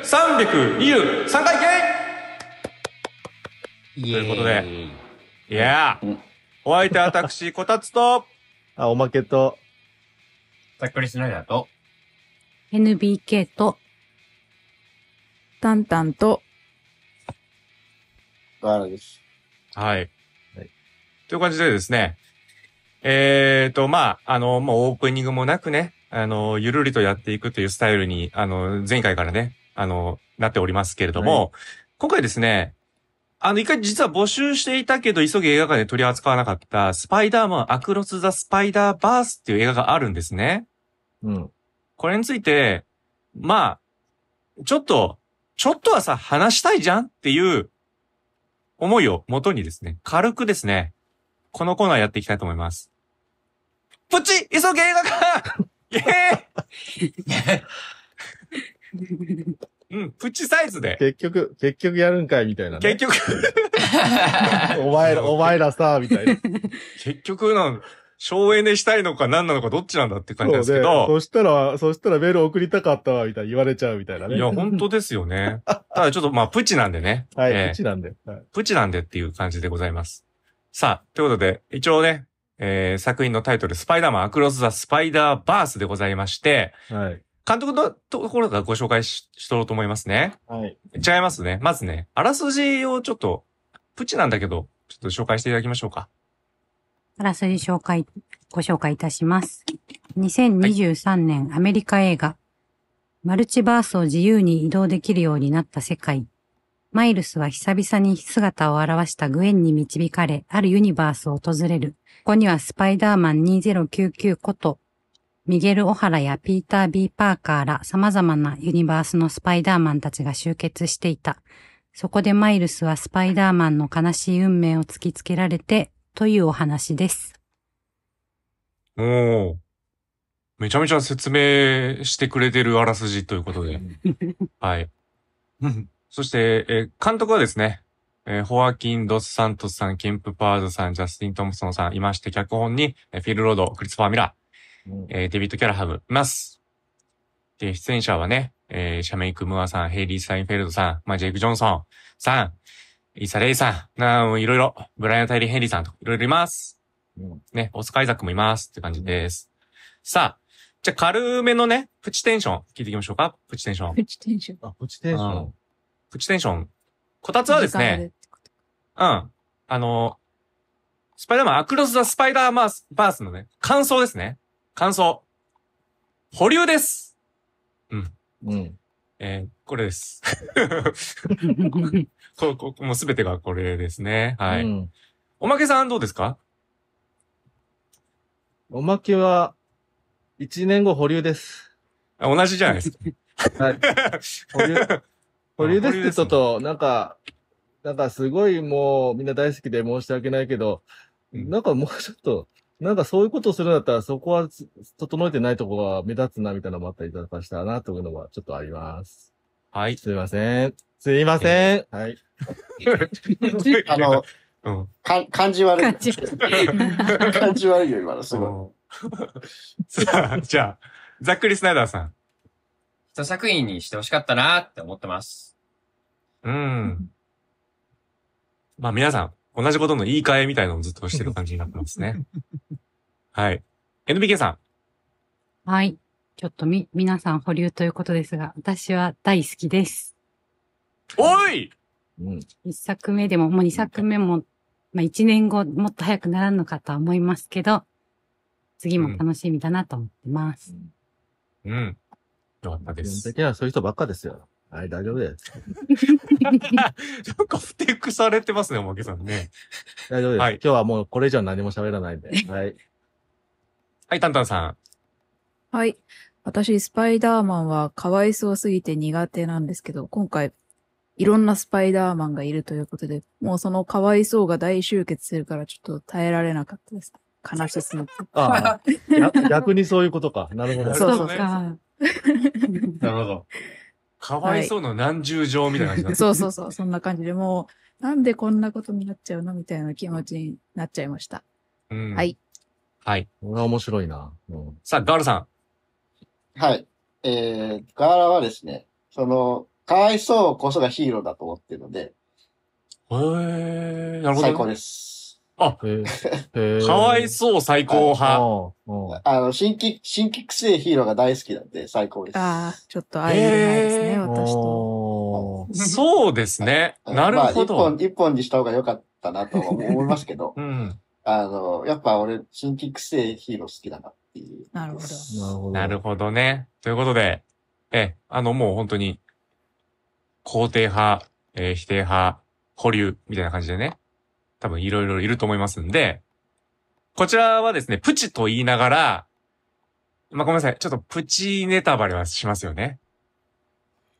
323回いうこととで。転いやーお相手は私、こたつと、あ、おまけと、ざっくりしないだ と。 NBK と、タンタンと、ガーラです。はい。はいという感じでですね、えーと、まあ、あの、もうオープニングもなくね、あの、ゆるりとやっていくというスタイルに、あの、前回からね、あの、なっておりますけれども、今回ですね、あの、一回実は募集していたけど、急ぎ映画館で取り扱わなかった、スパイダーマン、アクロス・ザ・スパイダーバースっていう映画があるんですね。うん。これについて、まあ、ちょっと、ちょっとはさ、話したいじゃんっていう思いを元にですね、軽くですね、このコーナーやっていきたいと思います。プチ急げ映画館 イェーイうん、プチサイズで。結局、結局やるんかいみたいな、ね。結局、お 前ら、お前らさ、みたいな。結局なん、省エネしたいのか何なのかどっちなんだって感じなんですけど。そしたら、そしたらメール送りたかったわ、みたいな言われちゃうみたいないね。や、本当ですよね。ただちょっとまあ、プチなんでね。はええい、うちなんで。はいプチなんでっていう感じでございます。さあ、ということで、一応ね、えー作品のタイトル、スパイダーマン、アクロス・ザ・スパイダーバースでございまして、はい。監督のところからご紹介ししとろうと思いますね。はい。違いますね。まずね、あらすじをちょっと、プチなんだけど、ちょっと紹介していただきましょうか。あらすじ紹介、ご紹介いたします。2023年アメリカ映画、マルチバースを自由に移動できるようになった世界。マイルスは久々に姿を現したグエンに導かれ、あるユニバースを訪れる。ここにはスパイダーマン2099こと、ミゲル・オハラやピーター・ビー・パーカーら様々なユニバースのスパイダーマンたちが集結していた。そこでマイルスはスパイダーマンの悲しい運命を突きつけられて、というお話です。おー。めちゃめちゃ説明してくれてるあらすじということで。はい。そして、えー監督はですね、えーホアキン・ドス・サントスさん、ケンプ・パワーズさん、ジャスティン・トムソンさんいまして、脚本に、えーフィル・ロード、クリスパー・ミラうんー、えーデビッド・キャラハム、います。で、出演者はね、えーシャメイク・ムーアさん、ヘイリー・スタインフェルドさん、まあ、ジェイク・ジョンソンさん、イサ・レイさん、なあいろいろ、ブライアン・タイリー・ヘンリーさんとかいろいろいます。うんね、オスカイザックもいますって感じです。さあ、じゃあ軽めのね、プチテンション聞いていきましょうか。プチテンション。プチテンション。あ、うちテンション。プチテンション。こたつはですね、。うん。あの、スパイダーマン、アクロス・ザ・スパイダーマース、バースのね、感想ですね。感想。保留です。うん。えーこれです。 ここもうすべてがこれですね。はい。うんおまけさんどうですかおまけは、一年後保留です。あ同じじゃないですか。 はい。保留。 保留ですって言ったと、なんか、なんかすごいもうみんな大好きで申し訳ないけど、うんなんかもうちょっと、なんかそういうことをするんだったらそこはつ整えてないとこが目立つなみたいなのもあったりとかしたなというのはちょっとあります。 はい。すいません。すいません。はい。あの、うん、か感じ悪い 感。じ感じ悪いよ、今の。すごい。 さあ、じゃあ、ざっくりスナイダーさん。一作品にしてほしかったなって思ってます。うん。まあ皆さん、同じことの言い換えみたいなのをずっとしてる感じになってます ね。はい。NBK さん。はい。ちょっとみ、皆さん保留ということですが、私は大好きです。おいうん。一作目でも、もう二作目も、まあ一年後、もっと早くならんのかとは思いますけど、次も楽しみだなと思ってます。うん。よかったで基本す。的にはそういう人ばっかですよ。はい、大丈 夫です。なんか不適されてますね、おまけさんね。大丈夫です。はい今日はもうこれ以上何も喋らないんで。はい。はい、タンタンさん。はい。私、スパイダーマンはかわいそうすぎて苦手なんですけど、今回、いろんなスパイダーマンがいるということで、もうそのかわいそうが大集結するからちょっと耐えられなかったです。悲しすぎて。 ああ、や逆にそういうことか。なるほど。 そうそ うか。なるほど。かわいそうの何十乗みたいな感じなんですそうそうそう、そんな感じで、もう、なんでこんなことになっちゃうのみたいな気持ちになっちゃいました。うんはい。はい。これは面白いな。うん。さあ、ガールさはい。えー、ガーラはですね、その、かわいそうこそがヒーローだと思ってるので、へー、なるほどね。最高です。へえかわいそそう最高派。派。あの、新規、新規くせえヒーローが大好きなんで、最高です。ああ、ちょっと相入れないですね、えー私と。とそうですね。うんなるほまあ、ど、一。本、一本にした方が良かったなとは思いますけど うん。あの、やっぱ俺、新規くせえヒーロー好きだなっていう。なるほどなるほど。なるほどね。ということで、え、あの、もう本当に、肯定派、えー否定派、保留、みたいな感じでね、多分いろいろいると思いますんで、こちらはですね、プチと言いながら、まあ、ごめんなさい。ちょっとプチネタバレはしますよね。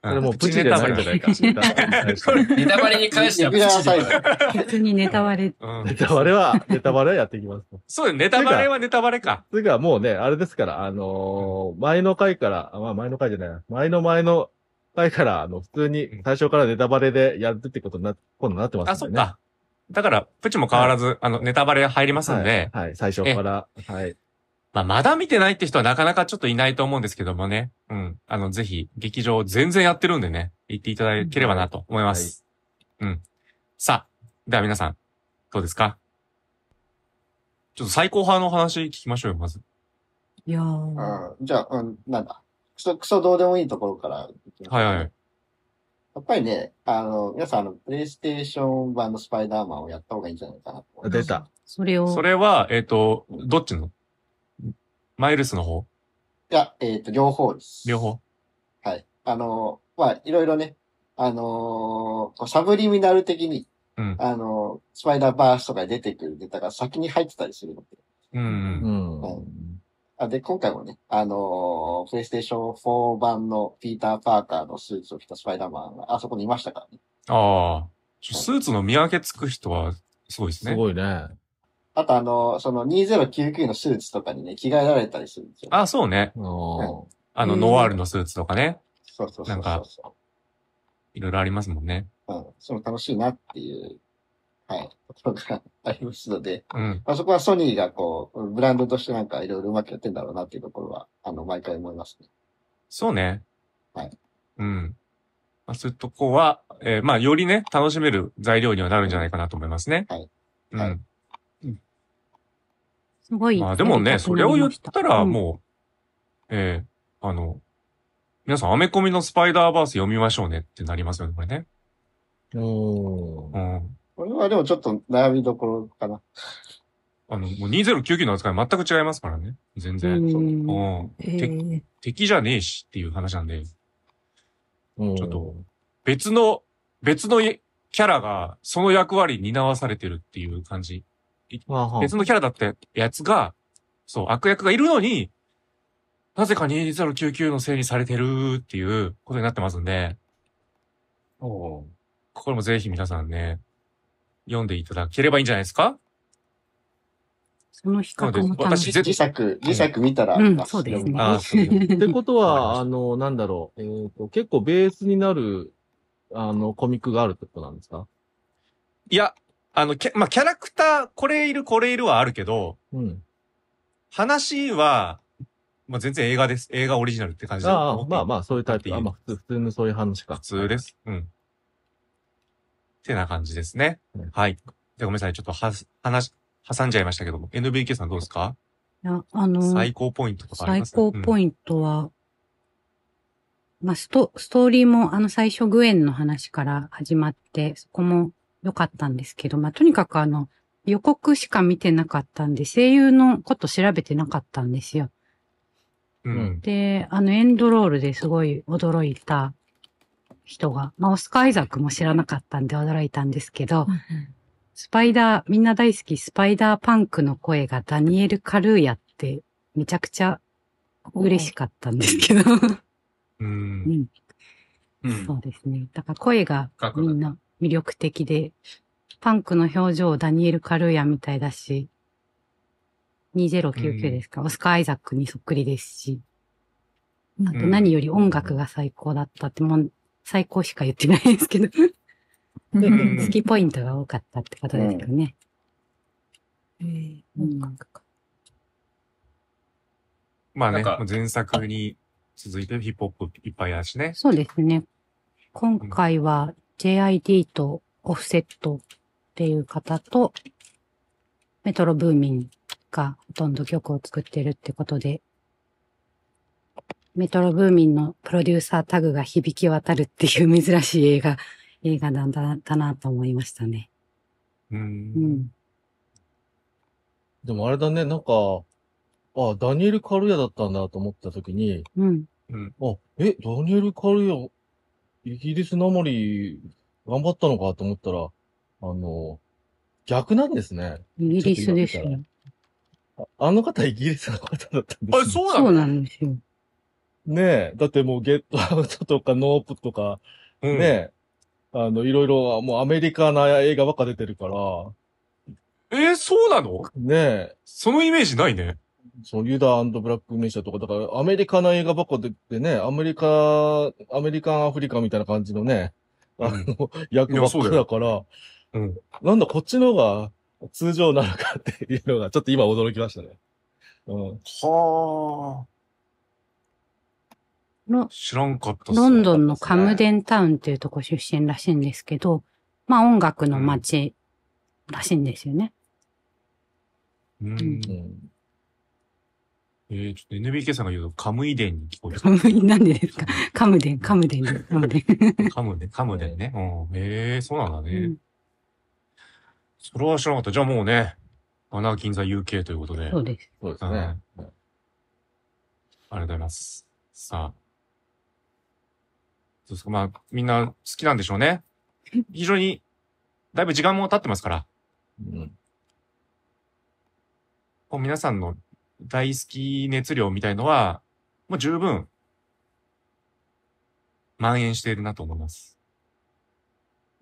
こうんれもうプチじゃないんじゃないか。ネ ネタバレに関してはプチレギュラーサイズで。別にネタバレ。うん。タバレは、ネタバレはやっていきます。そうだよ、ネタバレはネタバレか。というか、もうね、あれですから、あのー前の回から、あまあ前の回じゃないな、前の前の回から、あの、普通に最初からネタバレでやるってことにな、今度なってますあ、んそっでね。か。だから、プチも変わらず、あの、ネタバレ入りますんで、はい、はい、最初から。はい。まあ、まだ見てないって人はなかなかちょっといないと思うんですけどもね。うん。あの、ぜひ、劇場全然やってるんでね、行っていただければなと思います。うん。さあ、では皆さん、どうですかちょっと最高派の話聞きましょうよ、まず。いやーうん。じゃあ、うん、なんだ。クソ、クソどうでもいいところからいきますはいはい。やっぱりね、あの、皆さん、あの、プレイステーション版のスパイダーマンをやった方がいいんじゃないかなと思います。出た。それを。それは、えっ、と、どっちのマイルスの方いや、えっ、と、両方です。両。方はい。あの、まあ、いろいろね、あのーこうサブリミナル的に、うんあの、スパイダーバースとかに出てくるネタが先に入ってたりするので。うんうん。うん。あで、今回もね、あのープレイステーション4版のピーター・パーカーのスーツを着たスパイダーマンがあそこにいましたからね。ああ。ちょスーツの見分けつく人は、すごいですね。すごいね。あとあのーその2099のスーツとかにね、着替えられたりするんですよ。あ、そうね。うんあの、うんノワールのスーツとかね。そうそうそうそう。なんかいろいろありますもんね。うん、その楽しいなっていう、はい、ところがありますので、うん。まあ、そこはソニーがこう、ブランドとしてなんかいろいろうまくやってんだろうなっていうところは、あの、毎回思いますね。そうね。はい。うん。まあ、そういうとこは、えーまあ、よりね、楽しめる材料にはなるんじゃないかなと思いますね。はい。うん。はすごい。まあ、でもね、それを言ったら、うん。もう、えーあの、皆さん、アメコミのスパイダーバース読みましょうねってなりますよね、これね。うん。うん。これはでもちょっと悩みどころかな。あの、もう2099の扱い全く違いますからね。全然。うんうん。えてー、敵じゃねえしっていう話なんで、うん。ちょっと、別の、別のキャラが、その役割担わされてるっていう感じ。はあはあ別のキャラだったやつが、そう、悪役がいるのに、なぜか2099のせいにされてるっていうことになってますんで、これもぜひ皆さんね、読んでいただければいいんじゃないですかその比較も楽私しぜ自作、自作見たら、うんまあそうですねああ、そういうってことわは、かあの、なんだろう、えーと、結構ベースになる、あの、コミックがあるってことなんですかいや、あの、キャまあ、キャラクター、これいる、これいるはあるけど、うん。話は、まあ、全然映画です。映画オリジナルって感じだとあ思あ、ってまあまあ、そういうタイってプ。いうあまあ、普通、普通のそういう話か。普通です。うん。ってな感じですねうん。はい。で、ごめんなさい。ちょっとは、話、挟んじゃいましたけども。NBK さんどうですか、いやあのー、最高ポイントとかあり最ます高ポイントは、まあ、スト、ストーリーもあの最初グエンの話から始まって、そこも良かったんですけど、まあ、とにかくあの、予告しか見てなかったんで、声優のこと調べてなかったんですよ。うん。うん。で、あの、エンドロールですごい驚いた人が、まあ、オスカー・アイザックも知らなかったんで驚いたんですけど、スパイダー、みんな大好きスパイダーパンクの声がダニエル・カルーヤって、めちゃくちゃ嬉しかったんですけど。う。うんん、うんそうですね。だから声がかっこよみかったんな魅力的で、パンクの表情ダニエル・カルーヤみたいだし、2099ですか、オスカー・アイザックにそっくりですし、あとうん何より音楽が最高だったって、もう最高しか言ってないですけど、うん好きポイントが多かったってことですけどね。えーうん音楽かまあなね、んかもう前作に続いてヒップホップいっぱいだしね。そうですね。今回は JID とオフセットっていう方と、メトロブーミンがほとんど曲を作ってるってことで、メトロブーミンのプロデューサータグが響き渡るっていう珍しい映 画、映画なんだだなと思いましたね。う。うんん。でもあれだね、なんか、あ、ダニエル・カルヤだったんだと思った時に、うん。あ、え、ダニエル・カルヤ、イギリスなまり、頑張ったのかと思ったら、あの、逆なんですね。イギリスですよ。ああの方、イギリスの方だったんですねあ、そうなそのうなんですよ。ねえ。だってもう、ゲットアウトとか、ノープとか、うんねえ。あの、いろいろ、もうアメリカな映画ばっか出てるから、えーそうなのねえ。そのイメージないね。そう、ユダブラックメシャとか、だから、アメリカな映画ばっか出てね、アメリカ、アメリカンアフリカみたいな感じのね、あうんの、役ばっかだから、うん。なんだ、こっちの方が通常なのかっていうのが、ちょっと今驚きましたね。うん。はのあ。知らんかったっすロンドンのそうカムデンタウンっていうとこ出身らしいんですけど、まあ音楽の街らしいんですよね。 うんう。えー、ちょっと NBK さんが言うと、カムイデンに聞こえカムイ、なんでですかカムデン、カムデンです、カムデン。た。カムね、カムデン ね。うん。えー、そうなんだね。うんそれは知らなかった。じゃあもうね、アナーキンザ UK ということで。そうです。そうですね。ありがとうございます。さあ。そうですか。まあ、みんな好きなんでしょうね。非常に、だいぶ時間も経ってますから、うん。こう皆さんの大好き熱量みたいのは、もう十分、蔓延しているなと思います。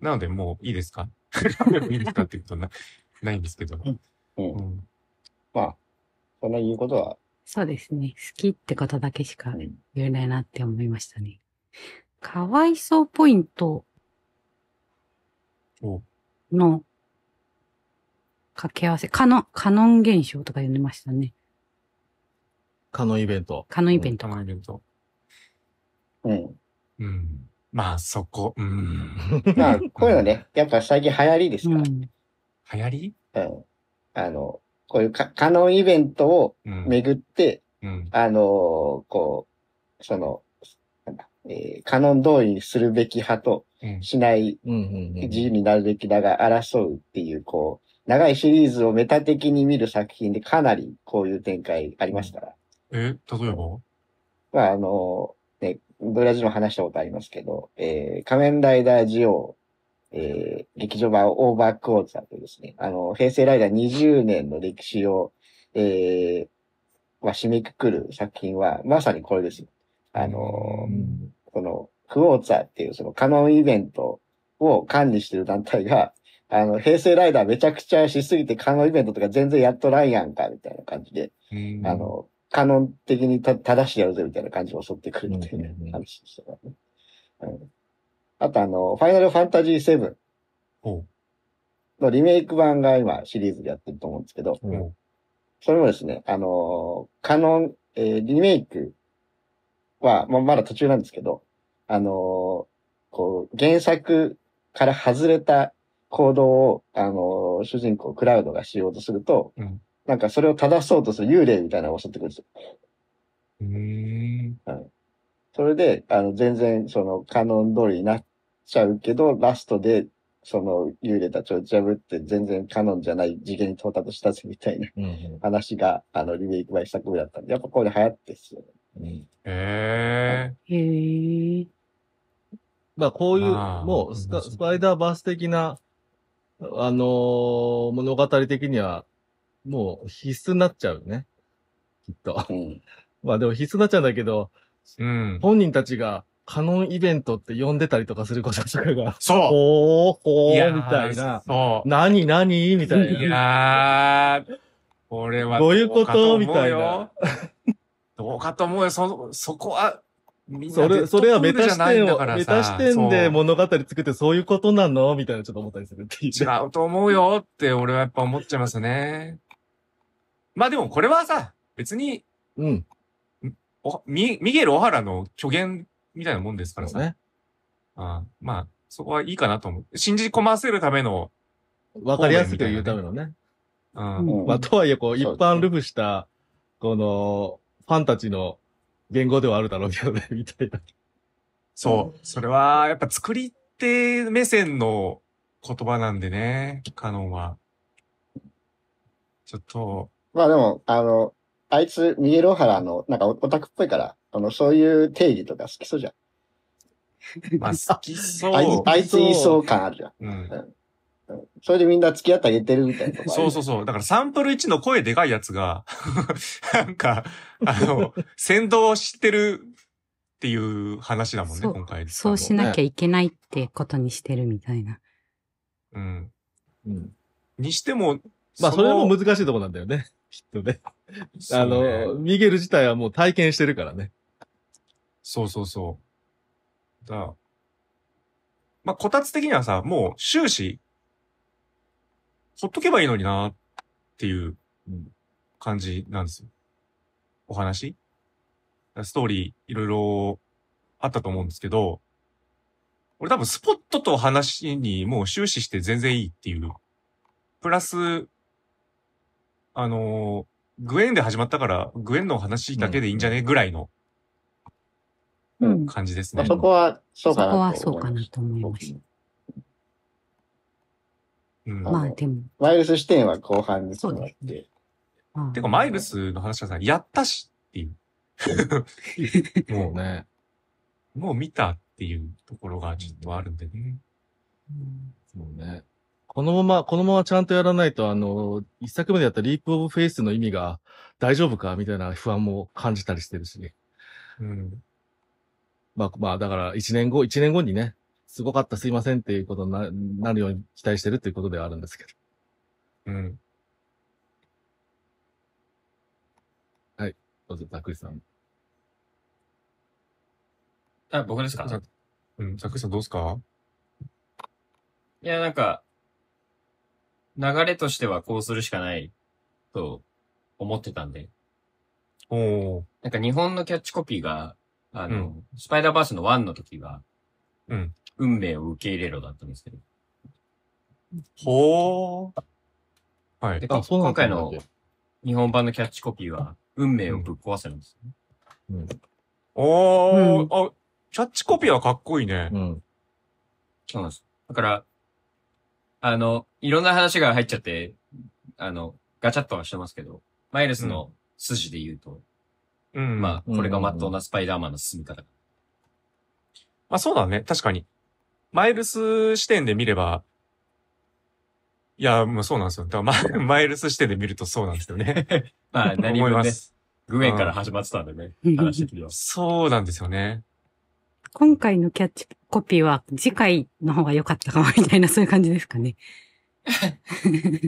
なので、もういいです かいいですかっていうことな、ないんですけど。うんう。んまあ、そんな言うことは、そうですね。好きってことだけしか言えないなって思いましたね。かわいそうポイントおの掛け合わせ、カノン、カノン現象とか呼んでましたね。カノンイベント。カノンイベントたまに見ると。うん。うん。まあ、そこ、うん。まあ、こういう のね、やっぱ最近流行りですうから。ん。流行りうん。あの、こういうか、カノンイベントをうん。巡って、うん。あのーこう、その、なんだ、えーカノン通りにするべき派とうんしないうんうんうん。自由になるべきだが争うっていう、こう、長いシリーズをメタ的に見る作品でかなりこういう展開ありますから。え、例えばまあ、あの、ね、ブラジルも話したことありますけど、えー、仮面ライダージオー、えー、劇場版オーバークォーザーというですね、あの、平成ライダー20年の歴史を、えー、まあ、締めくくる作品は、まさにこれですよ。あのう、んこの、クォーツァーっていうそのカノンイベントを管理してる団体が、あの、平成ライダーめちゃくちゃしすぎてカノンイベントとか全然やっとらんやんか、みたいな感じで、うんあ、の、カノン的にた正してやるぜみたいな感じを襲ってくるっていうねうんうんうん話でしたからね。うんあとあの、ファイナルファンタジー7ほのリメイク版が今シリーズでやってると思うんですけど、う。ほそれもですね、あのーカノン、えーリメイクは、まあ、まだ途中なんですけど、あのーこう、原作から外れた行動を、あのー主人公クラウドがしようとすると、うんなんかそれを正そうとする幽霊みたいなのが襲ってくるんですよ。う。うーん。それで、あの、全然、その、カノン通りになっちゃうけど、ラストで、その、幽霊たちを打ち破って、全然カノンじゃない次元に到達したぜ、みたいなうんうん話が、あの、リメイク版一作目だったんで、やっぱこれ流行ってっすよね。うんえへえ。まあ、こういう、まあもうスカ、スパイダーバース的な、あのー物語的には、もう必須になっちゃうね。きっと。 うん。まあでも必須になっちゃうんだけど、えうん。本人たちがカノンイベントって呼んでたりとかすることとかが、そほー、うほいやー、ーみたいな。そ何、何みたう。いいな。やー、俺はどういうことか思よみたいな。どうかと思うよ。そ、そこは、みんなそれ、それはメタ視デッドプールじゃないん点だを、からメさタ視点でそう物語作ってそういうことなのみたいなちょっと思ったりするっていう。違うと思うよって俺はやっぱ思っちゃいますね。まあでもこれはさ、別に、うん。おミミゲル・オハラの虚言みたいなもんですからそさ。うね。あまあ、そこはいいかなと思う。信じ込ませるための、わかりやすく言うためのね。うんうんまあ、とはいえ、こう、一そうですね般ルフした、この、ファンたちの言語ではあるだろうけどね、 みたいな。そう。それは、やっぱ作り手目線の言葉なんでね、カノンは。ちょっと、まあでも、あの、あいつ、ミゲロハラの、なんかオタクっぽいから、あの、そういう定義とか好きそうじゃん。まあ、好きそあいつう、。あいつ言いそう感あるじゃん。うん。それでみんな付き合ってあげてるみたいなとこあるそうそうそう。だからサンプル1の声でかいやつが、 なんか、あの、先導してるっていう話だもんね、そう今回。そうしなきゃいけないってことにしてるみたいな。うん。うん。にしても、まあ、それもの難しいとこなんだよね。きっとね。あそうねの、ミゲル自体はもう体験してるからね。そうそうそう。だまあ、こたつ的にはさ、もう終始、ほっとけばいいのになっていううん感じなんですよ。お話ストーリーいろいろあったと思うんですけど、俺多分スポットと話にもう終始して全然いいっていう。プラス、あのーグエンで始まったから、グエンの話だけでいいんじゃねぐらいのうん。感じですまねあ、。そこは、そそうかなとこ思いはます。そうかなと思いました。うんあまあでも、マイルス視点は後半に決まっそうでて。まあてか、マイルスの話はさ、やったしって いう。もね。う、もう見たっていうところがちょっとあるんでね。そうね。このまま、このままちゃんとやらないと、あの、一作目でやったリープオブフェイスの意味が大丈夫かみたいな不安も感じたりしてるし。うん。まあ、まあ、だから、一年後、一年後にね、すごかった、すいませんっていうことにななるように期待してるっていうことではあるんですけど。うん。どうぞ、ざっくりさん。あ、僕ですかざうん。ザックリさんどうすかいや、なんか、流れとしてはこうするしかないと思ってたんで。おお。なんか日本のキャッチコピーが、あの、うスパイダーバースの1の時は、うん。運命を受け入れろだったんですけど。ほー。はいで。あそうなん今だ回の日本版のキャッチコピーは、運命をぶっ壊せるんですよね、おー、あ、キャッチコピーはかっこいいねう。ん。そうなんです。だから、あの、いろんな話が入っちゃって、あの、ガチャッとはしてますけど、マイルスの筋で言うと、うん。まうあ、んこれがまっとうなスパイダーマンの進み方。まあそうだね。確かに。マイルス視点で見れば、いや、もうそうなんですよ。だからまマイルス視点で見るとそうなんですよね。まあ、何 思いもまね、す。グエンから始まってたんでねうん、話的には。そうなんですよね。今回のキャッチコピーは次回の方が良かったかもみたいなそういう感じですかね。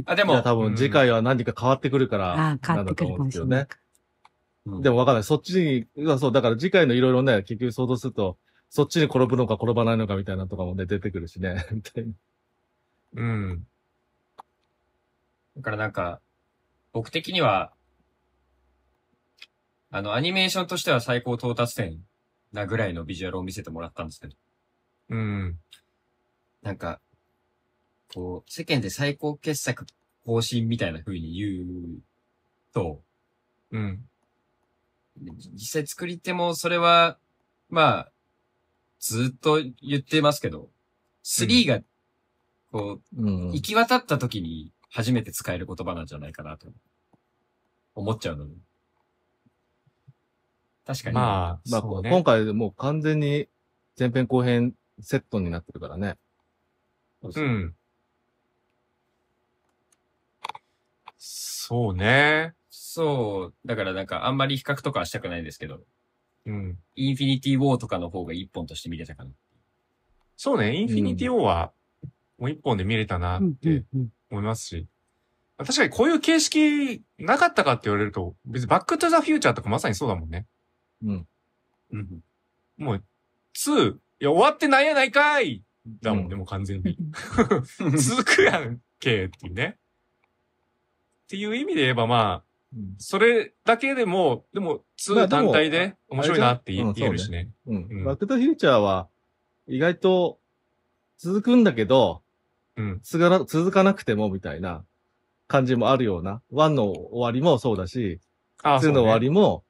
あ、ででも、も、多う分ん次回は何か変わってくるから、ああ、変わってくるかもしれなんだいと思うんですけどね。。でもわかんない。そっちに、うんそう、だから次回のいろいろね、結局想像すると、そっちに転ぶのか転ばないのかみたいなのとかもね、出てくる しね、みたいな。うん。だからなんか、僕的には、あの、アニメーションとしては最高到達点なぐらいのビジュアルを見せてもらったんですけど、うん。なんか、こう、世間で最高傑作更新みたいな風に言うと、うん。実際作り手もそれは、まあ、ずっと言ってますけど、3が、こう、うん行。き渡った時に初めて使える言葉なんじゃないかなと思っちゃうので。確かに。まあ、まそあ、こううね今回もう完全に前編後編セットになってるからね。そうそうう、ん。そうね。そう。だからなんかあんまり比較とかはしたくないんですけど、うん。インフィニティウォーとかの方が一本として見れたかな。そうね。インフィニティ・オーは、もう一本で見れたなっうんうんてうん思いますし。確かにこういう形式なかったかって言われると、別にバック・トゥ・ザ・フューチャーとかまさにそうだもんね。うん。うん。もう、2、いや、終わってないやないかいだもんね、うもう完全に。 続くやんけ、っていうね。っていう意味で言えばまあ、うんそれだけでも、でも、まあ2でも単体で面白いなって言えあれじゃ言んえるしね。うんうんバックトゥフューチャーは、意外と続くんだけど、うん。つがら続かなくてもみたいな感じもあるような。1の終わりもそうだし、あ2の終わり。りも、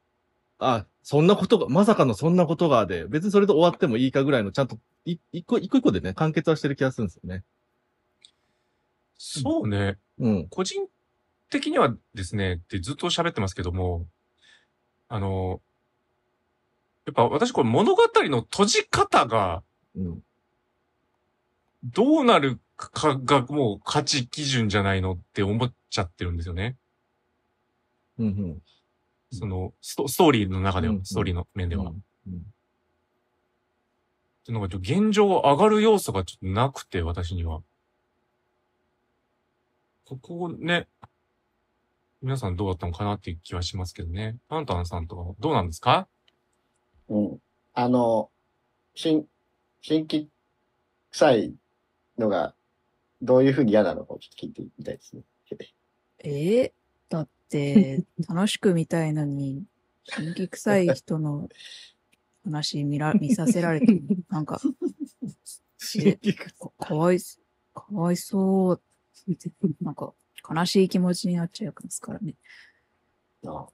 あ、そんなことが、まさかのそんなことがで、別にそれで終わってもいいかぐらいの、ちゃんと、い一個一個一個でね、完結はしてる気がするんですよね。そうね。うん。個人的にはですね、ってずっと喋ってますけども、あの、やっぱ私これ物語の閉じ方がうん。どうなるかがもう価値基準じゃないのって思っちゃってるんですよね。うん。うん。そのスト、ストーリーの中ではう、んストーリーの面では。うっんうんていうのがちょっと現状上がる要素がちょっとなくて、私には。ここをね、皆さんどうだったのかなっていう気はしますけどね。パンタンさんとかどうなんですかうん。あの、新、新規臭いのが、どういうふうに嫌なのかをちょっと聞いてみたいですね。えーだって、楽しく見たいのに、人気臭い人の話見ら、見させられても、なんか、えかかわいそ、かわいそう、なんか、悲しい気持ちになっちゃいますからね。あは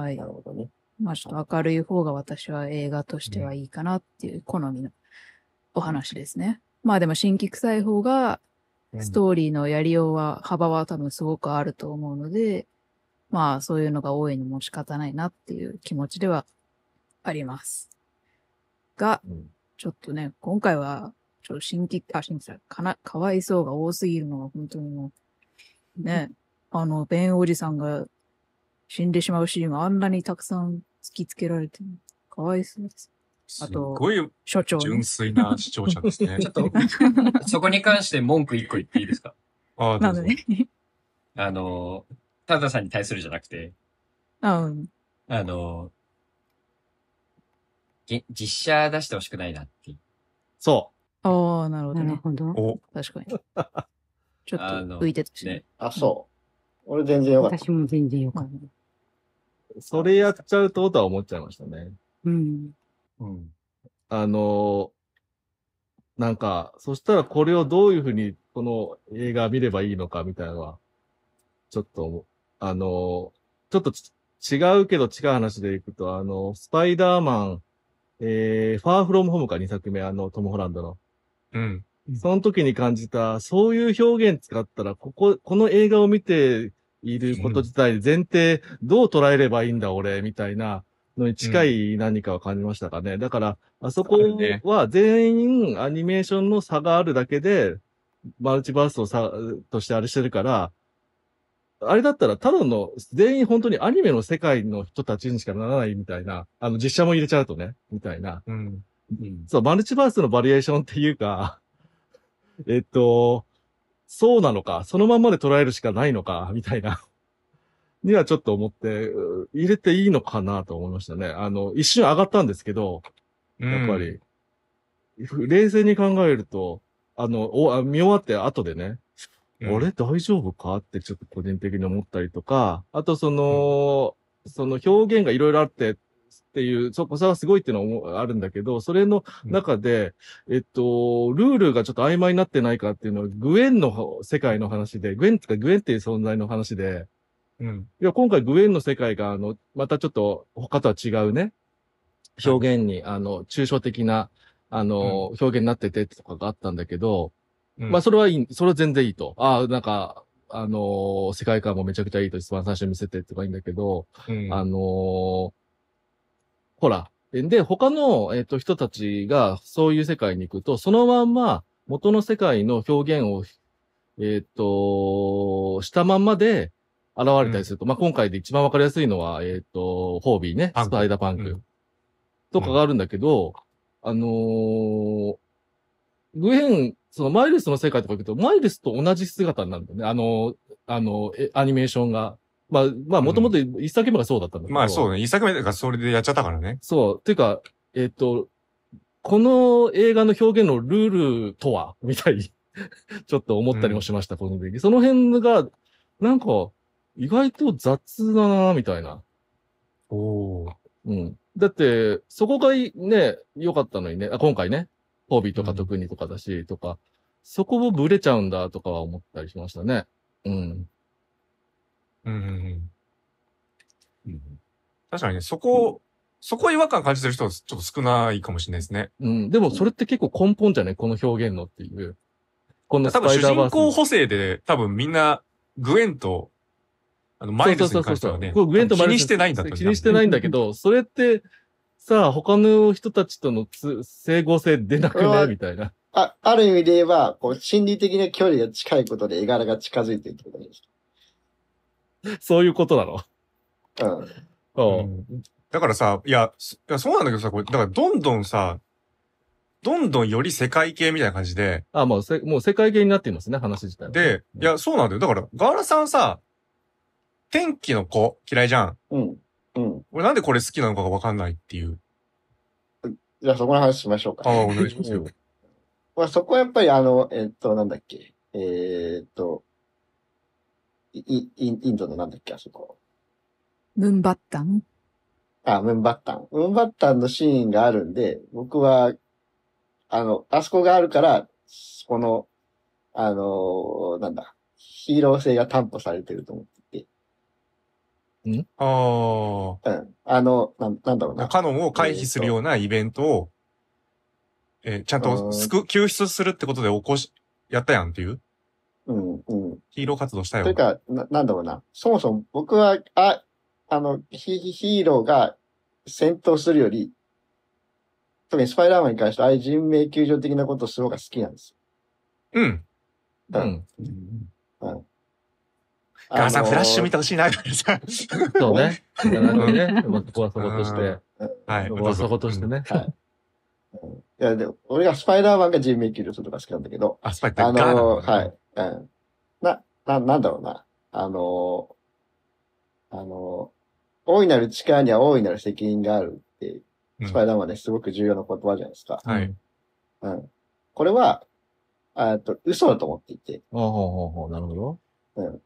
あいな。るほどね。まあちょっと明るい方が私は映画としてはいいかなっていう好みのお話ですね。まあでも新規臭い方がストーリーのやりようは、幅は多分すごくあると思うので、まあそういうのが多いにも仕方ないなっていう気持ちではあります。が、うんちょっとね、今回は、ちょっと新規、あ、新規さん、かな、かわいそうが多すぎるのが本当にもう、ね、あの、ベンおじさんが死んでしまうシーンがあんなにたくさん突きつけられて、かわいそうです。すあっとごい所長ね純粋な視聴者です ねち。ょっと、 そこに関して文句一個言っていいですかああ、どなうぞ。のね。あの、たださんに対するじゃなくて、あうん。あの、げ実写出してほしくないなって。そああ、なるほどなるね。ほど。お、確かに。ちょっとあの浮いてたしね。あ、そう。俺全然よかった。私も全然よかまっあた。う。それやっちゃうと、とは思っちゃいましたね。うん。うん。あのーなんか、そしたらこれをどういうふうに、この映画見ればいいのかみたいなのは、ちょっと思う、あのーちょっとち違うけど違う話でいくと、あの、スパイダーマン、えー、ファーフロムホームか2作目、あの、トム・ホランドの。うん。その時に感じた、そういう表現使ったら、ここ、この映画を見ていること自体、前提、どう捉えればいいんだ、俺、みたいなのに近い何かを感じましたかね。だから、あそこあるねは全員アニメーションの差があるだけで、マルチバースをさ、としてあれしてるから、あれだったら、ただの、全員本当にアニメの世界の人たちにしかならないみたいな、あの、実写も入れちゃうとね、みたいな。うん。うん。そう、マルチバースのバリエーションっていうか、 えっと、そうなのか、そのまんまで捉えるしかないのか、みたいな、 にはちょっと思って、う入れていいのかなと思いましたね。あの、一瞬上がったんですけど、やっぱり、冷静に考えると、あの、おあ見終わって後でね、うん、あれ大丈夫かってちょっと個人的に思ったりとか、あとその、その表現がいろいろあってっていう、そこさはすごいっていうのも思あるんだけど、それの中で、えっと、ルールがちょっと曖昧になってないかっていうのは、グエンの方世界の話で、グエンってかグエンっていう存在の話で、うん。いや、今回グエンの世界が、あの、またちょっと他とは違うね、表現に、あの、抽象的な、あの、表現になっててとかがあったんだけど、うん。まあ、それはいい、それは全然いいと。ああ、なんか、あのー世界観もめちゃくちゃいいと一番最初に見せてとかいいんだけど、うん、あのーほら。で、他の、えっ、と、人たちがそういう世界に行くと、そのまんま元の世界の表現を、えっ、と、したまんまで現れたりすると、まあ、今回で一番わかりやすいのは、えっ、と、ホービーね、パンスクパイダーパンク、うんとかがあるんだけど、あのーグエン、そのマイルスの世界とか行くと、マイルスと同じ姿になるんだよね。あの、あの、えアニメーションが。まあ、まあ、もともと一作目がそうだったんだけど。まあそうね。一作目だからそれでやっちゃったからね。そう。ていうか、えっ、と、この映画の表現のルールとは みたいにちょっと思ったりもしました、個人的に。その辺が、なんか、意外と雑だな、みたいな。おお。うん。だって、そこがいね、良かったのにね、あ今回ね。ホビーとか特にとかだし、とか、そこをブレちゃうんだとかは思ったりしましたね。うん。うんうんうん確かにね、そこ、そこ違和感感じてる人はちょっと少ないかもしれないですね。うん。でもそれって結構根本じゃないこの表現のっていう。このス多分パ主イダー人バース。公補正で多分みんな、グエンと、あの、マイルズに関してはね、そうそうそうそうこれグエンとマイ気ルズにしてないんだと気にしてないんだけど、それって、さあ、他の人たちとのつ整合性出なくうねわみたいな。あ、ある意味で言えば、こう、心理的な距離が近いことで絵柄が近づいてるってことです。そういうことなの。うん。うんうんだからさ、いや、そいやそうなんだけどさ、これ、だからどんどんさ、どんどんより世界系みたいな感じで、あ、まあ、せもう世界系になっていますね、話自体は。で、いや、そうなんだよ。だから、ガーラさんさ、天気の子嫌いじゃん。うん。うん。俺なんでこれ好きなのかがわかんないっていう。じゃあそこの話しましょうか。ああ、お願いしますよ。 まあ、そこはやっぱりあの、えっと、なんだっけ。えーっと、いいインインドのなんだっけ、あそこ。ムンバッタンあ、ムンバッタン。ムンバッタンのシーンがあるんで、僕は、あの、あそこがあるから、この、あの、なんだ、ヒーロー性が担保されてると思っていあて、うん。あの、なんなんだろうあ、な。カノンを回避するようなイベントを、えーちゃんと救う、救出するってことで起こし、やったやんっていう。うん、うん。ヒーロー活動したよ。というか、な、なんだろうな。そもそも僕は、あ、あの、ヒヒーローが戦闘するより、特にスパイダーマンに関して、ああいう人命救助的なことをする方が好きなんですうん。よ。うん。ガーラさん、フラッシュ見たてほしいな、みたいな。 そうね。だからね、まあ、ここはそことしうて。はい。ここはそことしてうん。ね。はい。いや、でも、俺がスパイダーマンが人命救助するのが好きなんだけど、あ、スパイダあーガーラなんのはだい。。うん。な、な、なんだろうな。あのあの大いなる力には大いなる責任があるって、うんスパイダーマンですごく重要な言葉じゃないですか。はい。うん。これは、あえっと、嘘だと思っていて、ああ、ほうほうほう、なるほど。うん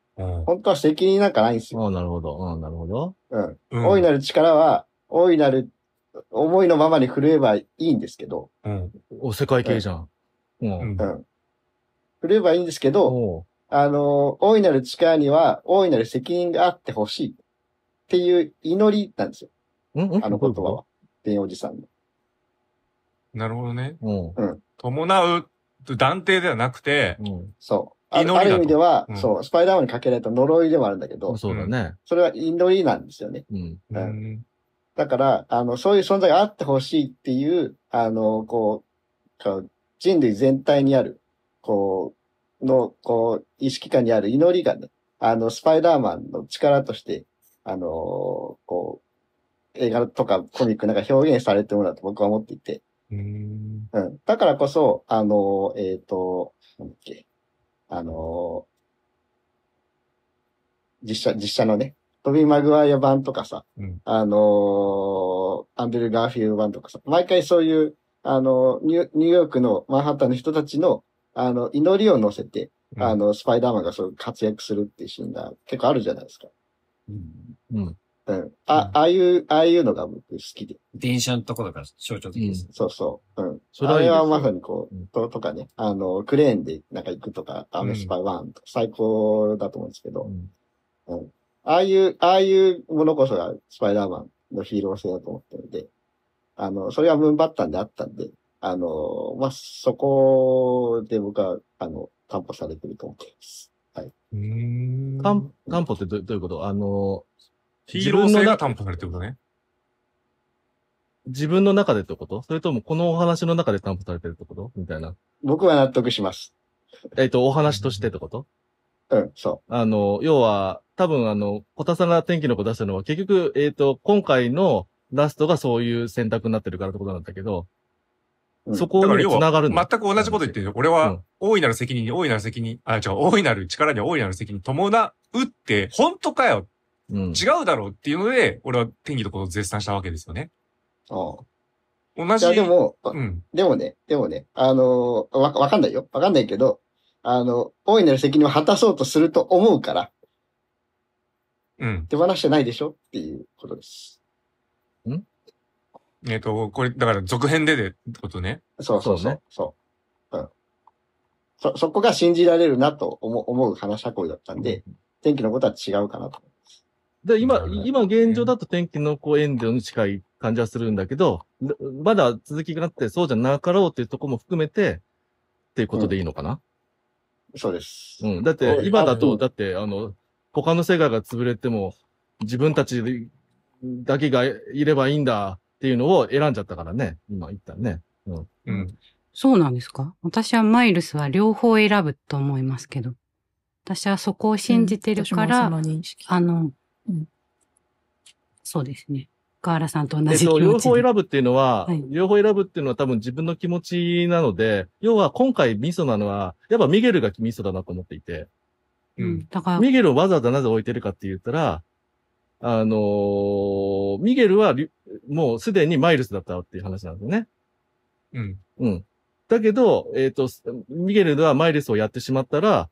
本当は責任なんかないんですよ。ああ、なるほど。うん、なるほど。うん。うん大いなる力は、大いなる思いのままに震えばいいんですけど、うん。お、世界系じゃん。う。うんんうん。震えばいいんですけど、おうあの、大いなる力には、大いなる責任があってほしい。っていう祈りなんですよ。うんうんあの言葉は。ベンおじさんの。なるほどね。うん。伴う、断定ではなくて、うん。そう。あ祈りだとある意味では、うんそう、スパイダーマンにかけられた呪いでもあるんだけど、そうだね。それは祈りなんですよね。うん。う。うんだから、あの、そういう存在があってほしいっていう、あの、こう、こう人類全体にある、こう、の、こう、意識下にある祈りがね、あの、スパイダーマンの力として、あの、こう、映画とかコミックなんか表現されてるものだと僕は思っていて、うん。うん。だからこそ、あの、えっ、と、なんだっけ、あの、実写、実写のね、トビー・マグワイア版とかさ、うんあの、アンドリュー・ガーフィールド版とかさ、毎回そういう、あの、ニュニューヨークのマンハッタンの人たちの、あの、祈りを乗せて、うんあの、スパイダーマンがそう活躍するっていうシーンが結構あるじゃないですか。うん。うん。あ、ああいう、ああいうのが僕好きで。電車のところが象徴的です。そうそう。うん。それはいいあれですよはまさにこうんう、と、とかね、あの、クレーンでなんか行くとか、アメスパワンとか最高だと思うんですけど、うんああいう、ああいうものこそがスパイダーマンのヒーロー性だと思ってるので、あの、それはムーンバッタンであったんで、あの、まあ、そこで僕は、あの、担保されてると思ってます。うん担担保ってどどういうことあの、ヒーロー性が担保されてることね。自分の中でってことそれともこのお話の中で担保されてるってことみたいな。僕は納得します。えっと、お話としてってことうん、そあの、要は、多分あの、小田さんが天気の子出したのは、結局、えっ、と、今回のラストがそういう選択になってるからってことなんだけど、うんそこだをからね要は、繋がるんだ。全く同じこと言ってるよ。俺うはん、大いなる責任に大いなる責任、あ、違う、大いなる力には大いなる責任に伴うって、本当かよ、うん。違うだろうっていうので、俺は天気のことを絶賛したわけですよね。う。うん同いじ。や、でも、うん。でもね、でもね、あのーわ、わかんないよ。わかんないけど、あの、大いなる責任を果たそうとすると思うから、うん。手放してないでしょっていうことです。えっ、と、これ、だから続編ででってことね。そうそうそそううね。そう。うん。そ、そこが信じられるなと思う思う話し運びだったんで、天気のことは違うかなと。で、な今るほど、ね今現状だと天気の子エンドに近い感じはするんだけど、でまだ続きがあってそうじゃなかろうっていうとこも含めて、っていうことでいいのかな、そうです。うん、だってう、ん今だうと、んだって、あの、他の世界が潰れても、自分たちだけがいればいいんだっていうのを選んじゃったからね、今言ったね。うん。そうなんですか私はマイルスは両方選ぶと思いますけど。私はそこを信じてるから、うん私もその認識あの、うんそうですね。河原さんと同えっじ気持と、ちで。両方選ぶっていうのは、はい両方選ぶっていうのは多分自分の気持ちなので、要は今回ミソなのは、やっぱミゲルがミソだなと思っていて、ううんん。。だから、ミゲルをわざわざなぜ置いてるかって言ったら、あのーミゲルはりもうすでにマイルスだったっていう話なんですよね。うん。うん。だけど、えっ、と、ミゲルはマイルスをやってしまったら、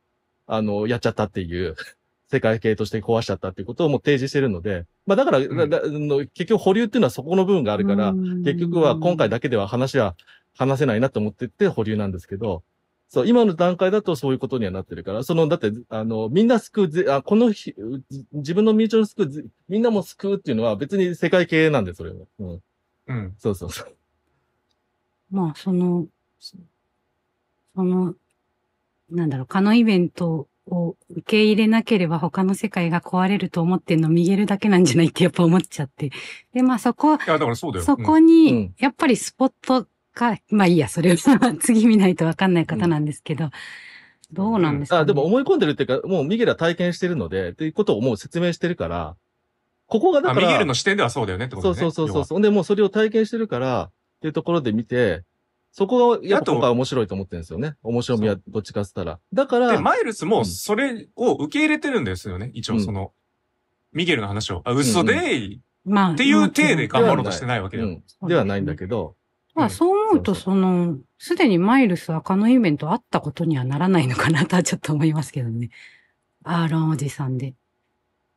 あの、やっちゃったっていう、 世界系として壊しちゃったっていうことをもう提示してるので、まあだから、んだだあの結局保留っていうのはそこの部分があるから、結局は今回だだけでは話は話せないなと思ってて保留なんですけど、そう、今の段階だとそういうことにはなってるから、その、だって、あの、みんな救うぜ、あこの日、うじ自分の身内を救うぜ、みんなも救うっていうのは別に世界系なんで、それも。うん。うん。そうそうそう。まあ、その、その、なんだろう、蚊のイベントを受け入れなければ他の世界が壊れると思ってんの逃げるだけなんじゃないってやっぱ思っちゃって。で、まあそこ、いや、だからそうだよ。そこうにん、やっぱりスポットか、まあいいや、それは 次見ないとわかんない方なんですけど、どうなんですか、ねあ、でも思い込んでるっていうか、もうミゲルは体験してるので、っていうことをもう説明してるから、ここがうんだあ、かミら、ゲルの視点ではそうだよねってこそとうね。そうそうそうそう。で、もうそれを体験してるから、っていうところで見て、そこが、やっぱ今回面白いと思ってるんですよね。面白みはどっちかっつったら。だか要はら、で、マイルスうもんそれを受け入れてるんですよね。一う応、んその、ミゲルの話を。あ、嘘でーまあ。っていう体で頑張ろるうとしてないわけうだよ。ん。ではないんだけど、まうんあそう思うと、そうその、すでにマイルスは蚊のイベントあったことにはならないのかな とはちょっと思いますけどね。アーロンおじさんで。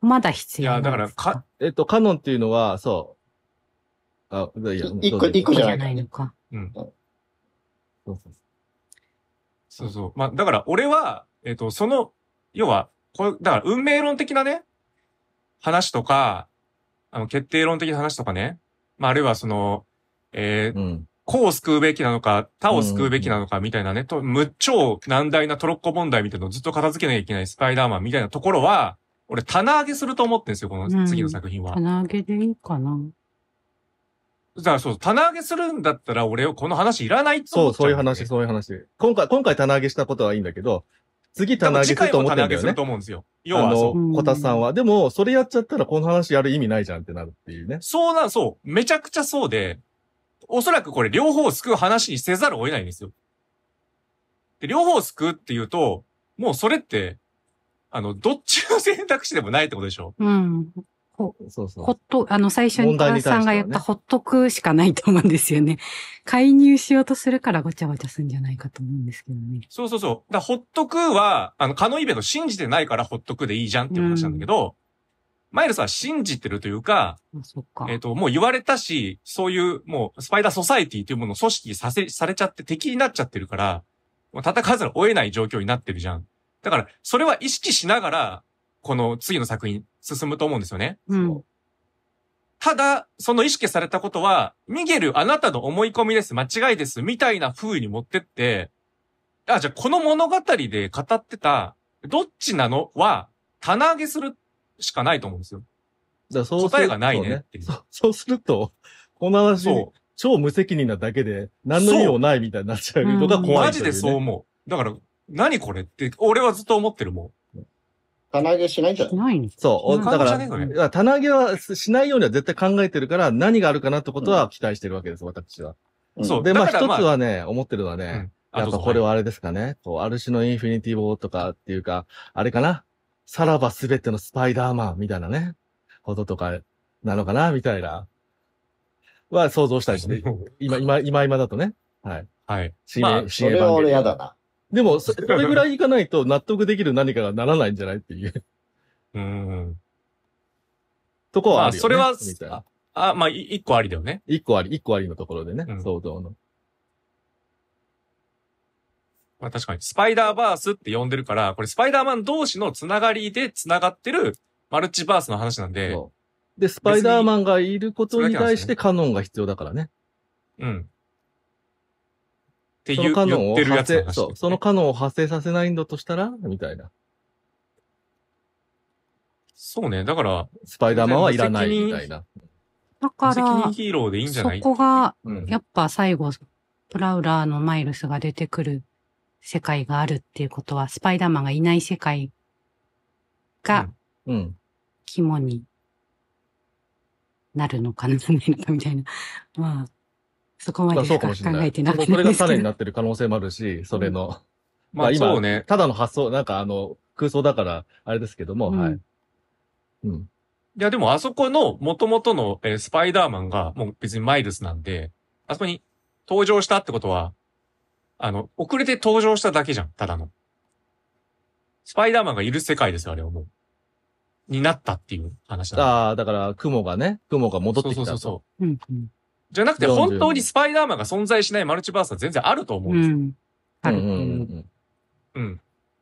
まだ必い要なや、んだから、ですか、、えっと、カノンっていうのは、そう。あ、いや、い一個どうぞ一個じじゃゃなないいのか。うん。そうそうそうそう。まあ、だから俺は、えっ、と、その、要は、こうだから運命論的なね、話とか、あの、決定論的な話とかね、まあ、あるいはその、えーそううん。こう救うべきなのか、他を救うべきなのか、みたいなね、と、無超難題なトロッコ問題みたいなのをずっと片付けなきゃいけないスパイダーマンみたいなところは、俺棚上げすると思ってんですよ、この次の作品は。棚上げでいいかな。だからそう、棚上げするんだったら俺をこの話いらないとそ思う、っちゃそういううんだよね話、そういう話。今回、今回棚上げしたことはいいんだけど、次棚上次げする回と思もって棚る上んだげよすねると。思うんですよ。要あはのそう。う、コタさんは。でも、それやっちゃったらこの話やる意味ないじゃんってなるっていうね。そうな、そう。めちゃくちゃそうで、おそらくこれ両方を救う話にせざるを得ないんですよ。で、両方を救うっていうと、もうそれって、あの、どっちの選択肢でもないってことでしょうん。そうそう。ほっと、あの、最初に問題母に対してはさねんが言ったほっとくしかないと思うんですよね。 介入しようとするからごちゃごちゃするんじゃないかと思うんですけどね。そうそうそう。だからほっとくは、あの、カノイベント信じてないからほっとくでいいじゃんっていう話なんだけど、マイルスは信じてるというか、あ、そっか。えっ、と、もう言われたし、そういう、もう、スパイダーソサエティというものを組織させ、されちゃって敵になっちゃってるから、もう戦わざるを得ない状況になってるじゃん。だから、それは意識しながら、この次の作品進むと思うんですよね。うん。ただ、その意識されたことは、ミゲル、あなたの思い込みです、間違いです、みたいな風に持ってって、あ、じゃあこの物語で語ってた、どっちなのは、棚上げするしかないと思うんですよ。だからそうすると答えがないねっていうそうそうすると、この話、そう。超無責任なだけで、何の意味もないみたいになっちゃうのが怖いというね、マジでそう思う。だから、何これって、俺はずっと思ってるもん。棚上げしないんじゃないないのそう。うんだじからゃねえ、これいや棚上げはしないようには絶対考えてるから、何があるかなってことは期待してるわけです、私は。うんそうで、まあだ一からまあつはね、思ってるのはうんね、あやどっぱうぞこれはあれですかね、こう、ある種のインフィニティボーとかっていうか、あれかな、さらばすべてのスパイダーマンみたいなね、こととかなのかな、みたいな、は想像したりして、今、今、今今だとね、はい。 はい。新まあエそれは俺嫌だ。な。でも、そそれぐらいいかないと納得できる何かがなら ないんじゃないっていううん。とこまはああ、るよそね。れはみたいな、あ、まあ、い一個ありだよね。一個あり、一個ありのところでね、うん相当の。まあ確かに。スパイダーバースって呼んでるから、これスパイダーマン同士のつながりでつながってるマルチバースの話なんで、そうで、スパイダーマンがいることに対し別にてカノンが必要だからね。うん。ってそ言のうカノン言をってるや派つの生、話。そう、そのカノンを派生させないんだとしたら、みたいな。そうね。だから、スパイダーマンはいらないみたいな。だ無か責任ら、ヒーローでいいんじゃそないこが、うんやっぱ最後、プラウラーのマイルスが出てくる世界があるっていうことは、スパイダーマンがいない世界うがんうん。肝になるのかな、なんないのかみたいな。 まあ、そこままあでそしうかかもしれ考なえい。てなそかっのそれたでがす種けにど。なってる可能性もあるし、それの、 ままああ今そうね。ただの発想、なんかあの、空想だから、あれですけども、うんはい。うん。いやでもあそこの元々の、えースパイダーマンがもう別にマイルスなんで、あそこに登場したってことは、あの、遅れて登場しただけじゃん。ただの。スパイダーマンがいる世界ですよ、あれはもう。になったっていう話なんでああ、だから、雲がね、雲が戻ってきたそと。うそうそうそう。うんうんじゃなくて、 40本当にスパイダーマンが存在しないマルチバースは全然あると思ううんですよ。ん。あるうんうんうんうん。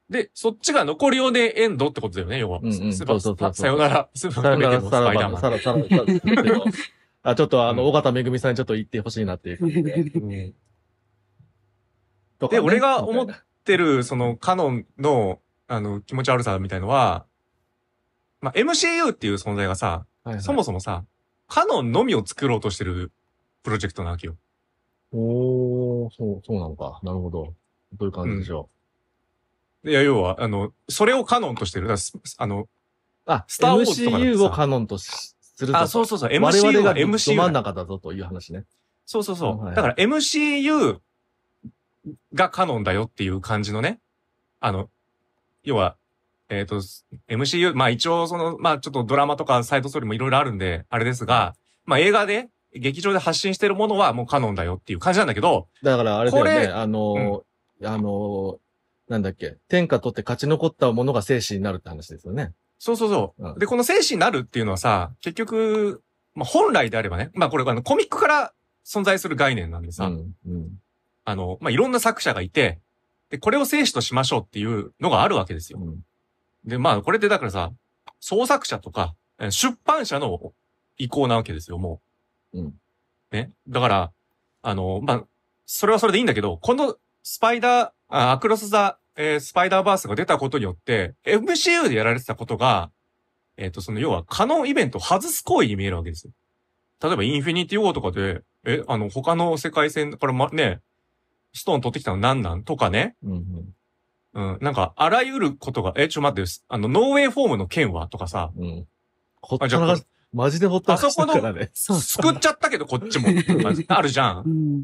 で、そっちが残りようでエンドってことだよね、要は。うんうんスーパーそうそうそうさよなら、スーパさーらメば ディのスさパイらダーば、マさン。らば、さらばさらばですけどあ、ちょっとあうの、ん尾形めぐみさんにちょっと言ってほしいなっていう感じで。うんとかでね俺が思っみたいってる、その、カノンの、あの、気持ち悪さみたいのは、まあ、MCU っていう存在がさ、なはいはいそもそもさ、カノンのみを作ろうとしてるプロジェクトなわけよ。おー、そう、そうなのか。なるほど。どういう感じでしょいや、要は、あの、それをカノンとしてる。だからスあの、う。あ、スターウォーズとかだってさ MCU をカノンとしするぞとあ、そうそうそう、我 MCU 々はがど MCU 真だん中だぞという話ね。そうそうそう。はいだから MCU がカノンだよっていう感じのね。あの、要は、えっ、と、MCU、まあ一応その、まあちょっとドラマとかサイドストーリーもいろいろあるんで、あれですが、まあ映画で、劇場で発信してるものはもうカノンだよっていう感じなんだけど、だからあれだよこれね、あのー、あのー、なんだっけ、天下取って勝ち残ったものが精神になるって話ですよね。そうそうそう。うんで、この精神になるっていうのはさ、結局、まあ本来であればね、まあこれあのコミックから存在する概念なんでうさ、ん。うん。あの、まあいろんな作者がいて、で、これを精神としましょうっていうのがあるわけですよ。うんで、まあ、これってだからさ、創作者とか、えー出版社の意向なわけですよ、もう。うん。ね。だから、あの、まあ、それはそれでいいんだけど、このスパイダー、あアクロスザ、えースパイダーバースが出たことによって、MCU でやられてたことが、えっ、と、その、要は、可能イベントを外す行為に見えるわけですよ。例えば、インフィニティウォーとかで、え、あの、他の世界線から、ま、ね、ストーン取ってきたのなんなんとかね。うんうん。うん。なんか、あらゆることが、え、ちょ、待ってよ、あの、ノーウェイフォームの件はとかさ、うん。ほっあたじゃらあかし、マジでほったらかしあそこのだからね。そうそ救っちゃったけどこっ ちも、まああるじゃ。う。うんん。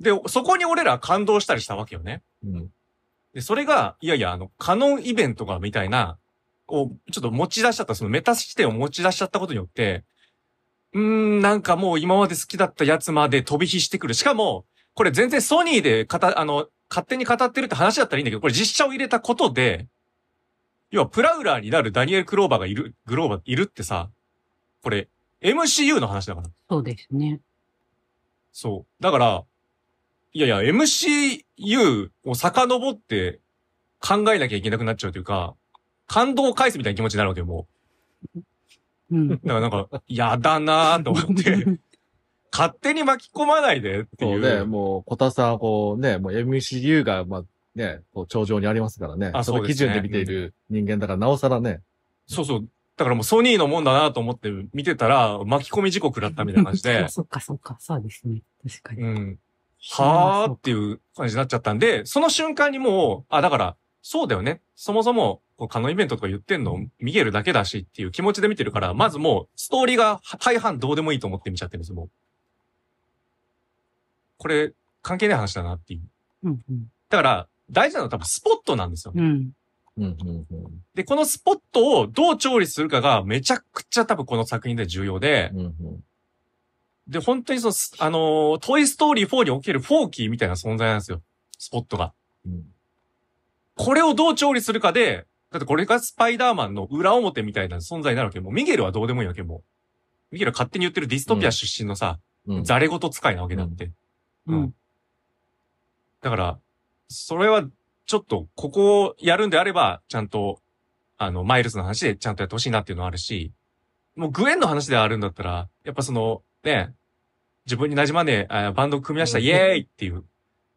で、そこに俺ら感動したりしたわけよね。うん。で、それが、いやいや、あの、カノンイベントが、みたいな、を、ちょっと持ち出しちゃった、そのメタ視点を持ち出しちゃったことによって、うーん、なんかもう今まで好きだったやつまで飛び火してくる。しかも、これ全然ソニーで、かた、あの、勝手に語ってるって話だったらいいんだけど、これ実写を入れたことで、要はプラウラーになるダニエル・クローバーがいる、グローバーいるってさ、これ、MCU の話だから。そうですね。そう。だから、いやいや、MCU を遡って考えなきゃいけなくなっちゃうというか、感動を返すみたいな気持ちになるわけよ、もうん。う。だからなん か、やだな ぁと思って、勝手に巻き込まないでっていそうう。ね、もう、小田さんはこうね、もう MCU が、まあ、ね、こう、頂上にありますからね。あそそうので基すね準で見ている人間だから、なおさらね。そうそう。だからもうソニーのもんだなと思って見てたら、巻き込み事故食らったみたいな感じ で、 そうか、そうか、そうですね。確かに。うん。はぁーっていう感じになっちゃったんで、その瞬間にもう、あ、だから、そうだよね。そもそも、こう、カノンイベントとか言ってんの、見えるだけだしっていう気持ちで見てるから、まずもう、ストーリーが大半どうでもいいと思って見ちゃってるんですよ、もう。これ、関係ない話だなっていう。うん、うん。だから、大事なのは多分スポットなんですよね。うん。うん、うん、うんで、このスポットをどう調理するかがめちゃくちゃ多分この作品で重要で、うんうん。で、本当にその、すあのートイストーリー4におけるフォーキーみたいな存在なんですよ。スポットが。うんこれをどう調理するかで、だってこれがスパイダーマンの裏表みたいな存在になるわけよもうミゲルはどうでもいいわけよもミキラ勝手に言ってるディストピア出身のさ、うんザレ言使いなわけだって。うんうんだから、それは、ちょっと、ここをやるんであれば、ちゃんと、あの、マイルズの話でちゃんとやってほしいなっていうのはあるし、もうグエンの話であるんだったら、やっぱその、ね、自分に馴染まねえあバンドを組み出したうんイエーイっていう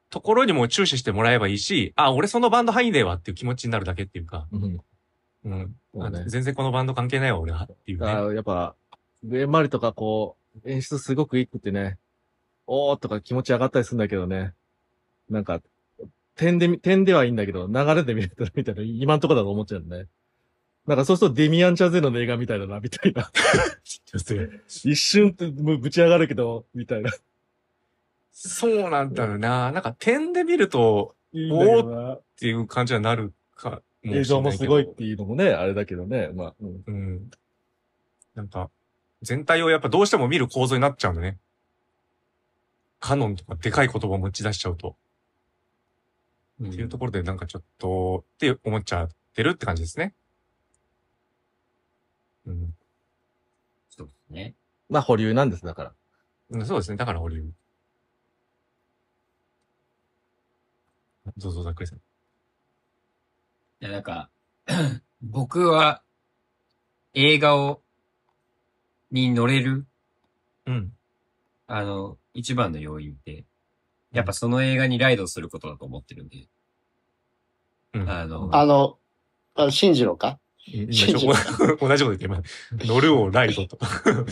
ところにも注視してもらえばいいし、あ、俺そのバンド入んねえわっていう気持ちになるだけっていうか、うん。うん。そうねあ全然このバンド関係ないわ、俺はっていうだね。からやっぱ、グエンマリとかこう、演出すごくいいくてね、おーとか気持ち上がったりするんだけどね、なんか、点で見、点ではいいんだけど、流れで見れたらみたいな、今んとこだと思っちゃうんだね。なんかそうするとデミアン・チャゼの映画みたいだな、みたいな。一瞬ってもうぶち上がるけど、みたいな。そうなんだよな。なんか点で見るといいんだけどなっていう感じにはなるかしれないけど映像もすごいっていうのもね、あれだけどね、まあ、うんうん。なんか、全体をやっぱどうしても見る構造になっちゃうんだね。カノンとかでかい言葉を持ち出しちゃうと。うんっていうところでなんかちょっと、って思っちゃってるって感じですね。うん。そうですね。まあ保留なんです、だから。うんそうですね。だから保留。どうぞ、ざっくりさん。いや、なんか、 僕は映画を、に乗れる、うん。あの、一番の要因って、やっぱその映画にライドすることだと思ってるんで、うん。あの、あの、あの信じろか 今信じろかちょ同じこと言って今。乗るをライドと。うん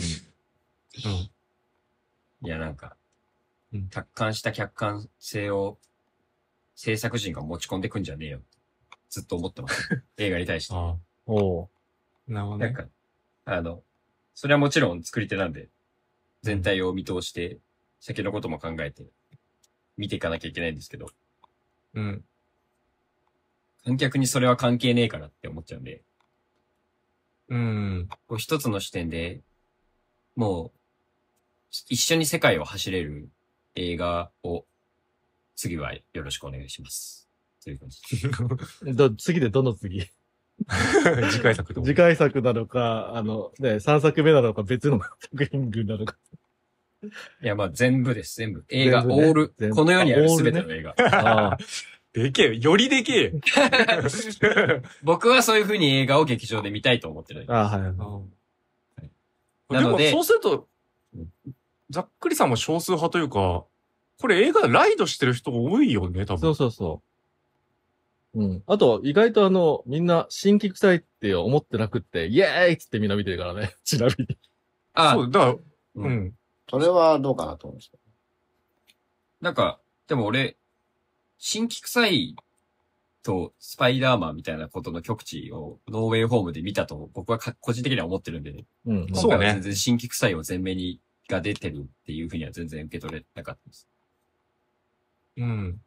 いや、なんかうん、達観した客観性を制作陣が持ち込んでくんじゃねえよ。ずっと思っ てます。映画に対して。あおうあ、なるほどなんね。か、あの、それはもちろん作り手なんで、全体を見通して、先のことも考えて、見ていかなきゃいけないんですけど、うん。観客にそれは関係ねえからって思っちゃうんで、 うん。こう一つの視点で、もう、一緒に世界を走れる映画を、次はよろしくお願いします。という感じ。ど次でどの次次回作と。次回作なのか、あの、ね、3作目なのか、別の作品群なのか。いや、まあ全部です、全部。映画、全部オねール、全部この世にああるオールね全ての映画。 あでけえ、よりでけ え。僕はそういう風に映画を劇場で見たいと思ってるんで。 あ、はい。でなのも、でそうするとうん、ざっくりさんも少数派というか、これ映画ライドしてる人多いよね、多そ分う。そうそう。うん。あと、意外とあの、みんな、新規臭いって思ってなくって、イエーイっつってみんな見てるからね。 ちなみに。あそう、だから、ううんん。それはどうかなと思うんですけなんか、でも俺、新規臭いとスパイダーマンみたいなことの極致をノーウェイホームで見たと僕はか個人的には思ってるんで、ね、うん。そうね今回は全然新規臭いを前面にが出てるっていう風には全然受け取れなかったです。うん。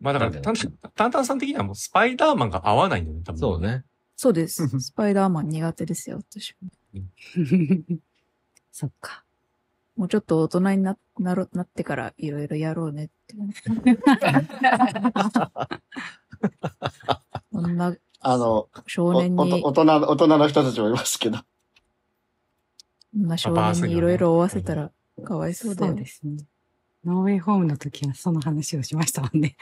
まあだから、なんタだンろタンタンさん的にはもうスパイダーマンが合わないんだよね、多分。そう。ね。そうです。スパイダーマン苦手ですよ、私も。 そっか。もうちょっと大人にななろなってからいろいろやろうねって。 こんなど。あの、お少お年にと、大人の、大人の人たちもいますけど。こんな少年にいろいろ追わせたらかわいそうだそようねで。すね。ノーウェイホームの時はその話をしましたも んね。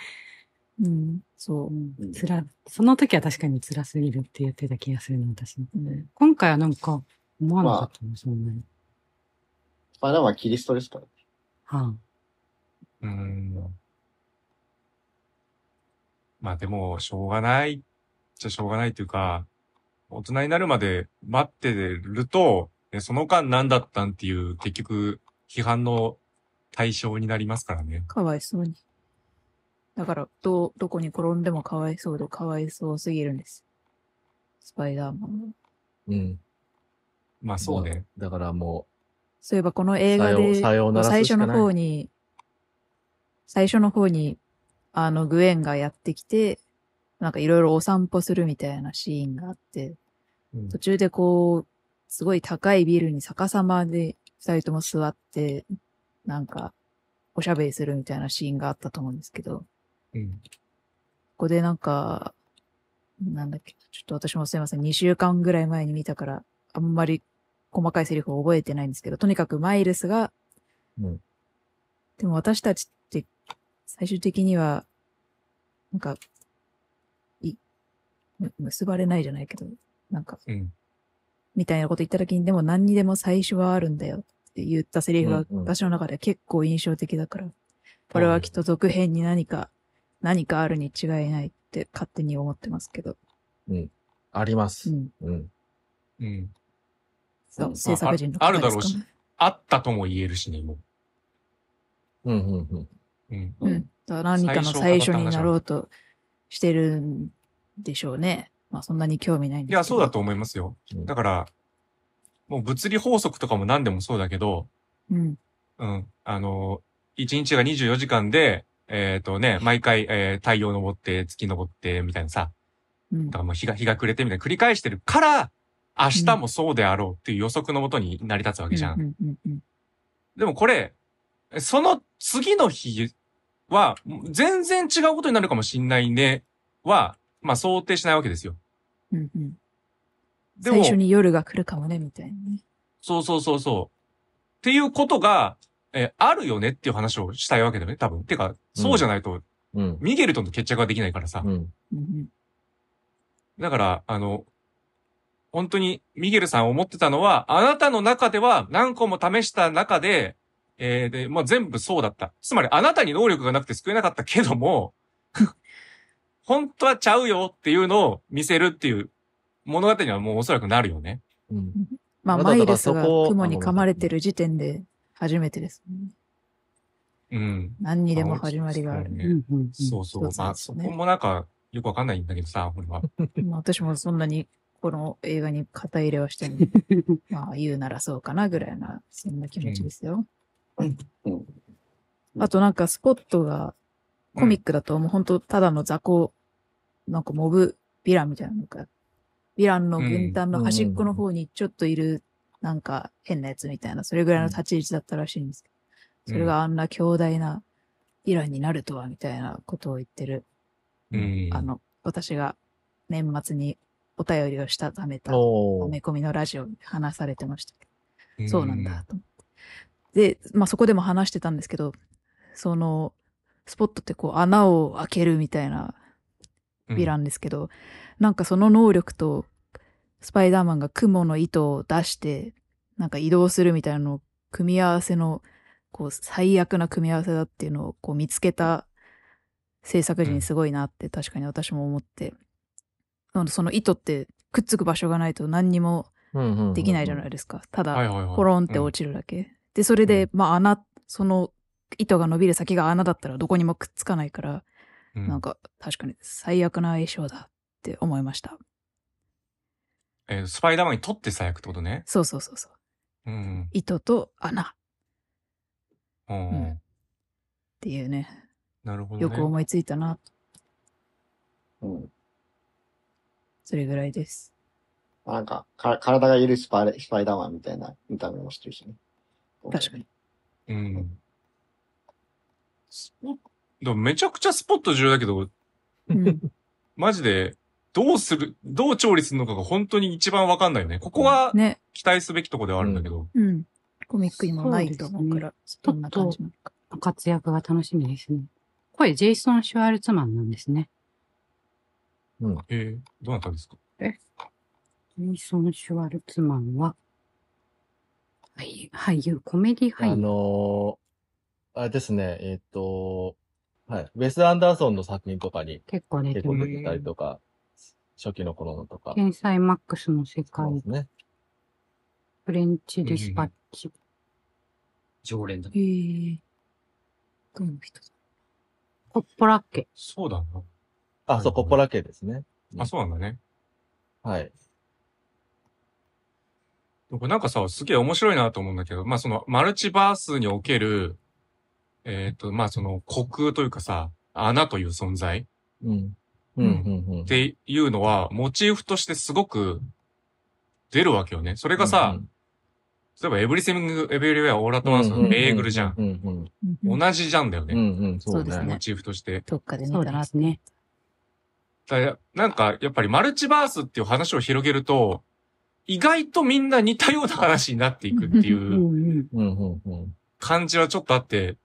うん、そうう。んうん辛、その時は確かに辛すぎるって言ってた気がするな、私も。うん、今回はなんか思わなかったの、そんなに。スパイダーマンはキリストですから。はうん。まあでも、しょうがないじゃしょうがないというか、大人になるまで待ってると、ねその間何だったんっていう、結局、批判の対象になりますからね。かわいそうに。だから、どう、どこに転んでもかわいそうでかわいそうすぎるんです。スパイダーマンは。うん。まあそうね。だからもそういえばこのう、映画で、さようなら最すし初かのない方に、最初の方に、あの、グエンがやってきて、なんかいろいろお散歩するみたいなシーンがあって、うん途中でこう、すごい高いビルに逆さまで二人とも座って、なんか、おしゃべりするみたいなシーンがあったと思うんですけど、うん。ここでなんか、なんだっけ、ちょっと私もすいません、2週間ぐらい前に見たから、あんまり細かいセリフを覚えてないんですけど、とにかくマイルスが、うんでも私たちって、最終的には、なんか、い、む結ばれないじゃないけど、なんか、うんみたいなこと言った時に、でも何にでも最初はあるんだよって言ったセリフがうんうん私の中で結構印象的だから、これはきっと続編に何か、何かあるに違いないって勝手に思ってますけど。ありまうす。ん。うん。うん。そうう、ん制作人のああ方るですだかねろうし。、あったとも言えるしね、もうん、うん、うん。う。うん。うん。だから何かの最初になろうとしてるんでしょうね。まあそんなに興味ないんいですけど。や、そうだと思いますよ。うんだから、もう物理法則とかも何でもそうだけど、うん。うん。あの、1日が24時間で、えっ、とね、毎回、えー太陽登って、月登って、みたいなさ、うんだか。らもう日が、日が暮れてみたいな繰り返してるから、明日もそうであろうっていう予測のもとに成り立つわけじゃん。うんうんうんでもこれ、その次の日は、全然違うことになるかもしんないね、は、まあ想定しないわけですよ。うんうんで最も、初に夜が来るかもね、みたいなね。そうそうそうそう。っていうことが、えーあるよねっていう話をしたいわけだよね、多分。てか、そうじゃないと、うん。ミゲルとの決着はできないからさ。うん。うんだから、あの、本当にミゲルさん思ってたのは、あなたの中では何個も試した中で、えーで、まあ、全部そうだった。つまり、あなたに能力がなくて救えなかったけど も、本当はちゃうよっていうのを見せるっていう物語にはもうおそらくなるよね。うん。まあ、まだだマイかルらスそこが雲に噛まれてる時点で初めてですもんね。うん。何にでも始まりがある。そううねんうんうんそうそう。そうですねまあ、そこもなんか、よくわかんないんだけどさ、俺は。まあ、私もそんなにこの映画に肩入れはしてない。まあ、言うならそうかなぐらいな、そんな気持ちですよ。うんあとなんかスポットが、コミックだともう本当ただの雑魚、なんかモブ、ヴィランみたいなのか、ヴィランの軍団の端っこの方にちょっといる、なんか変なやつみたいな、それぐらいの立ち位置だったらしいんですけど、それがあんな強大なヴィランになるとは、みたいなことを言ってる、うん。あの、私が年末にお便りをしたためた、アおメー。コミのラジオで話されてましたけうどんそうなんだ。と思って。で、まあそこでも話してたんですけど、その、スポットってこう穴を開けるみたいなうんヴィランですけど、なんかその能力と、スパイダーマンが雲の糸を出して、なんか移動するみたいなのを組み合わせの、こう最悪な組み合わせだっていうのをこう見つけた制作う人んすごいなって確かに私も思って、なのでその糸ってくっつく場所がないと何にもうんうんできないじゃないい。ですか。ただ、はいはいはい。ポロンってうん落ちるだけ。で、それで、まあ穴、その糸が伸びる先が穴だったらどこにもくっつかないから、うんなんか確かに最悪な相性だって思いました。えースパイダーマンにとって最悪ってことね。そうそうそうそうう。ん。糸と穴っうんうんていうね、なるほど、ね。よく思いついたな、うん。それぐらいです。なんか、か体がいるスパイスパイダーマンみたいな見た目もしてるしね。確かに。うん。スポット、めちゃくちゃスポット重要だけど、うん、マジで、どうする、どう調理するのかが本当に一番わかんないよね。ここはね、期待すべきとこではあるんだけど。うん。コミックにもないと思うから、そどうですねんな感じなのか。 活躍が楽しみですね。声、ジェイソン・シュワルツマンなんですね。えーどうなったんですかジェイソン・シュワルツマンは、はい俳優、コメディあ俳優。のー、あれですね、えっと、はい。ウェス・アンダーソンの作品とかに結構出て結構る。出てたりとか、初期の頃のとか。天才マックスのそ世うで界す、ね。フレンチ・ディスパッチ。常 連だ。へえ。どの人だコッポラッケ。そうだな。あ、そう、コッポラ系ですね。あ、そうなんだね。はい。これなんかさ、すげえ面白いなと思うんだけど、まあその、マルチバースにおける、えっ、と、まあその、虚空というかさ、穴という存在。うん。うん、うん、うん。っ、ていうのは、モチーフとしてすごく出るわけよね。それがさ、例えばエブリセミング、エブリウェア、オーラトワンスうん、のベーグルじゃん。うん、うんうん同じじゃんだようん。うね。ん、うん、そうそうですねね。モチーフとして。どっかで見そうたでな。すね。だからなんか、やっぱりマルチバースっていう話を広げると、意外とみんな似たような話になっていくっていううんうん、うん、うん。感じはちょっとあって、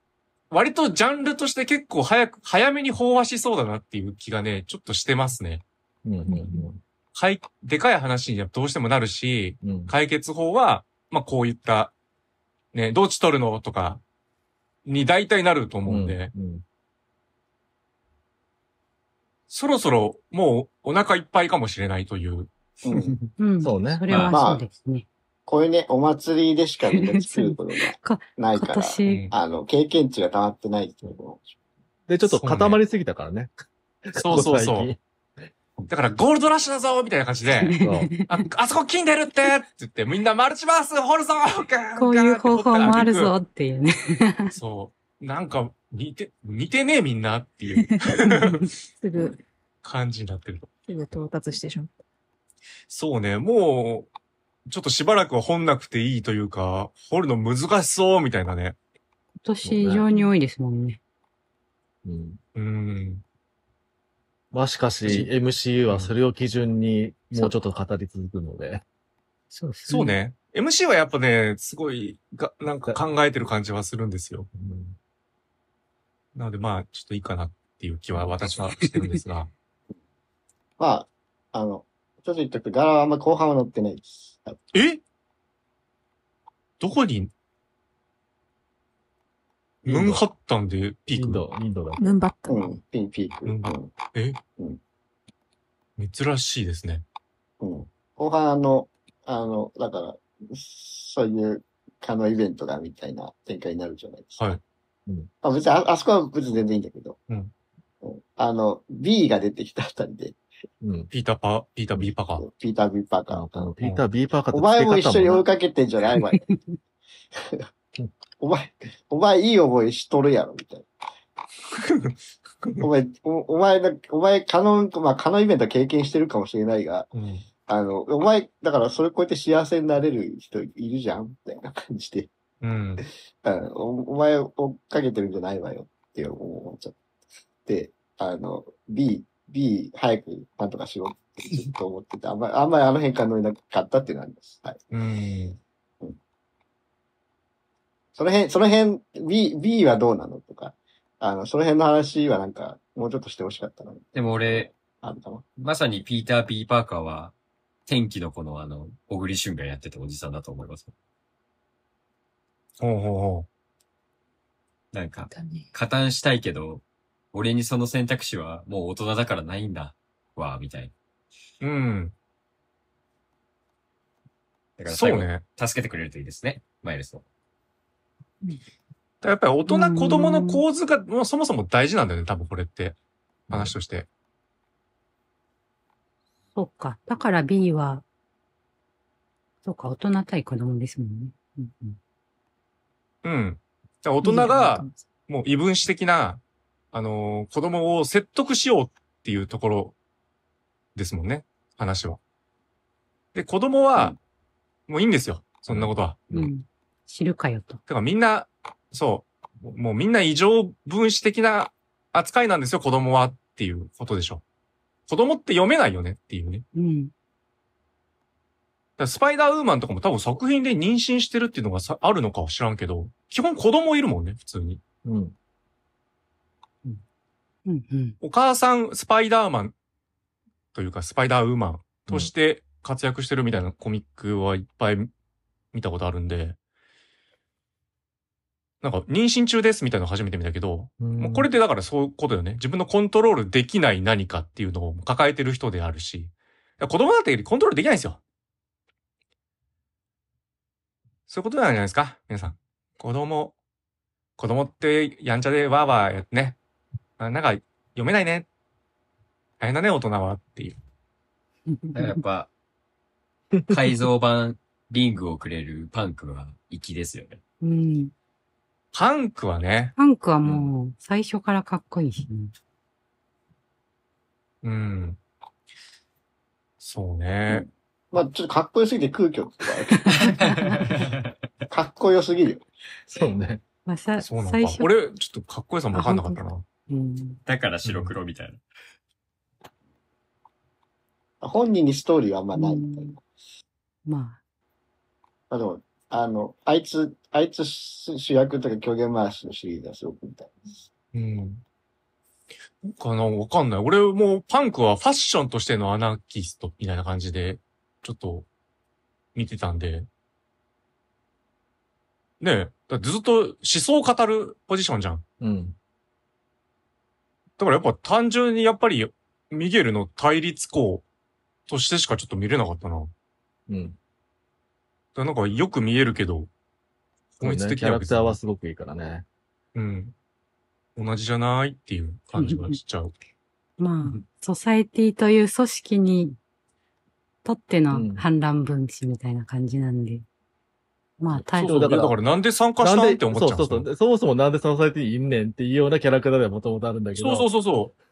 割とジャンルとして結構早く、早めに飽和しそうだなっていう気がね、ちょっとしてますね。うん、うん、はい、でかい話にはどうしてもなるし、うん。うん解決法は、まあこういった、ね、どっち取るのとか、に大体なると思うんで、うんそろそろもうお腹いっぱいかもしれないという。うんうん。そうねそれはまそあうですね。こういうね、お祭りでしか見て作ることがかない今から、年、あの、経験値が溜まってないっていうのも、で、ちょっと固まりすぎたからね。そうそうそこう。だからゴールドラッシュだぞみたいな感じ で、こ最近。あ、あそこ金出るってって言って、みんなマルチバース掘るぞガーンこういう方法もある。ガーンぞっていうね。って掘ったらそう。なんか、似て、似てねえみんなって いうすぐ、感じになってる。すぐ到達してしまう。そうね、もう、ちょっとしばらくは掘んなくていいというか、掘るの難しそうみたいなね。今年異常に多いですもんね。うんうんうん。まあしかし、MCU はそれを基準にもうちょっと語り続くので。そうですそう。ね。MC はやっぱね、すごいが、なんか考えてる感じはするんですよ。うんなのでまあ、ちょっといいかなっていう気は私はしてるんですが。まあ、あの、ちょっと言っとくと、柄はあんま後半は乗ってないです。 えどこに、ムンハッタンでピインークド、インドだ。ムンバッタ。うん、ピンピーク。うん珍しいですね。うんうん後半あの、あの、だから、そういう、可能イベントがみたいな展開になるじゃないですか。はいうんまあ別にあ、あそこは別に全然いいんだけど、うんうんあの、B が出てきたあたりで、うん。ピーターパー、ピータービーパーか。ピーター・ビーパーカあーこのピーター・ビーパーカーお前も一緒に追いかかけてんじゃないわよ お前、お前いい思いしとるやろ、みたいな。お前、おお前だ、お前、カノン、まあ、カノンイベントは経験してるかもしれないが、 うん。あの、お前、だからそれこうやって幸せになれる人いるじゃんみたいな感じで、うん。うんおお前追っかけてるんじゃないわよって思っちゃって。で、あの、B、B、早くなんとかしろってずっと思ってて、あんまり、あんまりあの辺から乗れなかったっていうのがあります。はい。うん。その辺、その辺、B、B はどうなのとか、あの、その辺の話はなんか、もうちょっとしてほしかったな。でも俺、あんたは。まさにピーター・ピーパーカーは、天気のこのあの、小栗旬がやってたおじさんだと思います。ほうほうほなんか、加担したいけど、俺にその選択肢はもう大人だからないんだ、わ、みたいな。う。うん。だからそ最う後、ね。助けてくれるといいですね。マイルスの。だからやっぱり大うー人、ん子供の構図が、もうそもそも大事なんだよね、多分これって。話として。そうか。だから B は、そうか、大人対子供ですもんね。うんうんうん。だから大人が、、もう異分子的な、あのー子供を説得しようっていうところですもんね、話は。で、子供は、もういいんですよ、そんなことは。うん。知るかよと。だからみんな、そう、もうみんな異常分子的な扱いなんですよ、子供はっていうことでしょ。子供って読めないよねっていうね。うん。だからスパイダーウーマンとかも多分作品で妊娠してるっていうのがさあるのかは知らんけど、基本子供いるもんね、普通に。うん。うんうん。お母さんスパイダーマンというかスパイダーウーマンとして活躍してるみたいなコミックはいっぱい見たことあるんで、なんか妊娠中ですみたいなの初めて見たけど、ももうこれでだからそういうことよね。自分のコントロールできない何かっていうのを抱えてる人であるし、だから子供だってコントロールできないんですよ。そういうことなんじゃないですか皆さん。子供、子供ってやんちゃでわーわーやってね。あなんか読めないね。大変だね、大人はっていう。だからやっぱ、改造版リングをくれるパンクは粋です よね。うん。パンクはね、パンクはもう、最初からかっこいいしね。うん。そうね。まあ、ちょっとかっこよすぎて空虚と か、かっこよすぎるよ。そうね。まあ、さ、そうなん最だ初。俺、ちょっとかっこよさもわかんなかったな。うん。だから白黒みたいな。本人にストーリーはあんまないみたいな。ままあでも、あの、あいつ、あいつ主役とか狂言回しのシリーズはすごく見たいです。うん。かなわかんない。俺もパンクはファッションとしてのアナーキストみたいな感じで、ちょっと見てたんで。ねえ、だってずっと思想を語るポジションじゃん。うん。だからやっぱ単純にやっぱりミゲルの対立校としてしかちょっと見れなかったな。だかうん。らなんかよく見えるけど、本質ね的キにャはラク別にターはすごくいいからね。うん。同じじゃないっていう感じがしちゃう。あ、まうあ、ソサエティという組織にとってうんの反乱分子みたいな感じなんで。まあ、対そうそうだからだからなんで参加したんって思っちゃうんそうですよそうそう。そもそもなんで支えていんねんっていうようなキャラクターではもともとあるんだけど。そうそうそうそう。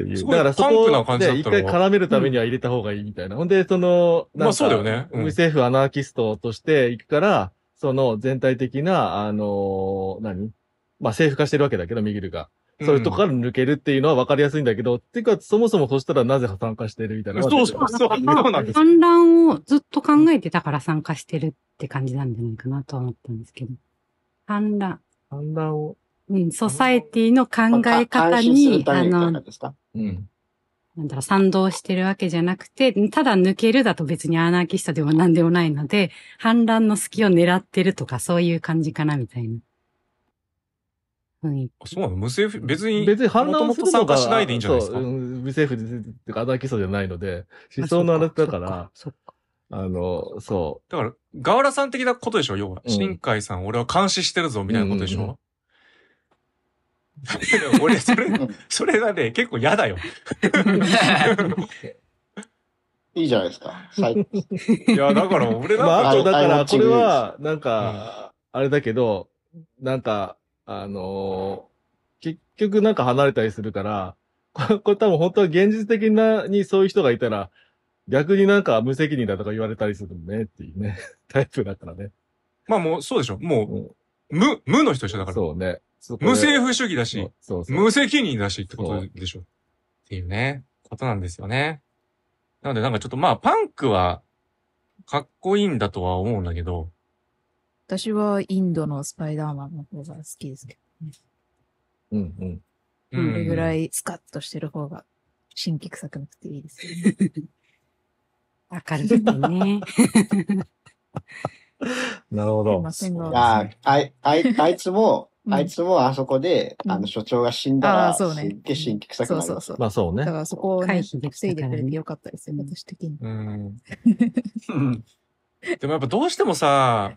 っていう。すだごいからそパンクなこ感じだでった一の回絡めるためには入れた方がいいみたいな。ほんで、その、まなんかあそうだよねうん無政府アナーキストとして行くから、その全体的な、あのー何まあ政府化してるわけだけど、ミゲルが。そういうとこから抜けるっていうのは分かりやすいんだけど、っていうか、そもそもそしたらなぜ参加してるみたいな。そうそううそう、そうなんです。反乱をずっと考えてたから参加してるって感じなんじゃないかなとは思ったんですけど。反乱、判断を。うん、ソサエティの考えまあ方安心すにる、たあめみたいなのん、ですかうん。なんだろう、賛同してるわけじゃなくて、ただ抜けるだと別にアナーキストでも何でもないので、反乱の隙を狙ってるとか、そういう感じかな、みたいな。雰囲そうなの無政府、別に、別に反乱をもすとるものとが参加しないでいいんじゃないですか。そう、うん無政府で、っていうかアナーキストじゃないので、気。思想のあれれだから、そっか。あの、そう、だから、ガワラさん的なことでしょ、要は。うん新海さん、俺は監視してるぞ、みたいなことでしうんうんょ。 俺、それうん、それがね、結構嫌だよ。いいじゃないです か。最いや、だから俺 まあ、なあんとか、だかあら、のこれは、なんか、あれだけど、なんか、あのー結局なんか離れたりするから、これこれ多分本当は現実的な、にそういう人がいたら、逆になんか無責任だとか言われたりするねっていうね、タイプだからね。まあもう、そうでしょ。もうんう、無、無の人でしょ、だから。そうね。そこで無政府主義だし、そうそうそう。無責任だしってことでしょ。っていうね、ことなんですよね。なのでなんかちょっとまあ、パンクは、かっこいいんだとは思うんだけど、私はインドのスパイダーマンの方が好きですけどね。うんうん。うこれぐらい。いスカッとしてる方が新規臭くなくていいですよね。明るくてね。 なるほすいどま。せんがああい、あい、あいつも、うんあいつもあそこで、うんあの、所長が死んだあら、ーそうねすっげえ神経臭くそなうりそうます。そう。まあそうだかね。らそこを、回ね、避できたからね防いでくれてよかったですよ、私的に。うん。でもやっぱどうしてもさ、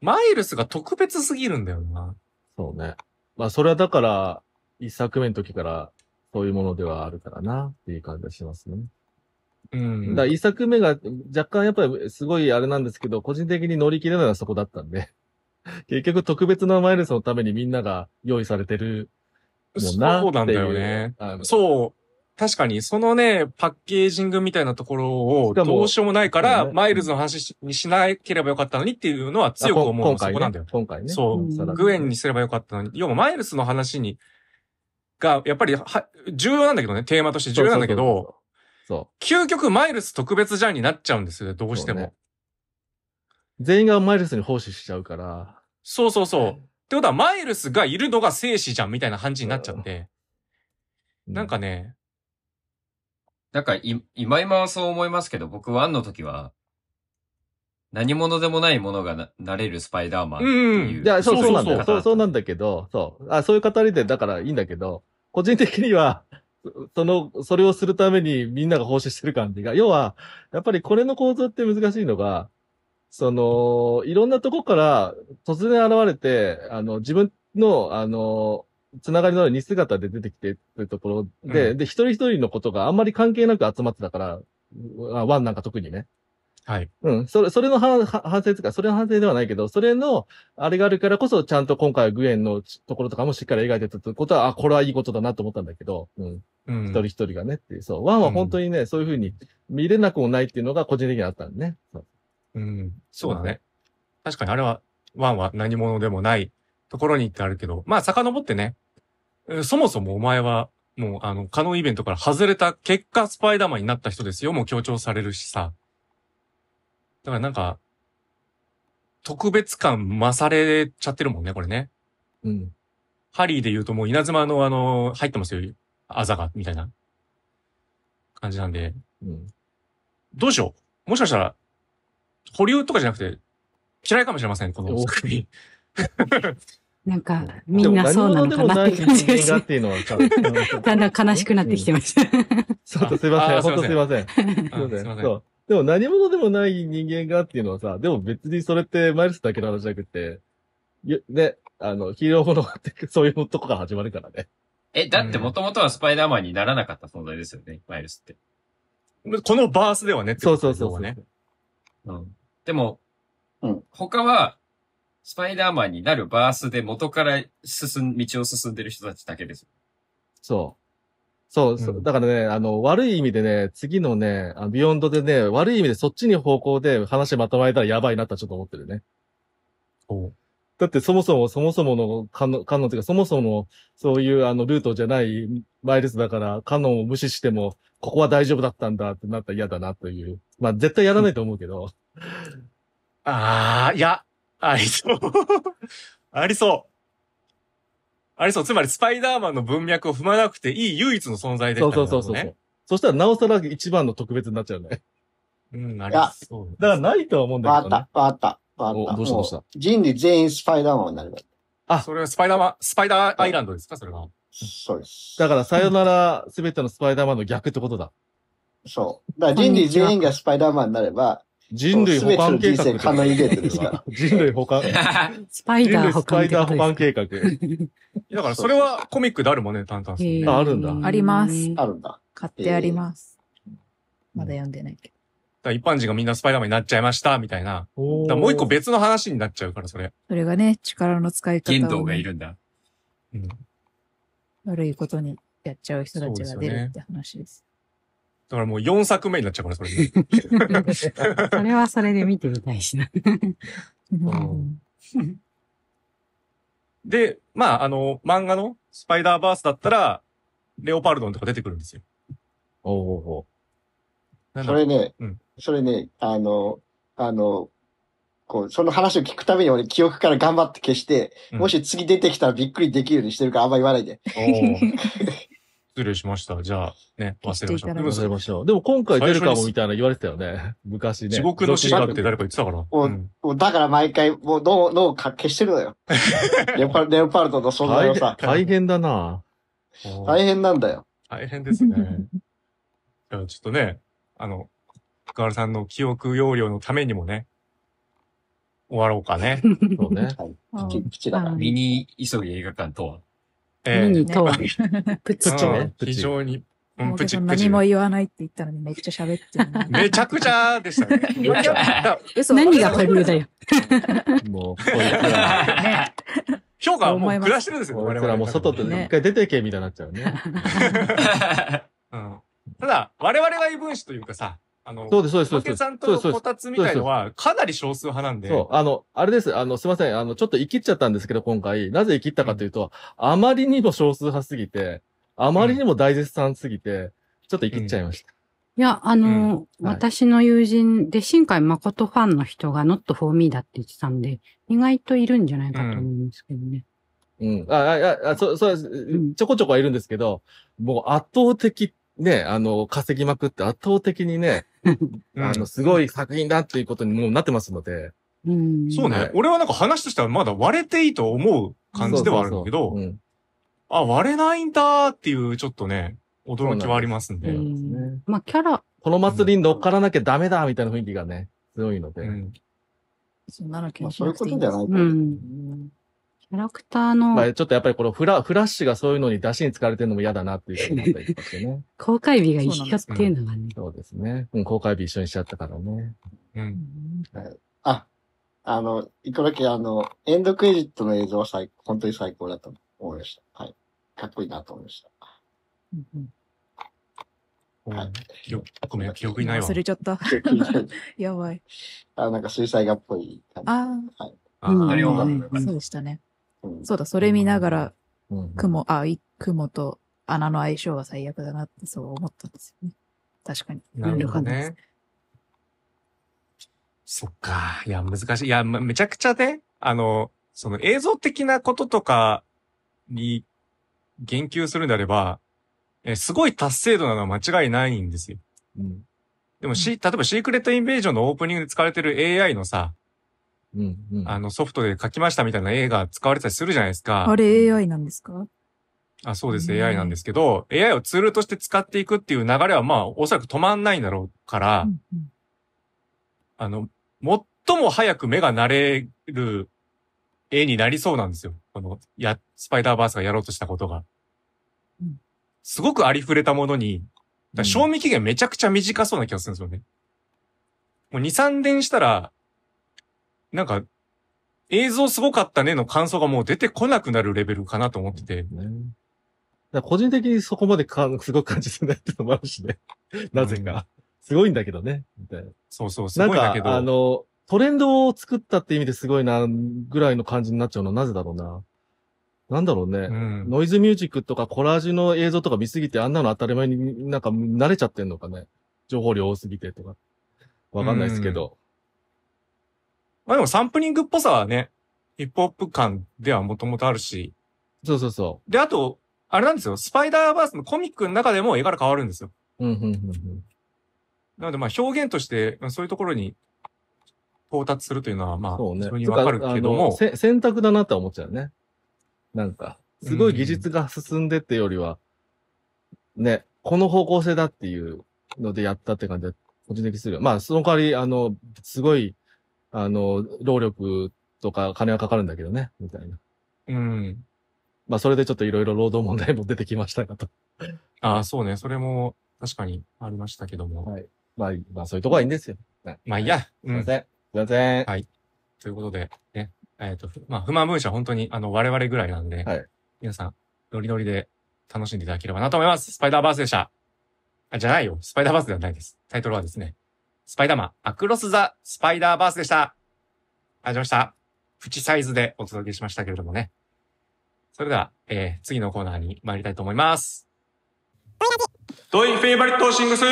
マイルスが特別すぎるんだよな。そうね。まあそれはだから、一作目の時から、そういうものではあるからな、っていう感じがしますね。うん。だから一作目が若干やっぱりすごいあれなんですけど、個人的に乗り切れないのはそこだったんで。 結局特別なマイルスのためにみんなが用意されてるもんなっていう。そうなんだよね。あのそう。確かに、そのね、パッケージングみたいなところを、しかもどうしようもないから、そうねマイルズの話しにしなければよかったのにっていうのは強く思うの今はそ回こねなんだよ。今回ね。そうさらにグエンにすればよかったのに、要はマイルスの話に、が、やっぱりは、重要なんだけどね、テーマとして重要なんだけど、そ究極マイルス特別じゃんになっちゃうんですよね、どうしてそうもね。う。全員がマイルスに奉仕しちゃうから。そうそうそう。ってことは、マイルスがいるのが生死じゃんみたいな感じになっちゃって、うなんか、ね、なんか、い、今今はそう思いますけど、僕ワンの時は、何者でもないものがな、なれるスパイダーマンっていう。いや、そうそうなんだよ。方そだっうたそうなんだけど、そう。あ、そういう語りで、だからいいんだけど、個人的には、そその、それをするためにみんなが奉仕してる感じが、要は、やっぱりこれの構造って難しいのが、その、いろんなとこから突然現れて、あの、自分の、あの、つながりのある似姿で出てきてるところで、うんで、一人一人のことがあんまり関係なく集まってたから、あワンなんか特にね。はい。うん。それ、それのはは反省とか、それの反省ではないけど、それの、あれがあるからこそ、ちゃんと今回はグエンのところとかもしっかり描いてたってことは、あ、これはいいことだなと思ったんだけど、うん。うん一人一人がねっていう、そう。ワンは本当にね、そういうふうに見れなくもないっていうのが個人的にあったんでね。そううん。そうだね。確かにあれは、ワンは何者でもないところにってあるけど、まあ遡ってね、えーそもそもお前は、もうあの、可能イベントから外れた結果、スパイダーマンになった人ですよ、もう強調されるしさ。だからなんか、特別感増されちゃってるもんね、これね。うん。ハリーで言うともう稲妻のあの、入ってますよ。あざが、みたいな感じなんで。うん。どうしよう。もしかしたら、保留とかじゃなくて、嫌いかもしれません、この作 品。なんか、みんなそうなのかなって感じがし、でも何者でもない人間がってていうのはちゃんと だんだん悲しくなってきてました。ちょっとすいませあん。あすいま本当せんすいません。すいあませすいまん。せんそう。でも何者でもない人間がっていうのはさ、でも別にそれってマイルスだけの話じゃなくて、よね、あの、ヒーローものって そういうとこから始まるからね。え、だってもともとはスパイダーマンにならなかった存在ですよね、マイルスって。このバースではね、ってそこうそとうねそうそう。要はねうん。でも、うん他は、スパイダーマンになるバースで元から進ん、道を進んでる人たちだけです。そう。そう、そううんだからね、あの、悪い意味でね、次のね、あビヨンドでね、悪い意味でそっちに方向で話まとまれたらやばいなとはちょっと思ってるね。おうだってそもそも、そもそものカノン、カノンというか、そもそも、そういうあの、ルートじゃないマイルスだから、カノンを無視しても、ここは大丈夫だったんだってなったら嫌だなという。まあ、絶対やらないと思うけど。あー、いや、ありそう。 ありそう。ありそう。つまり、スパイダーマンの文脈を踏まなくていい唯一の存在でそしうたかそらうそうそう。ね。そしたら、なおさら一番の特別になっちゃうね。うん、ありそう。だからないとは思うんだわけかど、っねた。、わかった、わかった。おどうしたどもうした人類全員スパイダーマンになればいい。あ、それはスパイダーマン、スパイダーアイランドですかそれは。そうです。だから、さよなら、すべてのスパイダーマンの逆ってことだ。そう。だから人類全員がスパイダーマンになれば、人類保完計画ってこと全ての人生可能イベントですから。人類保完。 スパイ人ダー類保スパ管イってダー保こと管で計画。だから、それはコミックであるもんね、タンタンすさんねね。ああるんだへーありますあるんだ。買ってあります。まだ読んでないけだから一般人がみんなスパイダーマンになっちゃいました、みたいな。だからももう一個別の話になっちゃうから、それ。ど。それがね、力の使い方をね、言動がいるんだ。うん。だ悪いことにやっちゃう人たちが出るって話です。からもう4作目になっちゃう から、それ。それはそれで見てみたいしな。うんで、まあ、あの、漫画のスパイダーバースだったら、レオパルドンとか出てくるんですよ。おうおうおうなんだそろうれねうん、それね、あの、あの、こう、その話を聞くために俺記憶から頑張って消して、うんもし次出てきたらびっくりできるようにしてるからあんま言わないで。おー失礼しました。じゃあ、 ね、忘れましょう。聞いていただいてでもわかそれりましょう。でも今回出るかもみたいな言われてたよね。 昔ね。地獄の死だって誰か言ってたから。おうんもうだから毎回、もう脳、脳をか消してる のよ。レオパレオパルトの存在大を変さ、大変だなおー大変なんだよ。大変です ね。じゃあちょっとね、あの、福原さんの記憶容量のためにもね、終わろうか ね。そう ね。プチ、プチだからは。いミニ急ぎ映画館とは。ええミニとは、プチうんとねプ非チ常に、う、うんん、プチプチ何。も言わないって言ったのにめっちゃ喋ってるな。 めちゃくちゃで したね。いや嘘何が保留だよ。もう、こいつら、 評価はもう下してるんですよ、こい 我つ々らもう外で一回出てけみたいになっちゃうね。うんただ、我々が異分子というかさ、あの、そうです、そうです、そ小うで手す。さそんうでとすそうでこたつみたいのは、かなり少数派なんで、すそう、あの、あれです。あの、すいません。あの、ちょっと生きっちゃったんですけど、今回。なぜ生きったかというと、あまりにも少数派すぎて、あまりにも大絶賛すぎて、ちょっと生きっちゃいました。いや、あの、うんはい私の友人で、新海誠ファンの人が Not for me だって言ってたんで、意外といるんじゃないかと思うんですけどね。うん。あ、あ、あ、そう、そう、ちょこちょこはいるんですけど、もう圧倒的、ね、あの、稼ぎまくって圧倒的にね、うんあの、すごい作品だっていうことにもうなってますので。うん。そうはねい。俺はなんか話としてはまだ割れていいと思う感じではあるんだけそうど、そうあ、割れないんだーっていう、ちょっとね、驚きはありますんうで。んんまあ、キャラ、この祭りに乗っからなきゃダメだみたいな雰囲気がね、強いので。うんそんなの気まあにしそういなうくてこいいとじんでゃすないかうら。ん。キャラクターのまあ、ちょっとやっぱりこのフラ、フラッシュがそういうのに出しに使われてるのも嫌だなっていうことになったりとかしてね。公開日が一緒っていうのがね。そうですね。うん、公開日一緒にしちゃったからね。うんあ、あの、一個だけあの、エンドクレジットの映像は最、本当に最高だと思いました。はい。かっこいいなと思いました。うんうんはいよごめん、 記憶にないわ忘。れちゃった。やばい。あ、なんか水彩画っぽい感じ。ああうんあれを、あ、そうでしたね。うんそうだ、それ見ながら、うん。雲、あ、い雲と穴の相性は最悪だなってそう思ったんですよね。確かに。なるほどね。そっか。いや、難しい。いや、めめちゃくちゃね、あの、その映像的なこととかに言及するんであれば、えすごい達成度なのは間違いないんですよ。うん。でも、し、例えばシークレットインベージョンのオープニングで使われてる AI のさ、うん。うん。あのソフトで書きましたみたいな映画使われてたりするじゃないですか。あれ AI なんですかあ、そうです、うん AI なんですけど、AI をツールとして使っていくっていう流れは、まあ、おそらく止まんないんだろうから、うんうんあの、最も早く目が慣れる絵になりそうなんですよ。この、や、スパイダーバースがやろうとしたことがうん。すごくありふれたものに、だから賞味期限めちゃくちゃ短そうな気がするんですよね。もう2、3年したら、なんか、映像すごかったねの感想がもう出てこなくなるレベルかなと思ってて。ね。だから個人的にそこまでかんすごく感じてないっていうのもあるしね。 なぜか。すごいんだけどね。みたいな。そうそう、すなごいんんだけか、ど。あの、トレンドを作ったって意味ですごいな、ぐらいの感じになっちゃうのはなぜだろうな。なんだろうね。うんノイズミュージックとかコラージュの映像とか見すぎてあんなの当たり前になんか慣れちゃってんのかね。情報量多すぎてとか。わかんないですけど。まあでもサンプリングっぽさはね、ヒップホップ感ではもともとあるし。そうそうそで、あと、あれなんですよ。スパイダーバースのコミックの中でも絵柄変わるんですよ。う。うん、うん、うんなのでまあ表現として、まあそういうところに到達するというのはまうあ、ん。そうね。非常にわかるけどもつ、かあのせ選択だなとは思っちゃうね。なんか、すごい技術が進んでってよりは、ね、この方向性だっていうのでやったって感じで、個人的にするよ。まあ、その代わり、あの、すごい、あの、労力とか金はかかるんだけどね、みたいな。うん。まあ、それでちょっといろいろ労働問題も出てきましたがと。 ああ、そうね。それも確かにありましたけども。はいまあ、まあ、そういうとこはいいんですよ。はいまあいい。や、うすいまん。せん。すいませ ん。はいということで、ね。えっ、と、ふまあ、不満分社本当にあの我々ぐらいなんで、はい皆さん、ノリノリで楽しんでいただければなと思います。スパイダーバースでした。あ、じゃないよ。スパイダーバースではないです。タイトルはですね、スパイダーマン、アクロスザ・スパイダーバースでした。ありがとうございました。プチサイズでお届けしましたけれどもね。それでは、えー、次のコーナーに参りたいと思います。ドイフェイバリットシングス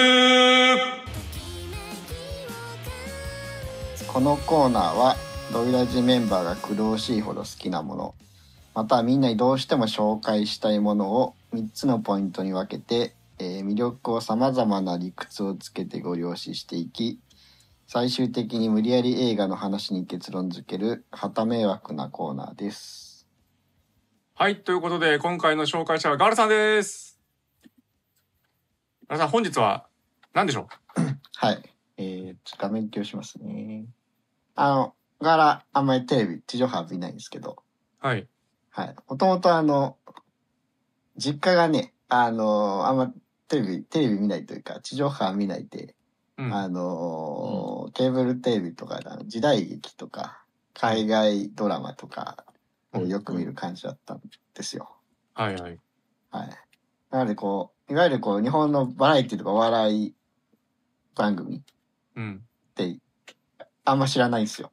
このコーナーはドイラジメンバーが苦しいほど好きなものまたはみんなにどうしても紹介したいものを3つのポイントに分けて、えー魅力をさまざまな理屈をつけてご了承していき最終的に無理やり映画の話に結論付ける旗迷惑なコーナーです。はい、ということで、今回の紹介者はガールさんです。ガールさん、本日は何でしょはい。えー、ちょっと画面共有しますね。あの、柄あんまりテレビ地上波見ないんですけど、うはい。はい。もともとあの、実家がね、あのあんまテレビ、テレビ見ないというか、地上波見ないで、うん。あのーケーブルテレビとか、あの時代劇とか、海外ドラマとかをよく見る感じだったんですよ。はいはい。はい。なのでこう、いわゆるこう、日本のバラエティとかお笑い番組っうん。て、あんま知らないんですよ。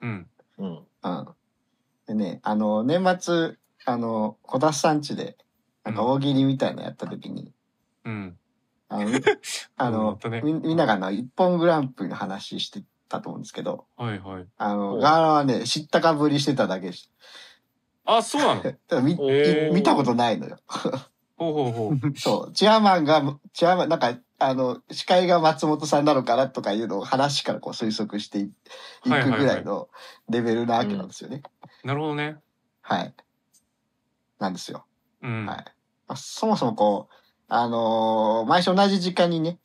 うん。うん。うん。でね、あの、年末、あの、小田さん家で、なんか大喜利みたいなのやった時に、うん。あ の、あやのったねみみんながあの、一本グランプリの話してたと思うんですけど、はいはい。あの、おガーラはね、知ったかぶりして ただけでしあ、そう なのたただ見へー見たことないのよ。ほうほうほう。そう。チェアマンが、チェアマン、なんか、あの、司会が松本さんなのかなとかいうのを話からこう推測していいくぐはいはいはいらいのレベルなわけなんですよね。なるほどね。はい。なんですよ。うん。はい。まあ、そもそもこう、あのー毎週同じ時間にね、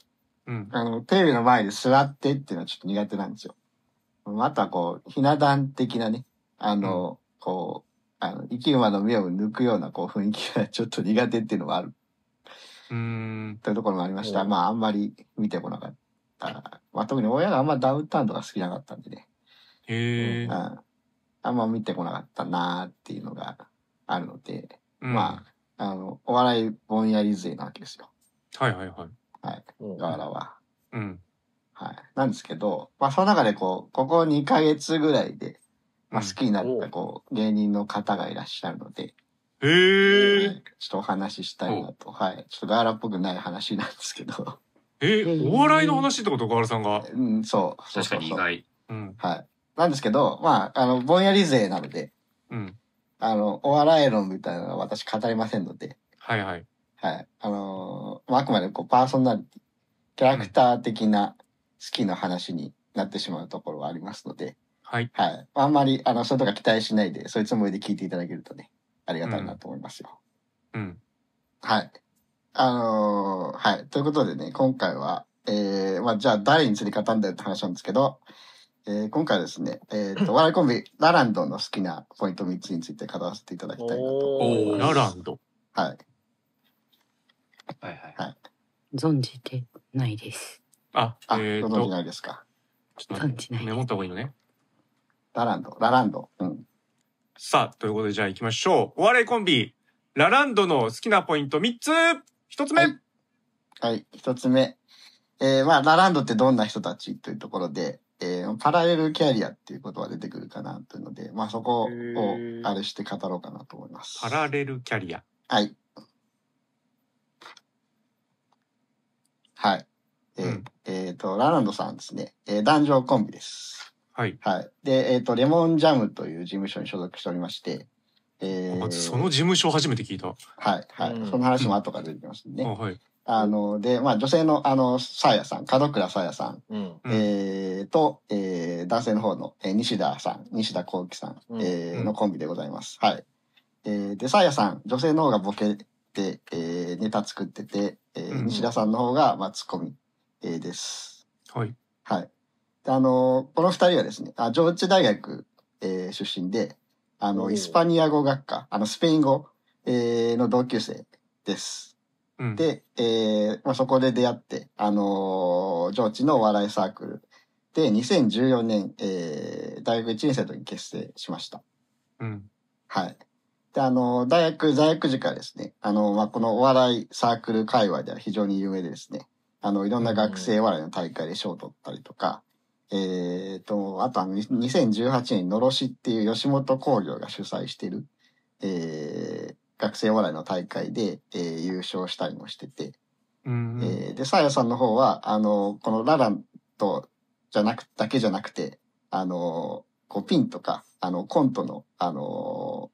うん。あの、テレビの前で座ってっていうのはちょっと苦手なんですよ。あとはこう、ひな壇的なね、あのーこう、あの、生き馬の目を抜くようなこう雰囲気がちょっと苦手っていうのもあるうーん。というところもありました。うんまあ、あんまり見てこなかった。まあ、特に親があんまダウンタウンとか好きじゃなかったんでね。へえうん。。あんま見てこなかったなーっていうのがあるので、うんまあ、あの、お笑いぼんやり勢なわけですよ。はいはいはい。はい。うんガーラは。うん。はい。なんですけど、まあその中でこう、ここ2ヶ月ぐらいで、まあうん好きになっおたうこう、芸人の方がいらっしゃるので、へはえ。いちょっとお話ししたいなと。はい。ちょっとガーラっぽくない話なんですけど。 え、お笑いの話ってことガールさんが。うん、そう。そ確うそかうに意そう。外。うん。はい。なんですけど、まあ、あの、ぼんやり勢なので、うん。あの、お笑い論みたいなのは私語りませんので、はいはい。はい。あのーまあ、あくまでこう、パーソナリティ、キャラクター的な好きの話になってしまうところはありますので、はい。はい。あんまり、あの、そういうとこ期待しないで、そういうつもりで聞いていただけるとね、ありがたいなと思いますよ。うん。はい。あのーはい。ということでね、今回は、えー、まあ、じゃあ誰に釣り方んだよって話なんですけど、えー、今回はですね、え ー、と、笑いコンビ、ラランドの好きなポイント3つについて語らせていただきたいなと。おーおーラランド。はい。はいはい。存じてないです。あ、あ、えごっ存じと、ないですか。ちょっと存待っじなていメでモった方がいいのね。ラランド、ラランド。うん。さあ、ということでじゃあ行きましょう。お笑いコンビ、ラランドの好きなポイント3つ !1 つ目、はいはい。一つ目。えー、まあ、ラランドってどんな人たちというところで、えー、パラレルキャリアっていうことは出てくるかなというので、まあ、そこをへー、あれして語ろうかなと思います。パラレルキャリア。はい。はい。えっ、うんえーと、ラランドさんですね。えー男女コンビです。はい。はい。で、えっ、と、レモンジャムという事務所に所属しておりまして、えまー、ずその事務所を初めて聞いた。はい、はい、うんその話も後から出てきますんであね。はい。あの、で、まあ、女性の、あの、さやさん、門倉さやさん、うん。うんえーと、えー、男性の方の、えー西田さん、西田幸喜さん、うんえーうんのコンビでございます。はい。えー、で、さやさん、女性の方がボケて、えー、ネタ作ってて、えーうん西田さんの方が、まあ、ツッコミ、えーです。はい。はい。であのーこの二人はですね、あ上智大学、えー出身で、あおの、ーイスパニア語学科、あの、スペイン語、えーの同級生です。うん。で、えーまあ、そこで出会って、あのー上智のお笑いサークルで、2014年、えー大学1年生の時に結成しました。うん。はい。で、あのー大学在学時からですね、あのーまあ、このお笑いサークル界隈では非常に有名でですね、あの、いろんな学生お笑いの大会で賞を取ったりとか、えーと、あとあの、2018年にのろしっていう吉本興業が主催してる、えー学生お笑いの大会で、えー優勝したりもしてて、うん。えーで、さやさんの方は、あの、このラランと、じゃなく、だけじゃなくて、あの、こう、ピンとか、あの、コントの、あの、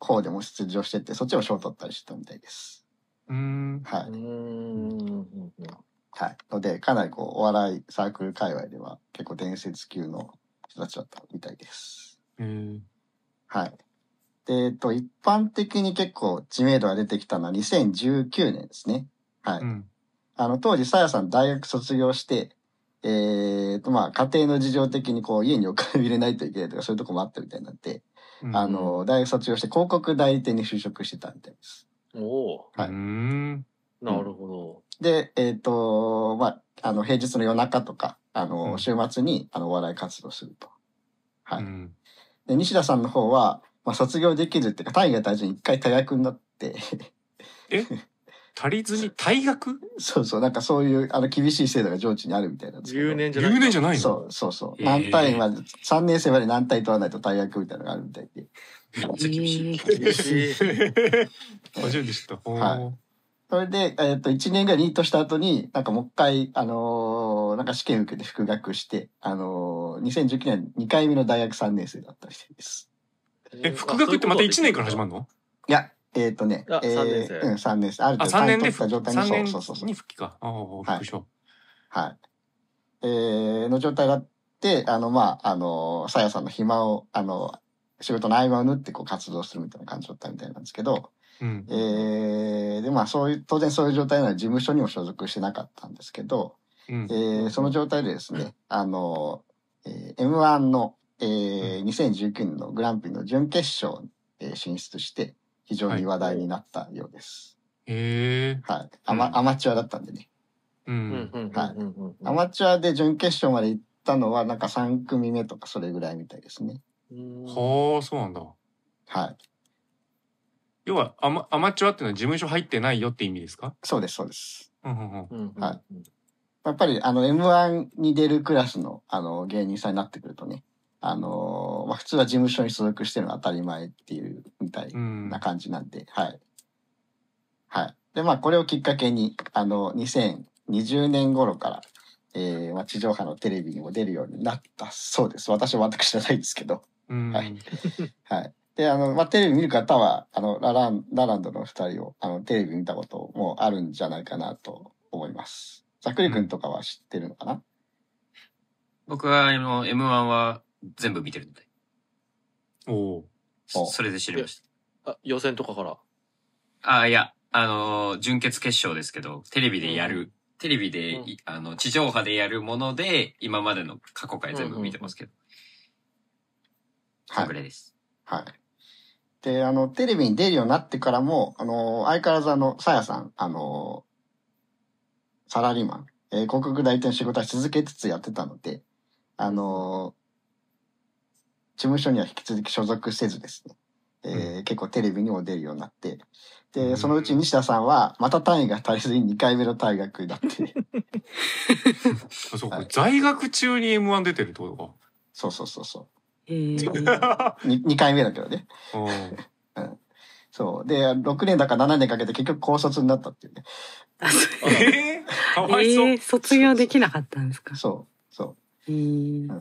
方でも出場してて、そっちも賞取ったりしてたみたいです。うん。はうい。ん。はい。ので、かなりこう、お笑いサークル界隈では、結構伝説級の人たちだったみたいです。えーはい。で、えっと、一般的に結構知名度が出てきたのは2019年ですね。はい。うん。あの、当時、さやさん大学卒業して、えー、と、まあ、家庭の事情的にこう、家にお金を入れないといけないとか、そういうとこもあったみたいになって、うんあの、大学卒業して広告代理店に就職してたみたいです。おおはいうーん。なるほで、えー、と、まあ、あの、平日の夜中とか、あうの、ん週末に、あの、お笑い活動すると。はうい。ん。で、西田さんの方は、まあ、卒業できずっていうか、単位が大事に一回退学になって、 足りずに退学そうそう、なんかそういう、あの、厳しい制度が上智にあるみたいなんど。ですけど。留年じゃない。留年じゃないの そうそうそう。へー何単位まで、3年生まで何単位取らないと大学みたいなのがあるみたいで。す。えー 厳しい。初めて知った。ほーはそれで、えっ、と、1年ぐらいニートした後に、なんかもう一回、あのーなんか試験受けて復学して、あのー2019年2回目の大学3年生だったみたいです。 え、復学ってまた1年から始まるののいや、えっ、とね、えあ三年生ーうん、3年生。あるあ、程度3単年位で取っ復た状態に、三年そうそうそうそうに。復帰か。ああ、びっくりした。はい。えー、の状態があって、あの、まあ、あのー、さやさんの暇を、あの仕事の合間を縫ってこう活動するみたいな感じだったみたいなんですけど、うん。えーで、まあそういう、当然そういう状態なら事務所にも所属してなかったんですけど、うんえ。ーその状態でですね、あの、えー M1 の、えー2019年のグランプリの準決勝にえー進出して、非常に話題になったようです。へえ。はい。アマうんアマチュアだったんでね。ううんん。うん。はいいアマチュアで準決勝まで行ったのは、なんか3組目とかそれぐらいみたいですね。ははあ、そうなんだ。はい。要はアマ、アマチュアっていうのは事務所入ってないよって意味ですかそうです、そうです。うんうんうん。はやっぱりあの M1 に出るクラスのあの芸人さんになってくるとね、あのーまあ、普通は事務所に所属してるのが当たり前っていうみたいうんな感じなんで、はい。はい。で、まあこれをきっかけに、あの、2020年頃から、ええーまあ、地上波のテレビにも出るようになったそうです。私は全く知らないですけど。うん。はいはい。で、あの、まあ、テレビ見る方は、あの、ララン、ラランドの二人を、あの、テレビ見たこともあるんじゃないかなと思います。ざっくりくんとかは知ってるのかな僕は、あの、M1 は全部見てるので、おーおそそれで知りましあ、予選とかから。た。ああ、いや、あのー準決決勝ですけど、テレビでやる、テレビで、いあの、地上波でやるもので、今までの過去回全部見てますけど、はそいんぐ。らいです。はい。で、あの、テレビに出るようになってからも、あの、相変わらずあの、さやさん、あの、サラリーマン、えー広告代理店の仕事は続けつつやってたので、あの、事務所には引き続き所属せずですね、えー結構テレビにも出るようになって、うで、んそのうち西田さんは、また単位が足りずに2回目の退学になって、あそうか、はい在学中に M1 出てるってことか。 そうそうそうそえーう。に2回目だけどね。おーそう。で、6年だか7年かけて結局高卒になったっていうね。あそうえー、かわいそう。えー卒業できなかったんですかそう、そう。えー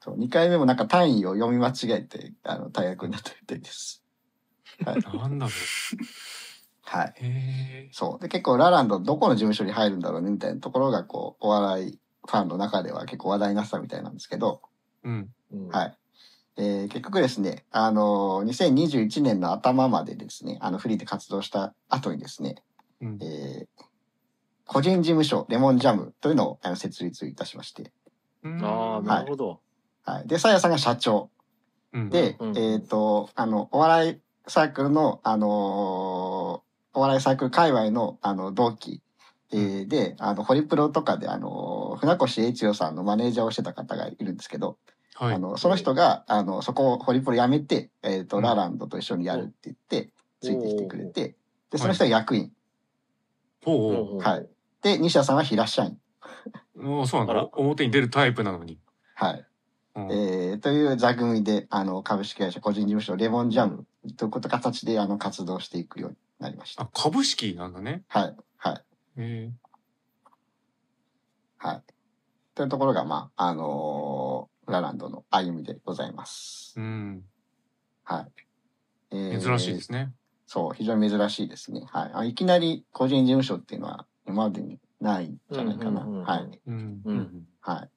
そう、2回目もなんか単位を読み間違えて、あの、大学になったみたいです。なんだろう。はい。えそう。で、結構ラランドどこの事務所に入るんだろうねみたいなところが、こう、お笑いファンの中では結構話題になってたみたいなんですけど、ー、うん。うんはい。えー結局ですね、あのー2021年の頭までですね、あの、フリーで活動した後にですね、うんえー個人事務所、レモンジャムというのをあの設立いたしまして、うんああ、まなるほど。はい。で、さやさんが社長、うん、で、うんえっ、と、あの、お笑いサークルの、あのーお笑いサークル界隈の、あの、同期、えーで、あの、ホリプロとかで、あのー船越英一郎さんのマネージャーをしてた方がいるんですけど、はいあ。の、その人が、あの、そこをホリプロ辞めて、えっ、と、うんラランドと一緒にやるって言って、ついてきてくれて、で、その人が役員。ほはい。で、西田さんは平社員。うおう。おうそうなんあだら。表に出るタイプなのに。はい。うんえーという座組で、あの、株式会社個人事務所レモンジャムということ形で、あの、活動していくようになりましたあ。、株式なんだね。はい。はい。えはい。というところが、まあ、あのーラランドの歩みでございますー、う。ん。はい。えー珍しいですね。そう、非常に珍しいですね。はいあ。いきなり個人事務所っていうのは今までにないんじゃないかな。うんうんうんうんはい。うん。うん。は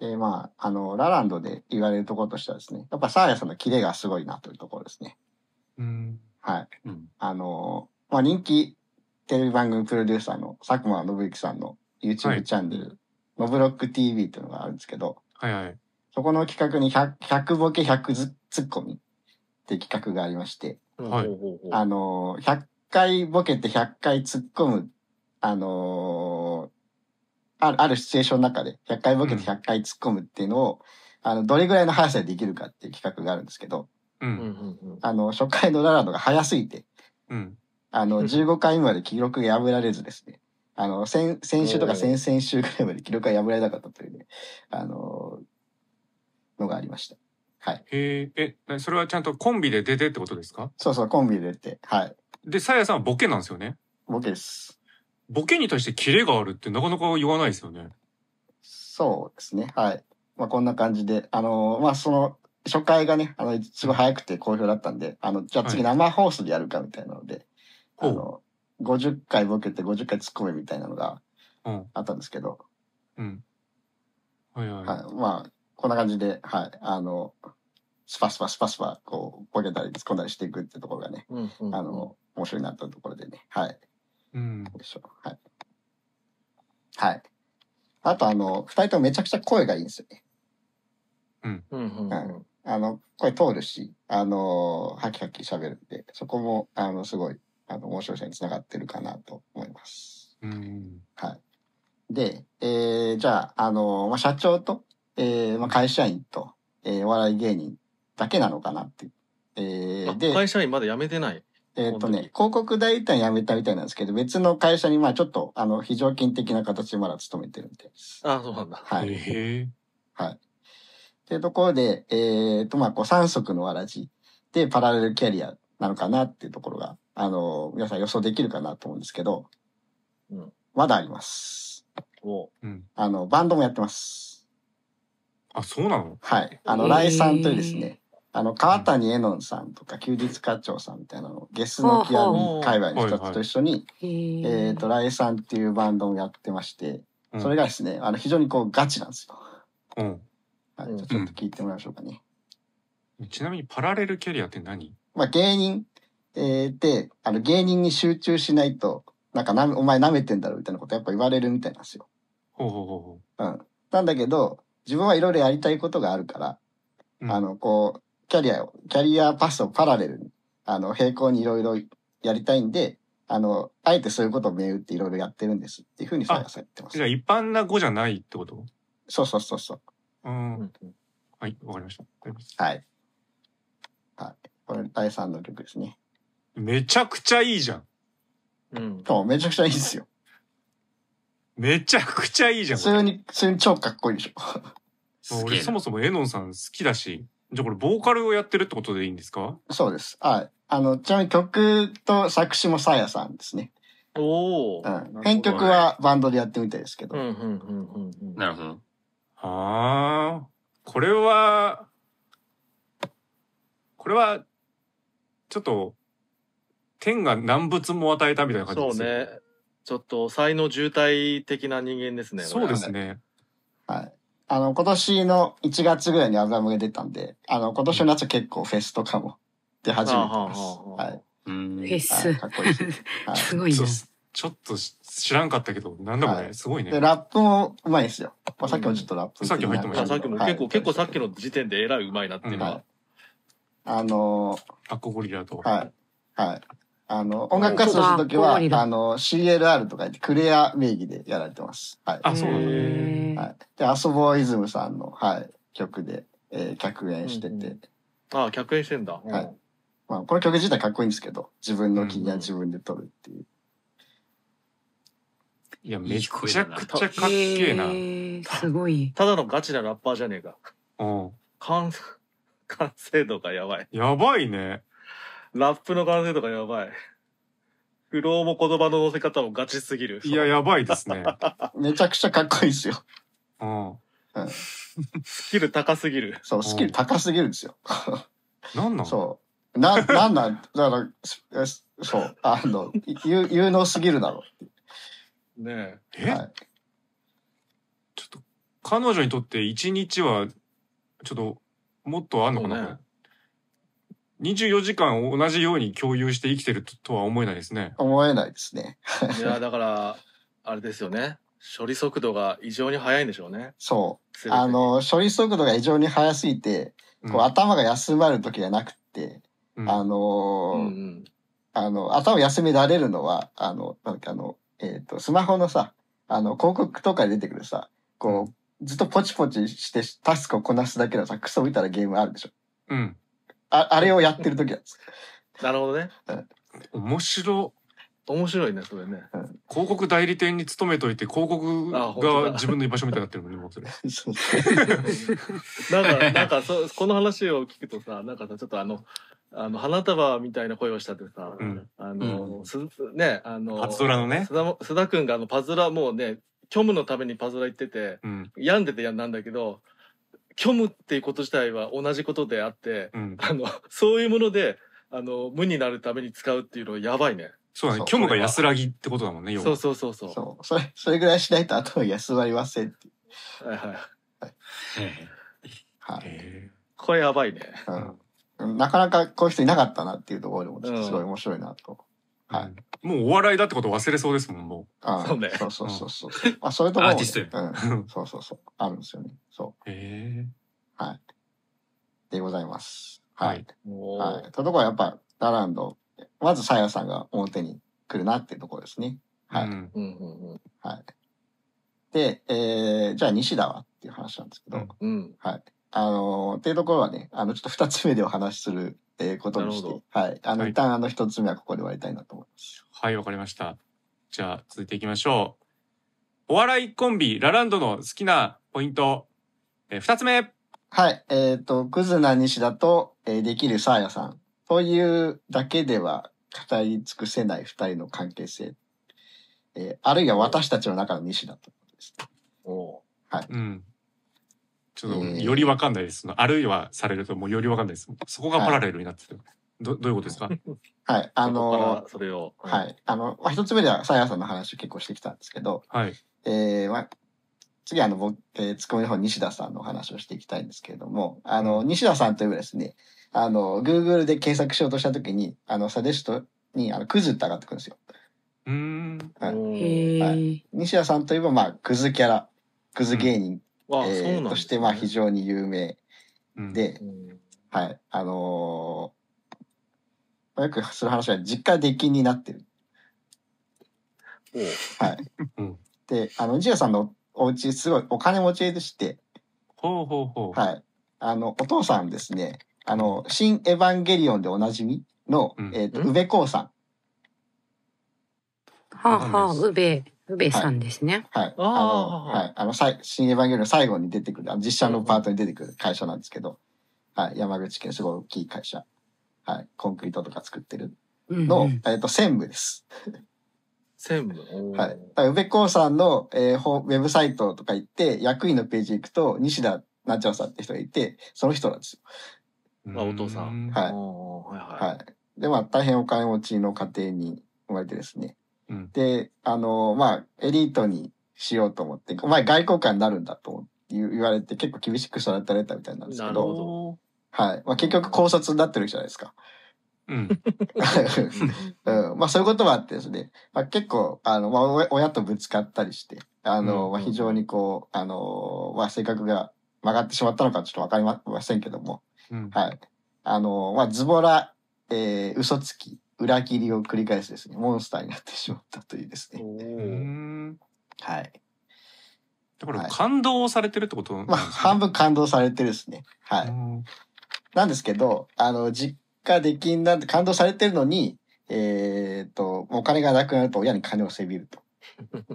い。で、まあ、あの、ラランドで言われるところとしてはですね、やっぱサーヤさんのキレがすごいなというところですね。うん。はい。うんあのーまあ、人気テレビ番組プロデューサーの佐久間信之さんの YouTube チャンネル、ノブロック TV というのがあるんですけど、はいはい。そこの企画に 100, 100ボケ100ずツッコミっていう企画がありまして、はいほうほうほうあのー、100回ボケて100回突っ込む、あのー、ある、あるシチュエーションの中で、100回ボケて100回突っ込むっていうのを、あの、どれぐらいの速さでできるかっていう企画があるんですけど、ううんん。うんうんあの、初回のラランドが速すぎて、うん。あの、15回まで記録が破られずですね、あの、先、先週とかお先ー々週ぐらいまで記録が破られなかったというね、あのーのがありました。はい。へえ、え、なそれはちゃんとコンビで出てってことですかそうそう、コンビで出て。はい。で、さやさんはボケなんですよね。僕です。ボケに対してキレがあるってなかなか言わないですよね。そうですね。はい。まあ、こんな感じで、あのーまあ、その、初回がね、あの、すごい早くて好評だったんで、あの、じゃあ次生放送でやるかみたいなので、ほうあの、50回ボケて50回突っ込むみたいなのがうん。あったんですけど、うん。はいはい。はい。まあ、こんな感じで、はい。あの、スパスパスパスパ、こう、ボケたり突っ込んだりしていくってところがね、うんうんうんあの、面白いなったところでね、はい。うん。でしょう。はい。はい。あと、あの、二人ともめちゃくちゃ声がいいんですよね。うんうんうんはいあの、声通るし、あの、ハキハキ喋るんで、そこも、あの、すごい、あの、面白さにつながってるかなと思います。うん。はい。で、えー、じゃあ、あの、まあ、社長と、えー、まあ、会社員と、えー、お笑い芸人だけなのかなっていう。えあー、で、会社員まだ辞めてない。えっ、と本ね、広告代理店辞めたみたいなんですけど、別の会社に、まあ、ちょっと、あの、非常勤的な形でまだ勤めてるんで。あそうなんだ。はい。へはい。っていうところで、えー、と、まあ、こう、三足のわらじでパラレルキャリアなのかなっていうところが、あの、皆さん予想できるかなと思うんですけど、うんまだあります。おうん。あの、バンドもやってます。あ、そうなのはい。あの、へーライさんというですね、あの、川谷絵音さんとか、休日課長さんみたいなのを、ゲスの極み界隈の人たちと一緒に、ええっと、ライさんっていうバンドもやってまして、うんそれがですね、あの、非常にこう、ガチなんですよ。うん。はい、うんじゃあちょっと聞いてもらいましょうかね。ちなみにパラレルキャリアって何まあ、芸人、えー、で、あの、芸人に集中しないと、なんかなめ、お前舐めてんだろみたいなことやっぱ言われるみたいなんですよ。ほうほうほうほうん。なんだけど、自分はいろいろやりたいことがあるから、うんあの、こう、キャリアを、キャリアパスをパラレルに、あの、並行にいろいろやりたいんで、あの、あえてそういうことを銘打っていろいろやってるんですっていうふうにさやさん言ってまう。じゃあす。一般な語じゃないってことそうそうそうそう。うん。うんうんはい、わかりましたわかりましはい。はい。これ、第3の曲ですね。た。めちゃくちゃいいじゃん。うん。そう、めちゃくちゃいいですよ。めちゃくちゃいいじゃん。普これ通に、普通に超かっこいいでしょ。すげ俺えそな。もそもエノンさん好きだし、じゃあこれボーカルをやってるってことでいいんですかそうです。はい。あの、ちなみに曲と作詞もさやさんですね。おおう。なるほどん。編曲。はバンドでやってみたいですけうど。んうんうんうんうん。なるほど。ああ、これは、これは、ちょっと、天が難物も与えたみたいな感じそでうすね。ちょっと才能渋滞的な人間ですね。そうですね。はい。あの、今年の1月ぐらいにアルバムが出たんで、あの、今年の夏結構フェスとかも出始めてます。あはあはあは。はいうん。フェはいス。かっこいいです。 はいすごいそなう。ちょっとし知らんかったけど、なんだこれ、はいすごいねで、。ラップもうまいですよ。まあ、さっきもちょっとラップ、うんさっきも入ってま俺あさっきもはい結構、結構さっきの時点でえらいうまいなっていうのうんは。あのアコゴリラと。ーはい。はい。あの、音楽活動するときは、あ本当だの、CLR とか言って、クレア名義でやられてます。はい。あ、そうなんだね。へーはい。で、アソボーイズムさんの、はい、曲で、えー、客演してて、うんうんああ、客演してんだ。うんはいまあ、この曲自体かっこいいんですけど、自分の気が自分で撮るっていう。いや、いめいちゃく声ちだゃなかっけえな。へうーすごい。ただのガチなラッパーじゃねえか。ん。完、完成度がやばい。やばいね。ラップの完成度がやばい。フローも言葉の乗せ方もガチすぎる。いや、やばいですね。めちゃくちゃかっこいいですよ。うん。スキル高すぎる。そう、スキル高すぎるんですよ。なんなんそう。な、なんなん、 だからす、すそう、あの、有有能すぎるだろねえ、はいちょっと、彼女にとって一日は、ちょっと、もっとあんのかな、そうねこれ24時間同じように共有して生きてるととは思えないですね。う。思えないですね。え。いや、だから、あれですよね。処理速度が異常に速いんでしょうね。そすう。べてあ、の、処理速度が異常に速すぎて、うんこう、頭が休まる時がなくって、うんあのうーんうん。あの、頭休められるのは、あの、なんかあの、えっ、と、スマホのさ、あの、広告とかで出てくるさ、こう、ずっとポチポチしてタスクをこなすだけのさ、クソみたいなゲームあるでしょ。うん。ああれをやってる時なんです。なるほどね。面白。面白いね、そ れね。広告代理店に勤めといて、広告あ本当がだ自分の居場所みたいになってるもんね、もうそれ。そうなんか、なんかそ、この話を聞くとさ、なんかさ、ちょっとあの、あの、花束みたいな声をしたってさ、うん。あの、す、ね、あの、初ドラのね。 須田も須田くんがあの、パズラ、もうね、虚無のためにパズラ行ってて、うん。病んでてやんなんだけど、虚無っていうこと自体は同じことであって、うん。あの、そういうもので、あの、無になるために使うっていうのやばいね。そうだねそう。虚無が安らぎってことだもんね、要はそうそうそうそう。 そう。それ、それぐらいしないと頭休まりませんっていう。はいはい。はい。へこれやばいね。うん。なかなかこういう人いなかったなっていうところでも、ちょっとすごい面白いなと。えはいうんもうお笑いだってこと忘れそうですもん、も。あそうねそうそうそうそう。まあ、そういうところもアねーティストうん。そうそうそう。あるんですよね。そうへえ。う。でございます。ははいいもう、はい。ところはやっぱ、ラランド、まずサヤさんが表に来るなっていうところですね。はいうん。うんうんはい。で、えー、じゃあ西田はっていう話なんですけど、うんうん。うん。はい。あのーっていうところはね、あの、ちょっと二つ目でお話しする、えーことにしなるて、はい。あの、はい一旦あの一つ目はここで終わりたいなと思います。はい、わかりました。じゃあ、続いていきましょう。お笑いコンビ、ラランドの好きなポイント。えー二つ目。はい。えっ、と、クズな西田と、えーできるサーヤさん。というだけでは語り尽くせない二人の関係性。えーあるいは私たちの中の西田ということおうん。ちょっと、えーよりわかんないです。あるいはされると、もうよりわかんないです。そこがパラレルになってる。ど、どういうことですかはい。ーあそこかのら、それを。。はいい。あの、まあ一つ目では、さやさんの話を結構してきたんですけど、はい。えー、まあ、次はあの、僕、えー、ツッコミの方、西田さんのお話をしていきたいんですけれども、あの、西田さんといえばですね、あの、Google で検索しようとしたときに、あの、サデストに、あの、クズって上がってくるんですよ。うーん。はいへえ。へはえ。西田さんといえば、まあ、クズキャラ、クズ芸人、あ、そうえなんー、だとして、まあ、非常に有名うん、で、うんはい。あのーまあよくする話は、実家出禁になってる。おうはい。うんで、あの、西田さんのお家、すごいお金持ちでして、ほうほうほう。はい。あの、お父さんですね、あの、新エヴァンゲリオンでおなじみの、うんえっ、と、うん宇部孝さはわあかんないではあ、すうべ、うべさんですね。ん。はい。あーの、はいはいはい。あの、さい新エヴァンゲリオンの最後に出てくる、あの実写のパートに出てくる会社なんですけど、はい。山口県すごい大きい会社。はい。コンクリートとか作ってるうんの、うんえっ、と、専務です。専務。はい。だから宇部孝さんの、えーホウェブサイトとか行って、役員のページ行くと、西田なっちゃんさんって人がいて、その人なんですよ。うんあお父さんはいい。おーはいははい。で、まあ、大変お金持ちの家庭に生まれてですね。うんで、あの、まあ、エリートにしようと思って、お前外交官になるんだと言う言われて、結構厳しく育てられたみたいなんですけなど、るほおーはい。まあ、結局高卒になってるじゃないですか。うん。 うん、まあ、そういうこともあってですね、まあ、結構、あの、まあ、お親とぶつかったりして、あの、うんまあ、非常にこう、あの、まあ、性格が曲がってしまったのかちょっとわかりまませんけども、うん。はい。あの、まあ、ズボラ、えー、嘘つき、裏切りを繰り返すですね、モンスターになってしまったというですい。ね。おうーーん。はい。だから、はい感動されてるってことなんでますあ、ね半分感動されてるですね。はい。なんですけど、あの、実家できんなんて感動されてるのに、えーっと、お金がなくなると親に金をせびる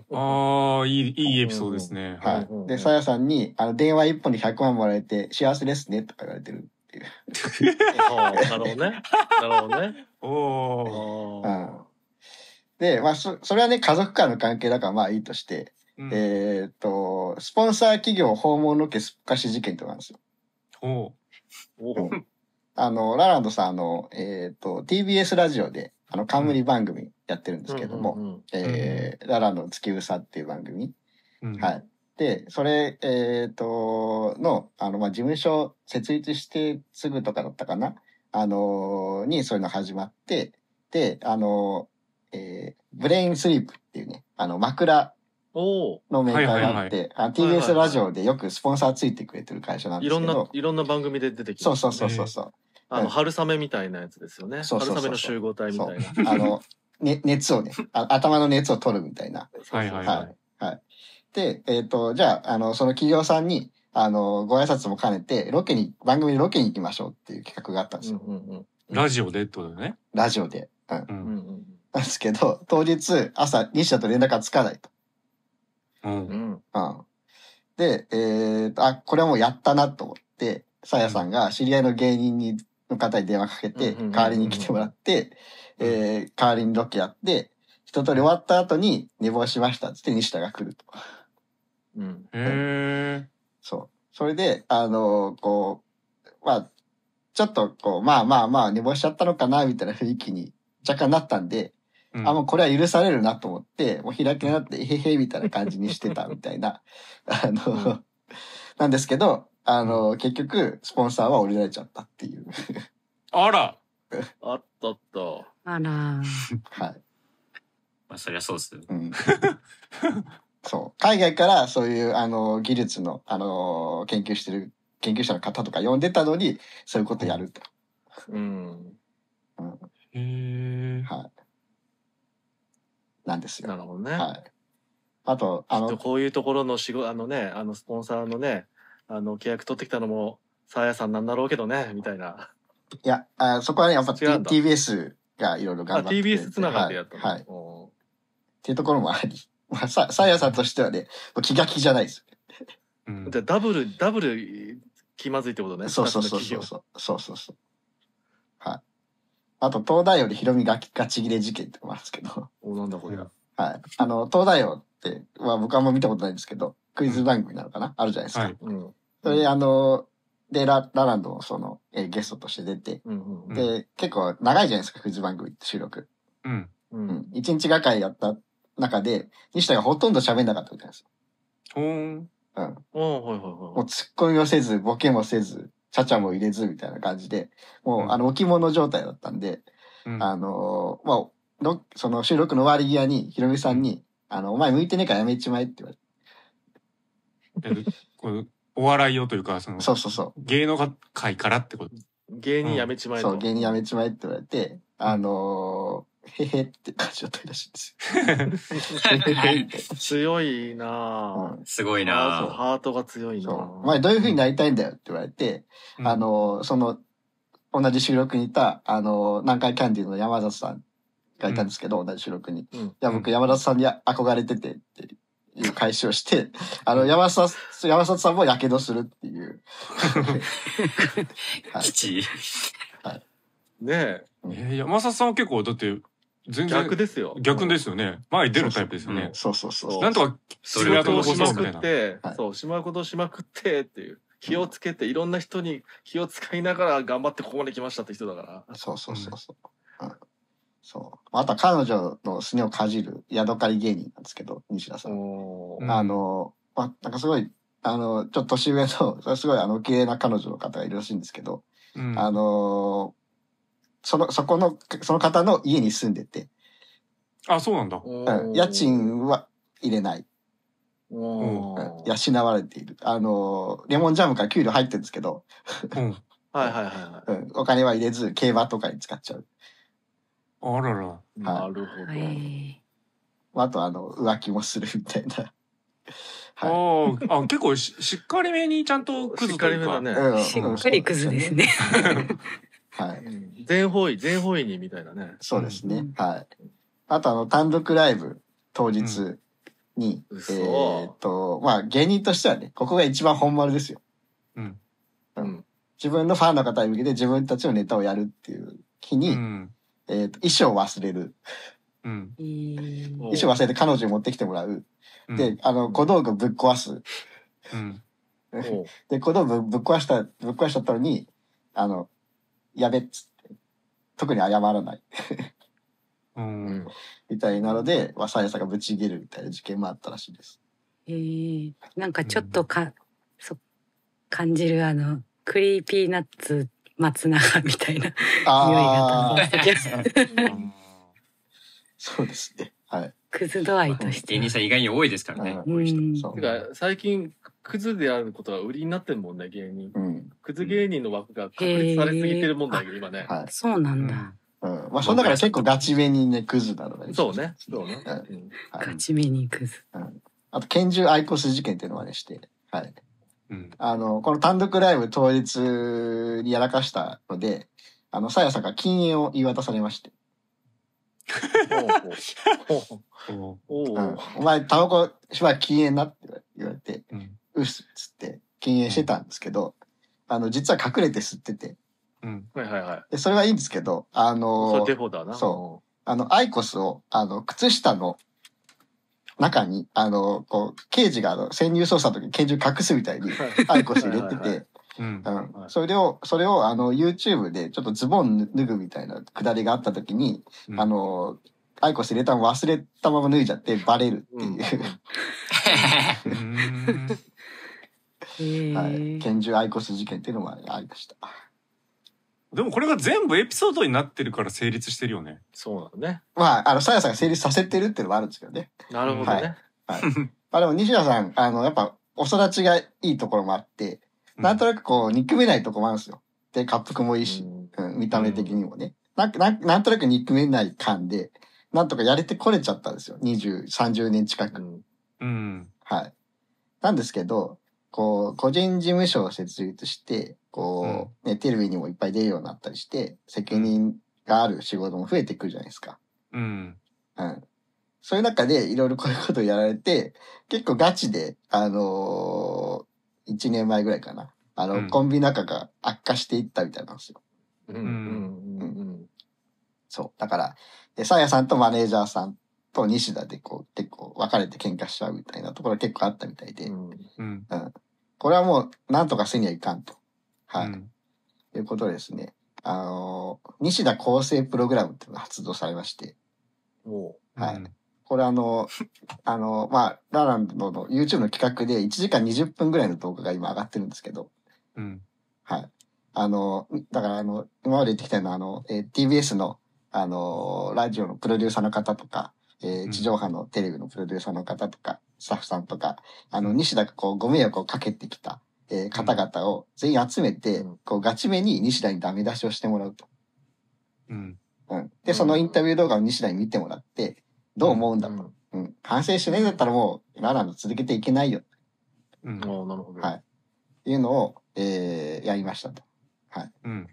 と。ああ、いい、いいエピソードですね。うはんうんうんい。で、さやさんに、あの、電話1本で100万もらえて、幸せですね、とか言われてる。あーなるほどね。なるほどね。おおうあん。で、まあ、そ、それはね、家族間の関係だから、まあいいとして、ー。うんえーっと、スポンサー企業訪問ロケすっかし事件とかなんですよ。おーおーあの、ラランドさん、あの、えーっと、TBS ラジオで、あの、冠番組やってるんですけども、うんうんうんえーラランドの月うさっていう番組。うん。はい。で、それ、えーっと、の、あの、まあ、事務所設立してすぐとかだったかなあの、にそういうの始まって、で、あの、えーブレインスリープっていうね、あの、枕おーのメーカーがあって、あのはいはい TBS ラジオでよくスポンサーついてくれてる会社なんでいすろけんなど、、いろんな番組で出てきてそうそうそうそうそう。あの、春雨みたいなやつですよね。そうそうそうそう春雨の集合体みたそういな。。あの、ね、熱をね、あ頭の熱を取るみたいな。。はいはいはいで、えっ、と、じゃあ、あの、その企業さんに、あの、ご挨拶も兼ねて、ロケに、番組でロケに行きましょうっていう企画があったんですうんよ。うんラジオでってことだよね。ラジオで。うん。ううんん。なんですけど、当日、朝、西田と連絡がつかないと。う。うんうんん。うん。で、えっ、と、あ、これはもうやったなと思って、さやさんが知り合いの芸人に、の方に電話かけて、うんうんうんうん代わりに来てもらって、うんえー、代わりにロケやって、一通り終わった後に寝坊しましたっつって西田が来ると。うん。へえ。そう。それで、あのこう、まあ、ちょっとこう、まあまあまあ、寝坊しちゃったのかな、みたいな雰囲気に若干なったんで、うんあ、もうこれは許されるなと思って、もう開き直って、えへへ、みたいな感じにしてた、みた いな。あうの、なんですけど、あの、結局、スポンサーは降りられちゃったっていう。あらあったあった。あら、はい。まあそりゃそうっすよ。 うん。そう。海外からそういう、あの、技術の、あの、研究してる、研究者の方とか呼んでたのに、そういうことやると。うん。へえ。はい。なんですよ。なるほどね。はい。あと、あきっとの、こういうところの仕事、あのね、あのスポンサーのね、あの契約取ってきたのも、さあやさんなんだろうけどね、みたいな。いや、あそこはね、やっぱ T- 違うんだ TBS がいろいろあ、頑張ってくれて。 TBS つながってやったの。はい。はい。っおていうところもあり。 まあ、さ、さやさんとしてはね、もう気が気じゃないです。うーんじゃあダブル、ダブル気まずいってことね。そうそうそう二つその企業うそう。そうそうそう。はい。あと、東大王でヒロミがガチ切れ事件とかもあるんですけど。 おなんだこれ。はい。あの、東大王って、まあ僕はあんま見たことないんですけど、クイズ番組なのかなあるじゃないですか。はいうん。それであの、で、ラ、ラランドのその、えーゲストとして出て、うんうん。で、結構長いじゃないですか、クイズ番組って収録。うん。う。うんん。一日がかりやった中で、西田がほとんど喋んなかったみたいです。ほーん。うん。うん、はいはもう突っ込みをせず、ボケもせず、ちゃちゃも入れずみたいな感じで、もう、うんあの、置物状態だったんで、うん。あのーまあの、その収録の終わり際に、ひろみさんに、あの、お前向いてねえからやめちまえって言われて。えっとこうお笑いをというか、その、そうそうそ芸能界からってこと。い。芸人辞めちまう。えと。そう、芸人やめちまえって言われて、あのーへへって感じだったらしいんです 強いなよ。ぁ。うんすごいハートなぁハートが強いなそう。ぁ。お前どういう風になりたいんだよって言われて、あのーその、同じ収録にいた、あのー南海キャンディーズの山里さんがいたんですけど、同じ収録に。うんいや、僕、山田さんに憧れててっていう返しをして、あの、山里さん、山里さんも火傷するっていう。はい基地。ねえー山里さんは結構、だって、え、全然逆ですよ。逆ですよね。前に出るタイプですよね。そうそうそう。なんとか、そ仕れ爪は痕事をを残しそまうくみたいっな。てはい、そう、しまうことしまくってっていう。気をつけて、いろんな人に気を使いながら頑張ってここまで来ましたって人だから。そうそうそうそう。うんそう。あとは彼女のすねをかじるヤドカリ芸人なんですけど、西田さん。おうんあの、ま、なんかすごい、あの、ちょっと年上の、 それすごいあの、綺麗な彼女の方がいるらしいんですけど、うんあの、その、そこの、その方の家に住んでて、あ、そうなんだ。うん家賃は入れない。おーうん養われている。あの、レモンジャムから給料入ってるんですけど、うん。はいはいはいはうん、お金は入れず、競馬とかに使っちゃう。あらら。い。なるほど。はい。あと、あの、浮気もするみたいな。あはーあ、結構ししっかりめにちゃんとクしっズかといりめうかだ。い。ね。うんしっかりクズです。ね。うんはい。全方位、全方位にみたいなね。そうですうねん。はい。あと、あの、単独ライブ当日に、え嘘ーっと、まあ、芸人としてはね、ここが一番本丸ですよ。うん。うん。自分のファンの方に向けて自分たちのネタをやるっていう日うに、ん。えーっと、衣装を忘れる。うん。えーお衣装忘れて彼女に持ってきてもらう。うんで、、あの、小道具ぶっ壊す。うん。おうで、小道具ぶっ壊した、ぶっ壊しちゃったのに、あの、やべっつって、特に謝らない。うん。みたいなので、わさやさんがぶち切るみたいな事件もあったらしいです。えーなんかちょっとか、そ感じるあの、クリーピーナッツ松永みたいなあ匂いがあ、漂ってきますそうですね。はい。クズ度合いとし て。芸人さん意外に多いですからね。うん多い人うんそうて。か、最近、クズであることは売りになってるもんね、芸人。うん。クズ芸人の枠が確立されすぎてるもんだけど、今ね。はい。そうなうんだ。んうん。まあ、その中で結構ガチめにね、クズなのがそうね。そうね。ね。うんはいガチめにクズ。あと、拳銃アイコス事件っていうのはね、して、はい。うん。あの、この単独ライブ当日にやらかしたので、あの、さやさんが禁煙を言い渡されまして。おうおうおううおんう、お前、タバコしばらく禁煙なって言われて、うん。うっすっつって禁煙してたんですけど、あの、実は隠れて吸ってて、うん。はいはいはい。でそれはいいんですけど、あそのう、デ、フォだな。そあの、アイコスを、あの、靴下の中に、あの、こう、刑事があの潜入捜査の時に拳銃隠すみた いに、はいアイコス入れてはいはいはて、うんう。んは。いそれを、それを、あの、YouTube でちょっとズボン脱ぐみたいなくだりがあった時に、うんあの、アイコス入れたの忘れたまま脱いじゃってバレるっていう、うんえはい。ー拳銃アイコス事件っていうのもありました。でもこれが全部エピソードになってるから成立してるよね。そうなのね。まあ、あの、さやさんが成立させてるっていうのもあるんですけどね。なるほどね。まあでも、西田さん、あの、やっぱ、お育ちがいいところもあって、 なんとなくこう、憎めないとこもあるんですよ。で、滑覆もいいし、うん、見た目的にもね。なんか、なんなんとなく憎めない感で、なんとかやれてこれちゃったんですよ。20、30年近うく。んうん。はい。なんですけど、こう、個人事務所を設立して、こう、ね、テレビにもいっぱい出るようになったりして、責任がある仕事も増えてくるじゃないですか。うん。うん。そういう中でいろいろこういうことをやられて、結構ガチで、あのー、1年前ぐらいかな。あの、うんコンビ仲が悪化していったみたいなんですよ。うんうんうんうんそう。だから、えサーヤさんとマネージャーさんと西田でこう結構分かれて喧嘩しちゃうみたいなところが結構あったみたいで、うんうん。これはもうなんとかせにはいかんと。はい。うんということですね。あのー西田構成プログラムっていうのが発動されまして、もはいこれあの、あの、まあ、ラランドの YouTube の企画で1時間20分ぐらいの動画が今上がってるんですけど、うん。はい。あの、だからあの、今まで言ってきたようなあの、えー TBS の、あの、ラジオのプロデューサーの方とか、えうーん地上波のテレビのプロデューサーの方とか、スタッフさんとか、あの、西田がこう、ご迷惑をかけてきた、えー方々を全員集めて、うんこう、ガチめに西田にダメ出しをしてもらうと。うん。うん。で、そのインタビュー動画を西田に見てもらって、どう思うんうだと。うんうん。反省しないんだったらもう、ラランド続けていけないよっう。ああ、なんるほど。はいていうのを、えーやりましたと。うん。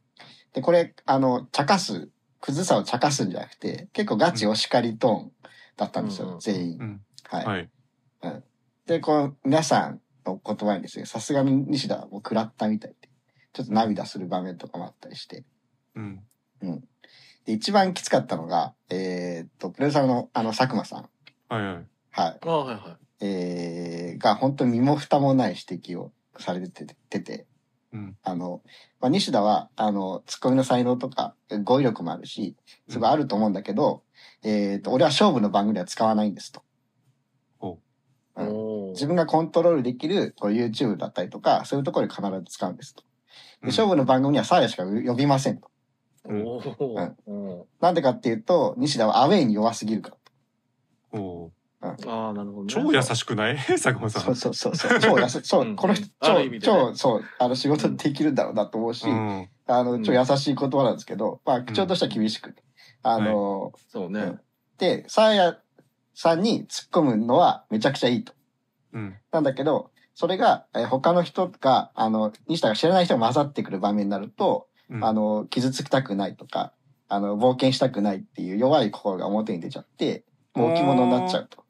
で、これ、あの、茶化す、クズさを茶化すんじゃなくて、結構ガチお叱りトーンだったんですよ、うん全員。うんはい。はい。で、この皆さんの言葉にですね、さすがの西田はもう食らったみたいで、ちょっと涙する場面とかもあったりして。うん。で、一番きつかったのが、えーっと、プロデューサーのあの、佐久間さん。はいはい。はい。ああ、はいはえー、が本当に身も蓋もない指摘をされてててて、うんあの、まあ、西田は、あの、ツッコミの才能とか、語彙力もあるし、すごいあると思うんだけど、えっと、俺は勝負の番組では使わないんですと。い。うんお自ー分がコントロールできる、こう YouTube だったりとか、そういうところで必ず使うんですと。うでん勝負の番組にはサーヤしか呼びませんと。うんおーうんなんでかっていうと、西田はアウェイに弱すぎるから。おーああ、なるほどね。超優しくない 佐久間さん。そうそうそうそう。超安い、そうう、んこの人、ある超、意味でね超、そう、あの仕事できるんだろうなと思うし、うん。あうの、ん超優しい言葉なんですけど、まあ、口調としては厳しく。あの、そううねん。で、サーヤさんに突っ込むのはめちゃくちゃいいと。うん。なんだけど、それが、えー他の人が、あの、西田が知らない人が混ざってくる場面になると、うんあ、の、傷つきたくないとか、あの、冒険したくないっていう弱い心が表に出ちゃって、もう置物になっちゃうと。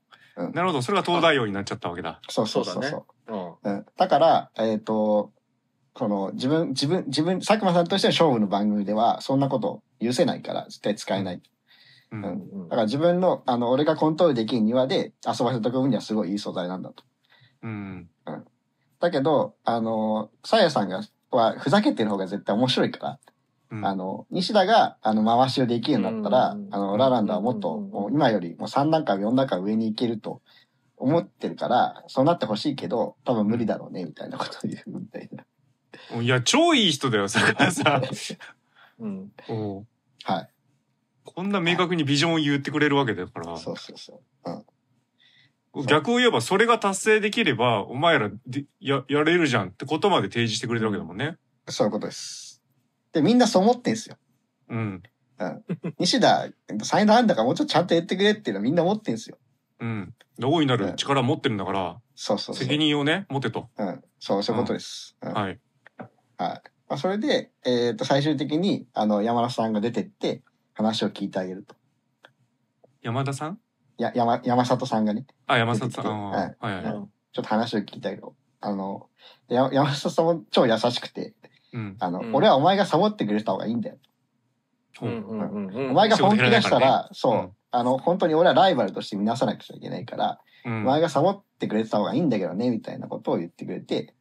なるほど。それが東大王になっちゃったわけだ。そうそうそうそう。そうだねうんうん、だから、えっ、と、その、自分、自分、自分、佐久間さんとしては勝負の番組では、そんなこと許せないから、絶対使えない。ううんん。うんだから自分の、あの、俺がコントロールできる庭で遊ばせた分にはすごいいい素材なんだと。うん。だけど、あの、さやさんが、は、ふざけてる方が絶対面白いから、うんあの、西田が、あの、回しをできるんだったら、うんあの、ラランドはもっと、うんもう今よりもう3段階、4段階上に行けると思ってるから、そうなってほしいけど、多分無理だろうね、みたいなことを言うみたいな。いや、超いい人だよ、佐久間 さうん。ん。おーはい。こんな明確にビジョンを言ってくれるわけだから。そうそうそう。逆を言えば、それが達成できれば、お前らでや、やれるじゃんってことまで提示してくれてるわけだもんね。そういうことです。で、みんなそう思ってんすよ。うん。西田、才能あんだからもうちょっとちゃんとやってくれっていうのはみんな思ってんすよ。うん。大いなる力持ってるんだから、そうそうそう。責任をね、持てと。うん。そう、そういうことです。うん。ははい。い。まあ、それで、えっと、最終的に、あの、山田さんが出てって、話を聞いてあげると。山田さんや、山、山里さんがね、あ、山里さん。出てきてあーはいはい。ちょっと話を聞いてあげる。あの、や山里さんも超優しくて、うん。あの、うん俺はお前がサボってくれた方がいいんだよ。ううんんうんうん。お前が本気出した仕事減らなら、そう、うんあの、本当に俺はライバルとして見なさなくちゃいけないから、うん。前がサボってくれてた方がいいんだけどね、みたいなことを言ってくれて、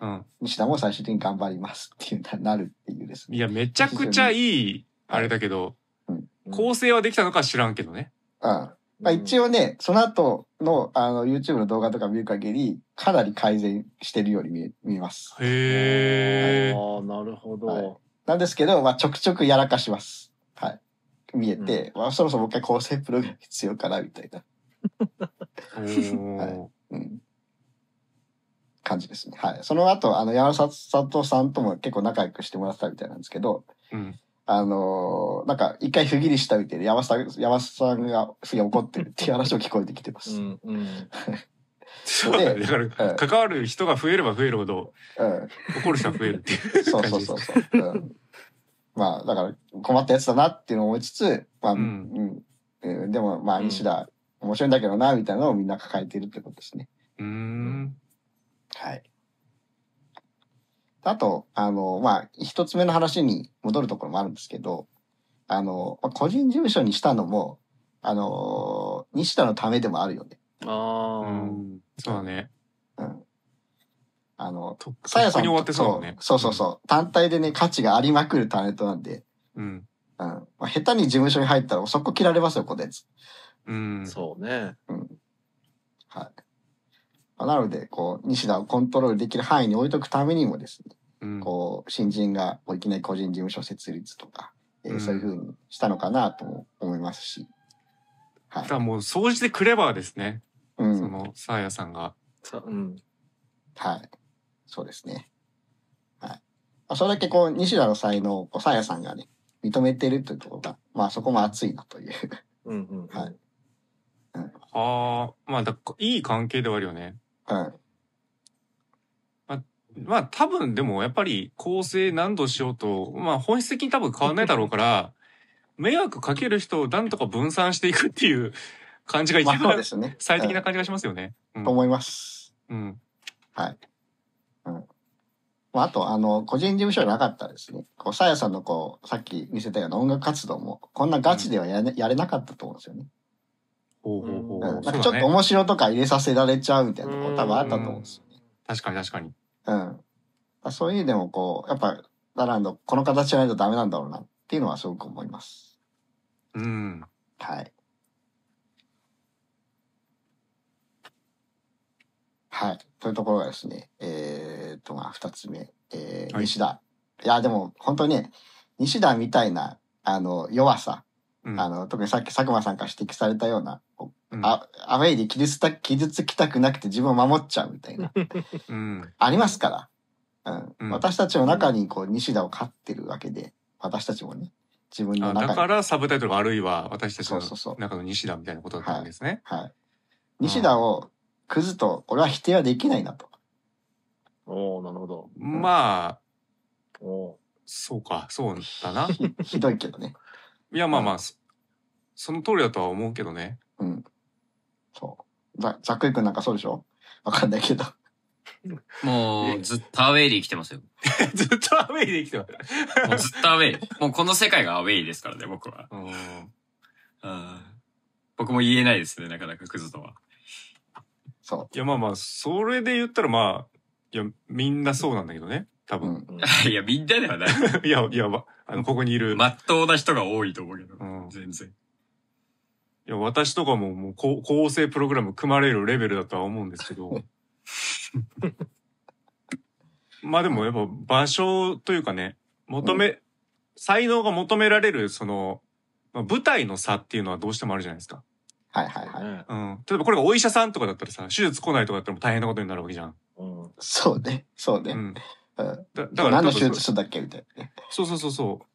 うん。西田も最終的に頑張りますっていうななるっていうですね。いや、めちゃくちゃいい、あれだけどうん、構成はできたのか知らんけどね。うん。まあ一応ね、その後の、あの、YouTube の動画とか見る限り、かなり改善してるように見え見えます。へーああ、なるほはいど。なんですけど、まあ、ちょくちょくやらかします。はい。見えて、まあ、そろそろもう一回構成プログラム必要かな、みたいな、おー。うん。感じですね。はい。その後、あの、山里さんとも結構仲良くしてもらってたみたいなんですけど、うん。あのーなんか、一回不義理したみたいで、山さん、山さんがすげえ怒ってるっていう話を聞こえてきてまうす。んうん。そうだね。だから、うん関わる人が増えれば増えるほど、うん。怒る人が増えるっていう。そうそうそうそう。うん、まあ、だから困ったやつだなっていうのを思いつつ、まあ、ううんん。うんでも、まあ、うん西田、面白いんだけどな、みたいなのをみんな抱えているってことですね。うーん。はい。あと、あの、まあ、一つ目の話に戻るところもあるんですけど、あの、まあ個人事務所にしたのも、あの、西田のためでもあるよね。ああ、ん。そうだね。うん。あの、とっくさやさんに終わってそうだもんね。そうそうそう。単体でね、価値がありまくるタレントなんで、うん。うん。まあ、下手に事務所に入ったら、そこ切られますよ、こてつ。うん。そうね。はい。まあなので、こう、西田をコントロールできる範囲に置いとくためにもですね、うん。こう、新人がこういきなり個人事務所設立とか、えーうんそういうふうにしたのかなとも思いますし。だはいか。らもう、掃除でクレバーですね。うそん。の、サーヤさんが。さうん。はい。そうですね。はい。まあ、それだけこう、西田の才能をこう、さやさんがね、認めてるというところが、まあそこも熱いなという。 うんうん。はい。はあ。まあ、だからいい関係ではあるよね。うん。まあ、多分でも、やっぱり、構成何度しようと、まあ、本質的に多分変わんないだろうから、迷惑かける人をなんとか分散していくっていう感じが一まあそう番ですね。最適なうん感じがしますよね。うんと思います。うん。はい。うん。まあ、あと、あの、個人事務所じゃなかったらですね、こう、さやさんのこう、さっき見せたような音楽活動も、こんなガチではやれ,、やれなかったと思うんですよね。ほうほうほう。うそん。なうんだかちょっとね。面白とか入れさせられちゃうみたいなとこうん多分あったと思うんですよね。確かに確かに。うん。あそういう意味でもこう、やっぱ、ラランド、この形じゃないとダメなんだろうなっていうのはすごく思います。うん。はい。はい。というところがですね、えー、っと、まあ、二つ目。えー、はい西田。い、や、でも、本当にね、西田みたいな、あの、弱さ、うん。あの、特にさっき佐久間さんから指摘されたような、こううんあアウェイで傷つた傷つきたくなくて自分を守っちゃうみたいな。 うん。ありますから。う。うんん私たちの中に、こう、西田を飼ってるわけで、私たちもね、自分のあ中に。だから、サブタイトルがあるいは、私たちのそうそうそう中の西田みたいなことだったんですね。はい。西田を、クズと、俺は否定はできないなと。おおなるほど。まあ、おおそうか、そうだ な。ひひどいけ どね。いや、まあまあ、そその通りだとは思うけどね。 うん。そう。ざざっくりくんなんかそうでしょわかんないけど。 もうずっとアウェイで生きてますよ。ずっとアウェイできてます。もうずっとアウ ェイ。もうこの世界がアウェイですからね、僕は。うん。うん僕も言えないですね、なかなかクズとは。そいや、まあまあ、それで言ったら、まあ、いや、みんなそうなんだけどね。多う。う分。ん。いや、みんなではない。 いや、いや、わあの、ここにいる。まっとうな人が多いと思うけどう、ん。全然。いや、私とかも、もう、こう構成プログラム組まれるレベルだとは思うんですけ ど。まあでも、やっぱ、場所というかね、求め、才能が求められる、その、まあ、舞台の差っていうのはどうしてもあるじゃないですか。はいはいはい。ね。うん。例えばこれがお医者さんとかだったらさ、手術来ないとかだったらもう大変なことになるわけじゃん。うん。そうね。そううね。ん。うん。だだから何の多手分術するんだっけみたいなね。そうそうそうそう。だか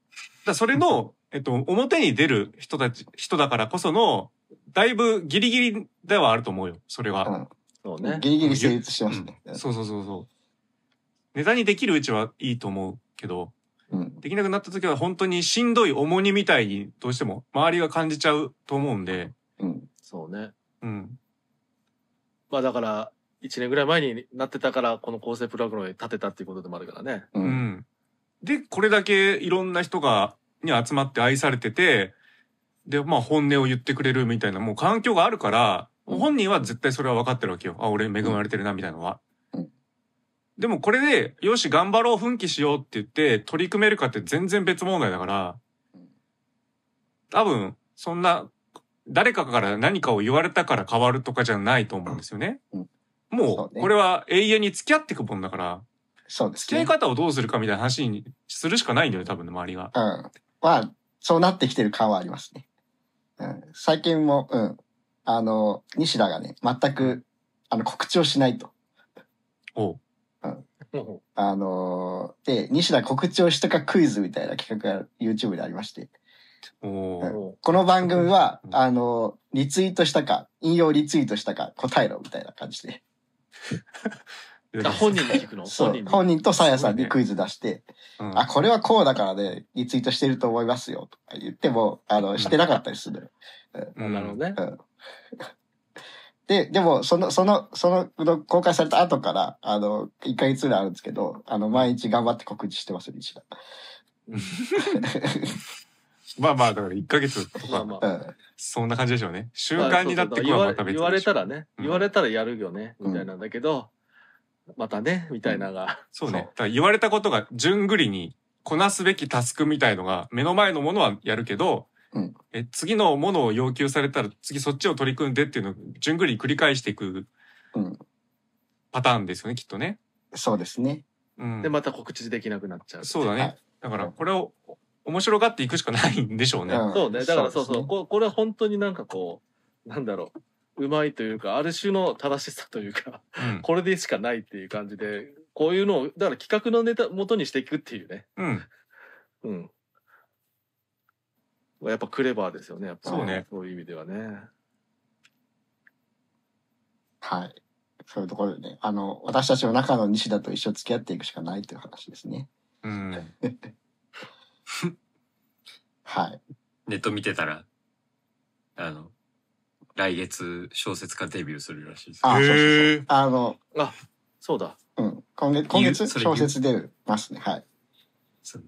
らそれの、えっと、表に出る人たち、人だからこその、だいぶギリギリではあると思うよ、それは。そうね。ギリギリ成立してますね。うんそうそうそうそう。ネタにできるうちはいいと思うけど、うん。できなくなった時は本当にしんどい重荷みたいにどうしても周りが感じちゃうと思うんで、うん。そうね。うん。まあだから、1年ぐらい前になってたから、この構成プログラムに立てたっていうことでもあるからね。う。うんん。で、これだけいろんな人が、に集まって愛されてて、で、まあ本音を言ってくれるみたいな、もう環境があるから、うん本人は絶対それは分かってるわけよ。あ、俺恵まれてるな、みたいなのは。うんでもこれで、よし、頑張ろう、奮起しようって言って、取り組めるかって全然別問題だからうん、多分、そんな、誰かから何かを言われたから変わるとかじゃないと思うんですよね。うんもそうう、ねこれは永遠に付き合っていくもんだから、そうです付き合いね。方をどうするかみたいな話にするしかないんだよね、多分ね、周りが。うん。まあ、そうなってきてる感はありますね。うん。最近も、うん。あの、西田がね、全く、あの、告知をしないと。おう。もあのーで、西田告知をしたかクイズみたいな企画が YouTube でありまして、おうう。もこの番組はう、んあのーリツイートしたか、引用リツイートしたか、答えろみたいな感じで。でうあ本人に聞くのそ本う人。に。本人とさやさんにすクごイズ出して、うんあ、これはこうだからね、リツイートしてると思いますよ、とか言っても、あの、してなかったりするのよ。うあんなるほどね。で、でも、その、その、そのその、公開された後から、あの、1ヶ月ぐらいあるんですけど、あの、毎日頑張って告知してます、西田。まあまあ、だから1ヶ月とまあか、まうあ。ん。そんな感じでしょうね。習まあ慣になってくそはうそまうだたから別言われ言われたら。らね、うん言われたらやるよね、うんみたいなんだけど、またね、みたいなのが。そうね。だから言われたことが順繰りにこなすべきタスクみたいのが、目の前のものはやるけど、うんえ次のものを要求されたら次そっちを取り組んでっていうのを順繰りに繰り返していくうんパターンですよね、きっとね。そうですね。うん、で、また告知できなくなっちゃう。そうだね。はいだから、これを面白がっていくしかないんでしょうね。うんそうね。だからそうそう。ですねここれは本当になんかこう、なんだろう。うまいというか、ある種の正しさというか、うん。これでしかないっていう感じで、こういうのを、だから企画のネタ元にしていくっていうね。うん。うん。やっぱクレバーですよね。やっぱそうねそういう意味ではね。はい。そういうところでね、あの、私たちの中の西田と一生付き合っていくしかないという話ですね。 うん。はい。ネット見てたら、あの、来月小説家デビューするらしいです。あ、そうそうそう。へえ。あの、そうだ。うん。今月、今言う月それ言小う説出ますね。はい。そう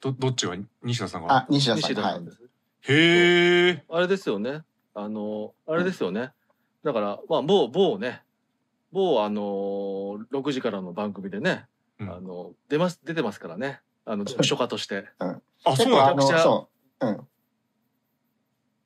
ど、どっちは西田さんがあ、西田さ西ん。田はさいん。です。へえ。あれですよね。あの、あれですよね。だから、まあ、某、某ね、某、あの、6時からの番組でね、うんあの、出ます、出てますからね。あの、読書家として。あ、結そうなん構あだ。の、めちゃくちゃそう。うん。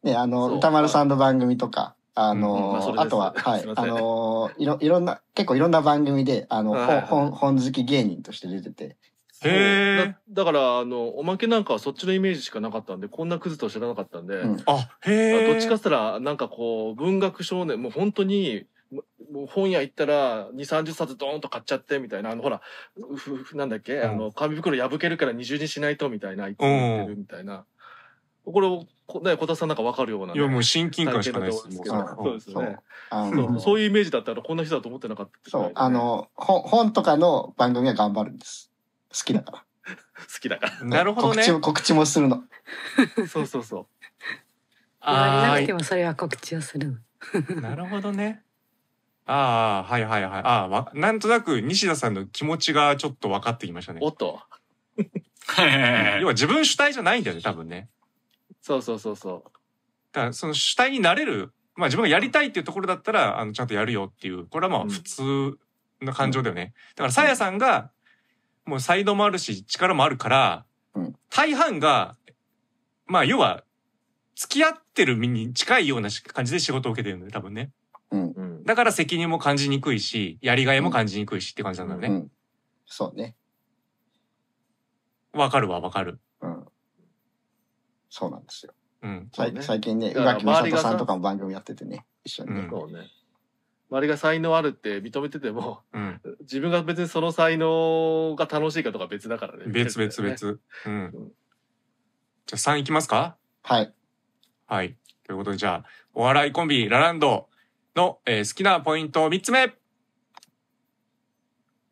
ね、あその、う歌丸さんの番組とか、あうんうんまあそのれ、です あとは、はいすい、ませんあの、いろ、いろんな、結構いろんな番組で、あの、はいはいはい本、本好き芸人として出てて、へーそうだだから、あの、おまけなんかはそっちのイメージしかなかったんで、こんなクズとは知らなかったんで、うんあ、へえ。どっちかっつったら、なんかこう、文学少年、もう本当に、ももう本屋行ったら、2、30冊ドーンと買っちゃって、みたいな、あの、ほら、うふふなんだっけ、うんあの、紙袋破けるから二重にしないと、みたいな、いつも言ってるみたいな。これを、こね、小田さんなんかわかるようなね、いや、もう親近感しかない体で験す。だともう思かうんですけどそううですよね。あその、うそういうイメージだったら、こんな人だと思ってなかった。そう、あ、の、本、本とかの番組は頑張るんです。好き だから。好きだかんなるほどね告知。も、告知もするの。 ら。そうそうそう。言わあれなくてもそれは告知をするの。ー、なるほどね。ああ、はいはいはい。ああ、わなんとなく西田さんの気持ちがちょっと分かってきましたね お。っと。要は自分主体じゃないんだよね、多分ね。そうそうそうそう。だからその主体になれる、まあ自分がやりたいっていうところだったら、あの、ちゃんとやるよっていう、これはまうあん普通の感情だよね。だから、さやさんが、もう才能もあるし、力もあるからうん、大半が、まあ要は、付き合ってる身に近いようなし感じで仕事を受けてるんだよね、多分ね。うん。だから責任も感じにくいし、やりがいも感じにくいしって感じなんだようね。ん。そうね。わかるわ、わかる。うん。そうなんですよ。うん。そうね最最近ね、だか宇ら垣美里周さりがんとかも番組やっててね、一緒にうねん。そうね。周りが才能あるって認めてても、うん。自分が別にその才能が楽しいかとか別だからね。別々ね。別。うん。じゃあ3いきますかはい。はい。ということで、じゃあ、お笑いコンビ、ラランドの、えー好きなポイント3つ目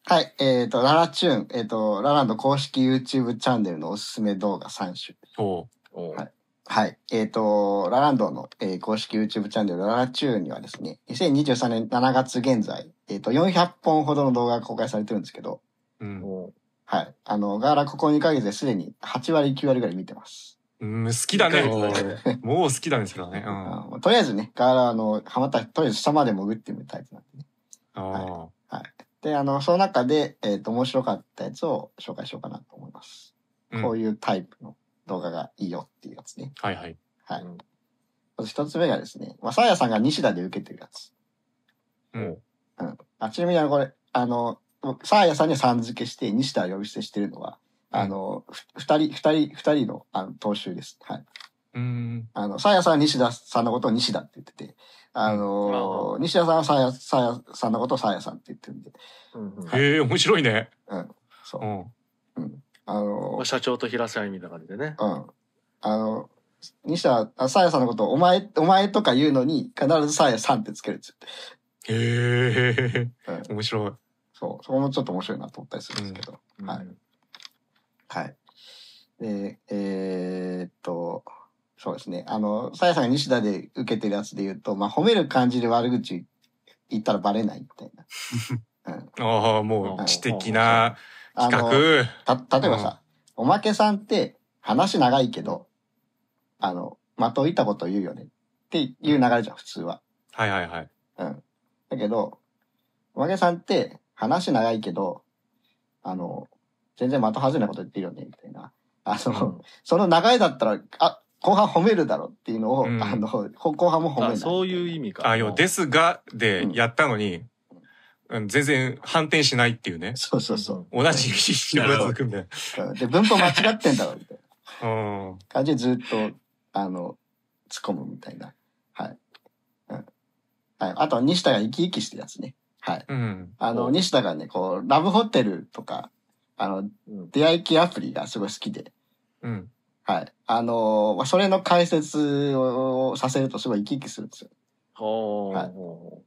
はい。えっ、と、ララチューン、えっ、と、ラランド公式 YouTube チャンネルのおすすめ動画3種。と、おうはいはい。えっ、と、ラランドの、えー公式 YouTube チャンネル、ララチューンにはですね、2023年7月現在、えっ、と、400本ほどの動画が公開されてるんですけど、うん。おうはい。あの、ガーラここ2ヶ月ですでに8割、9割ぐらい見てます。うん、好きだね。おもう好きだね、それはね。うん。ああーとりあえずね、ガーラはあの、ハマったらとりあえず下まで潜ってみるタイプなんでね。あ。で、あの、その中で、えっ、と、面白かったやつを紹介しようかなと思います。うんこういうタイプの動画がいいよっていうやつね。はいはい。はい。うんまず一つ目がですね、まあ、サーヤさんが西田で受けてるやつ。うん。あ、ちなみにあの、これ、あの、サーヤさんにはさん付けして、西田を呼び捨てしてるのは、うんあの、ふ二人、二人、二人の、あの、踏襲です。はい。うん。あの、サーヤさんは西田さんのことを西田って言ってて、あの、西田さんはサーヤ、サーヤさんのことをサーヤさんって言ってるんで、うんうんへえ、面白いね。そうう。ん。あのまあ、社長と平社員みたいな感じでね。うん。あの、西田、あサーヤさんのことをお前、お前とか言うのに、必ずサーヤさんってつけるんですよ。へえ、うん、面白い。そう。そこもちょっと面白いなと思ったりするんですけど。うんはいはい。で、えーっと、そうですね。あの、サーヤさんが西田で受けてるやつで言うと、まあ、褒める感じで悪口言ったらバレないみたいな。ああ、もう知的なあ企の、画。た、例えばさ、おまけさんって、話長いけど、あの、まといたこと言うよねっていう流れじゃん、普通は。はいはいはい。うん。だけど、おまけさんって話長いけど、あの、全然的外れなこと言ってるよね、みたいな。あの、その長いだったら、あ、後半褒めるだろっていうのを、うんあの、ほ後半も褒めなあい。そういう意味か。あ、要は、でですが、でうん、やったのに、うん全然反転しないっていうね。そうそうそ同う。じ日が続くみたいうんで、文法間違ってんだろ、みたいなな。うん。感じでずっと、あの、突っ込むみたいな。はい。うん。はい。あと、西田が生き生きしてるやつね。はい。うん。あおの、西田がね、こう、ラブホテルとか、あの、うん出会い系アプリがすごい好きで、うん。はい。あのーそれの解説をさせるとすごい生き生きするんですよ。ほうはいほ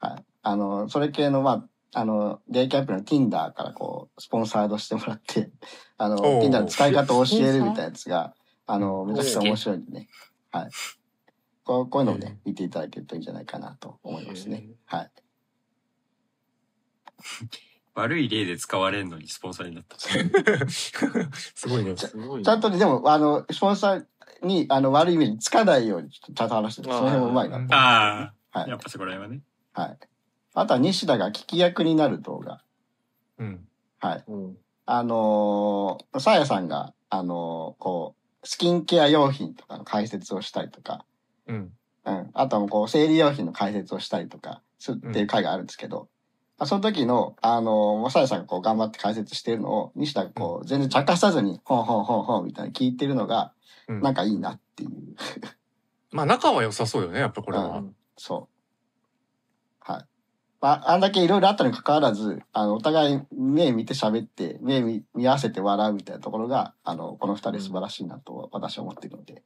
はい。あのそれ系の、まあ、あの、出会い系アプリの Tinder からこう、スポンサードしてもらって、 あの、おー Tinder の使い方を教えるみたいなやつが、あの、めちゃくちゃおー面白いんでね。はい。こうこういうのをね、見ていただけるといいんじゃないかなと思いますね。はい。 悪い例で使われんのにスポンサーになっ た。すごいねう。すごいねちゃんとね、でも、あの、スポンサーに、あの、悪い意味につかないように、ちょっとちゃんと話してる。その辺もうまいな。うんあはあ、 やいっ。ぱそこら辺はね。はい。あとは、西田が聞き役になる動画。うん。はい。うんあのー、さやさんが、あのーこう、スキンケア用品とかの解説をしたりとか、うん。うん。あとは、こう、生理用品の解説をしたりとか、すっていう回があるんですけど、まあその時の、あのー、さやさんがこう、頑張って解説してるのを、西田がこう、全然茶化さずに、ほんほんほんほんみたいな聞いてるのが、うんなんかいいなっていう。まあ仲は良さそうよね、やっぱこれうは。んそう。はい。まあ、あんだけいろいろあったにもかかわらず、あの、お互い目見て喋って、目見見合わせて笑うみたいなところが、あの、この二人素晴らしいなと私は思っているので、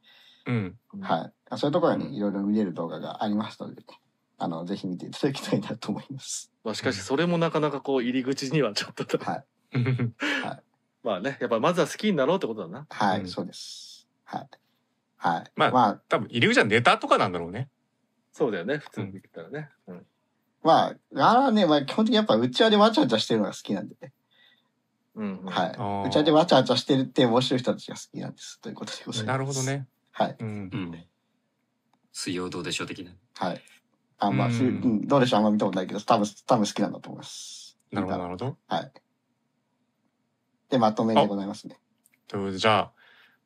うん。はい。そういうところにいろいろ見れる動画がありますので、あの、ぜひ見ていただきたいなと思います。まあしかしそれもなかなかこう入り口にはちょっとまあねやっぱまずは好きになろうってことだなはい、うんそうです。はい。はい。まあまあ、 多分、入り口はネタとかなんだろうね。そうだよね普通に言ったらね、うんまあ、あーね、まあ基本的にやっぱうちわでわちゃわちゃしてるのが好きなんでね。うんうんは あーい。うちわでわちゃわちゃしてるって面白い人たちが好きなんです。ということでございます。なるほど。ね。はい。うんう。ん。水曜どうでしょう的な。はい。あ、まあ、うんふうん、どうでしょうあんま見たことないけど、多分、多分好きなんだと思います。なるほど、なるほど。はい。で、まとめでございますね。ということで、じゃあ、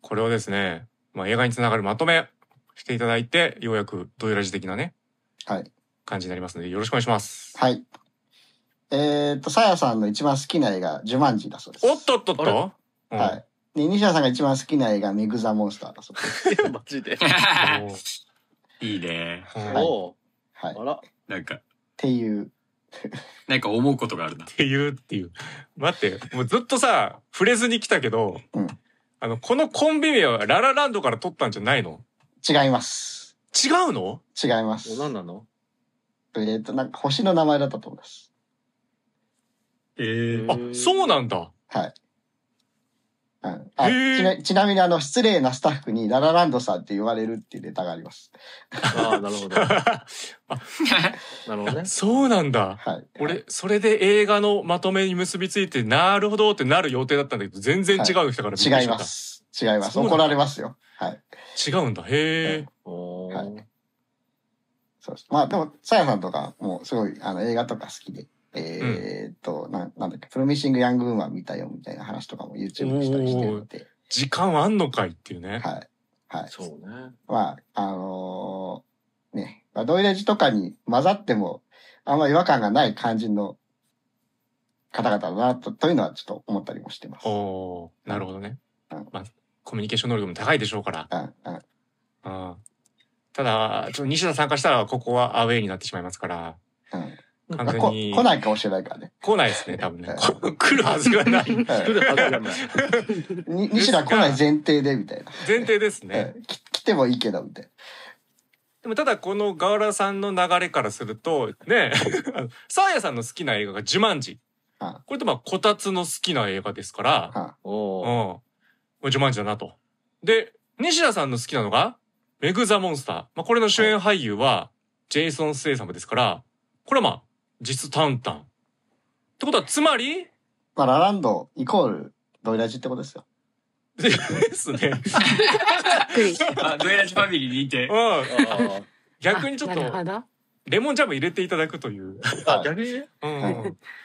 これをですね、まあ映画につながるまとめしていただいて、ようやくドイラジ的なね、はい。感じになりますので、よろしくお願いします。はい。えーっと、さやさんの一番好きな映画、ジュマンジだそうです。おっとっとっとうんはい。で、西田さんが一番好きな映画、メグ・ザ・モンスターだそう です。マジでおー いいね。うんはいっおうはい。あっらなんか、ていう。なんか思うことがあるな。ていうっていう。待って、もうずっとさ、触れずに来たけど、うんあの、このコンビ名はララランドから取ったんじゃないの違います。違うの違いますお。何なのえーっと、なんか星の名前だったと思います。ええ。あ、そうなんだ。はい。うん、あへーちなちなみにあの失礼なスタッフにララランドさんって言われるっていうネタがあります。ああなるほどなるほ どね そうなんだ。はい。俺、それで映画のまとめに結びついて、なるほどってなる予定だったんだけど、全然違うの来たからびっくりしちゃった違いま。す。違います。そうなんだ怒られますよ。はい。違うんだ。へえ。おーはいそうです。まあでも、さやさんとかもうすごいあの映画とか好きで、えーっと、なん、なんだっけ、プロミシング・ヤング・ウーマン見たよみたいな話とかも YouTube にしたりしてるので、時間はあんのかいっていうね。はい。はい。そうねまあ、あのーね、まあ、ドイレジとかに混ざっても、あんま違和感がない感じの方々だなと、というのはちょっと思ったりもしてます。おおーなるほどねうん。まあ、コミュニケーション能力も高いでしょうから。うんうんうんただ、ちょっと西田参加したら、ここはアウェイになってしまいますから、うん完まあ、全こに来ないかもしれないか らね。来ないですね、多分ね。うこ来るはずがない。来るはずがないうんに西田来ない前提でみたいな。前提ですね。うんき来てもいいけどみたいでも、ただ、このガーラさんの流れからすると、ね、 あのサーヤさんの好きな映画がジュマンジ。うんこれとまあ、こたつの好きな映画ですから、な。はうん。おおこれジュマンジだなと。で、西田さんの好きなのが、メグ・ザ・モンスター。まあ、これの主演俳優は、ジェイソン・スエイ様ですから、これはまあ、実質タンタン。ってことは、つまり、 まあ、ラランドイコールドイラジってことですよ。ですね。っくり。 あ、ドエラジファミリーにいてう。ん。あ逆にちょっあなと、るほど。レモンジャム入れていただくという。ああ、逆にね。うん。はい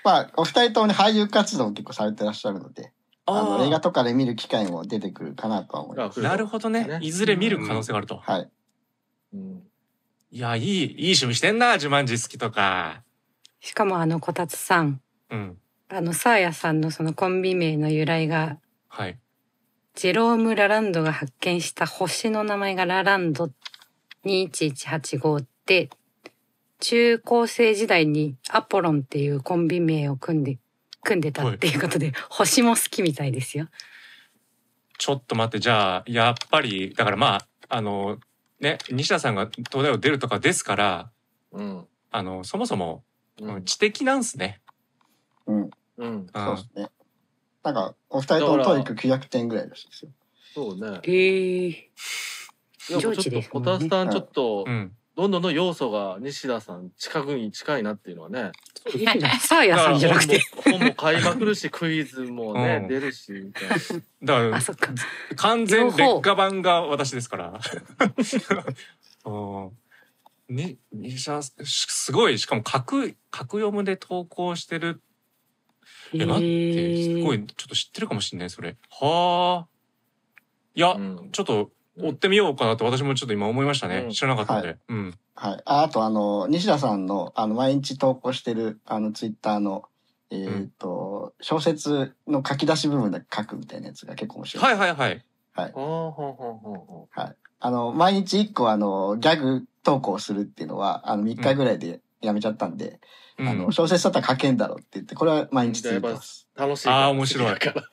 まあ、お二人ともね、俳優活動を結構されてらっしゃるので、あの映画とかで見る機会も出てくるかなとは思います。あ来なるほどねね。いずれ見る可能性があると。はい。うんいや、いい、いい趣味してんな、ジュマンジ好きとか。しかもあの、こたつさん。うん。あの、サーヤさんのそのコンビ名の由来が、はい。ジェローム・ラランドが発見した星の名前がラランド21185で、中高生時代にアポロンっていうコンビ名を組んで、組んでたっていうことで、星も好きみたいですよ。ちょっと待って、じゃあ、やっぱり、だからまあ、あの、ね、西田さんが東大を出るとかですから、うん。あの、そもそも、ううんん。知的なんすね。うん。うそうでんす。ね。なんか、お二人ともトイック900点ぐらいらしいですよ。そうね。へえ。でもちょっ上智と、ですもポんねタスさんちょっとう、ん。どんどんの要素が西田さん近くに近いなっていうのはね。サーヤさんじゃなくて。本も本も買いまくるし、クイズもね、うん出るし、みたいな。だからあ、、そっか。完全劣化版が私ですから。 うんに、にしゃ、しすごい、しかも格、格読むで投稿してる。え、待って、すごへえ。い、ちょっと知ってるかもしんない、それ。はあ。いや、うんちょっと、追ってみようかなと私もちょっと今思いましたね。うん知らなかったんで。うん。はい。あ、あとあの、西田さんの、あの、毎日投稿してる、あの、ツイッターの、えっ、と、小説の書き出し部分だけ書くみたいなやつが結構面白い。はいはいはい。ああ、ほんほんほんほん。あの、毎日一個あの、ギャグ投稿するっていうのは、あの、3日ぐらいでやめちゃったんで、うんあの、小説だったら書けんだろうって言って、これは毎日ツイートです。楽しい。あー面白いから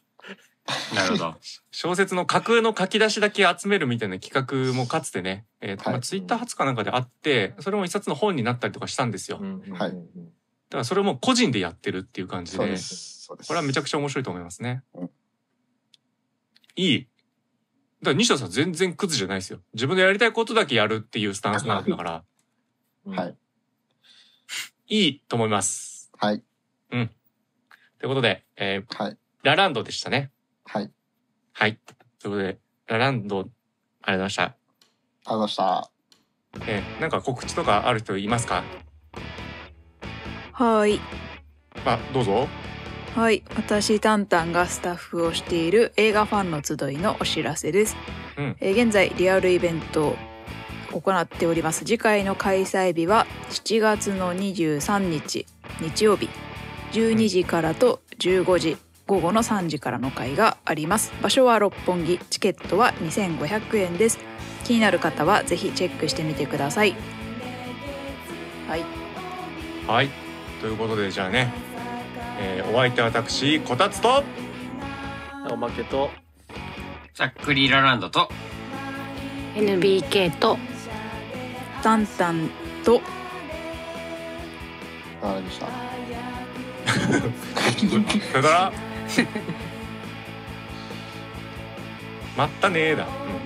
なるほど。小説の架空の書き出しだけ集めるみたいな企画もかつてね、えーとはいまあ、ツイッター発かなんかであって、それも一冊の本になったりとかしたんですよ。 うだんうんうんはいからそれも個人でやってるっていう感じそうでで、す。そうです。これはめちゃくちゃ面白いと思いますねうん。いい。だから西田さん全然クズじゃないですよ。自分でやりたいことだけやるっていうスタンスなんだから、うんはい。いいと思います。はい。ということで、えーはい。ラランドでしたね。はい。ありがはい。ということで、ラランド、ありがとうございました。とうございました。えーなんか告知とかある人いますかはーい。あ、どうぞ。はい。私、タンタンがスタッフをしている映画ファンの集いのお知らせです。うんえー現在、リアルイベントを行っております。次回の開催日は7月の23日、日曜日、12時からと15時、午後の3時からの会があります。場所は六本木、チケットは2500円です。気になる方はぜひチェックしてみてください。はい。はい。ということで、じゃあね、えーお相手は私、こたつと、おまけと、ざっくりラランドと、 NBK と、タンタンとわかりました。 さよなら。まったねーだ。うん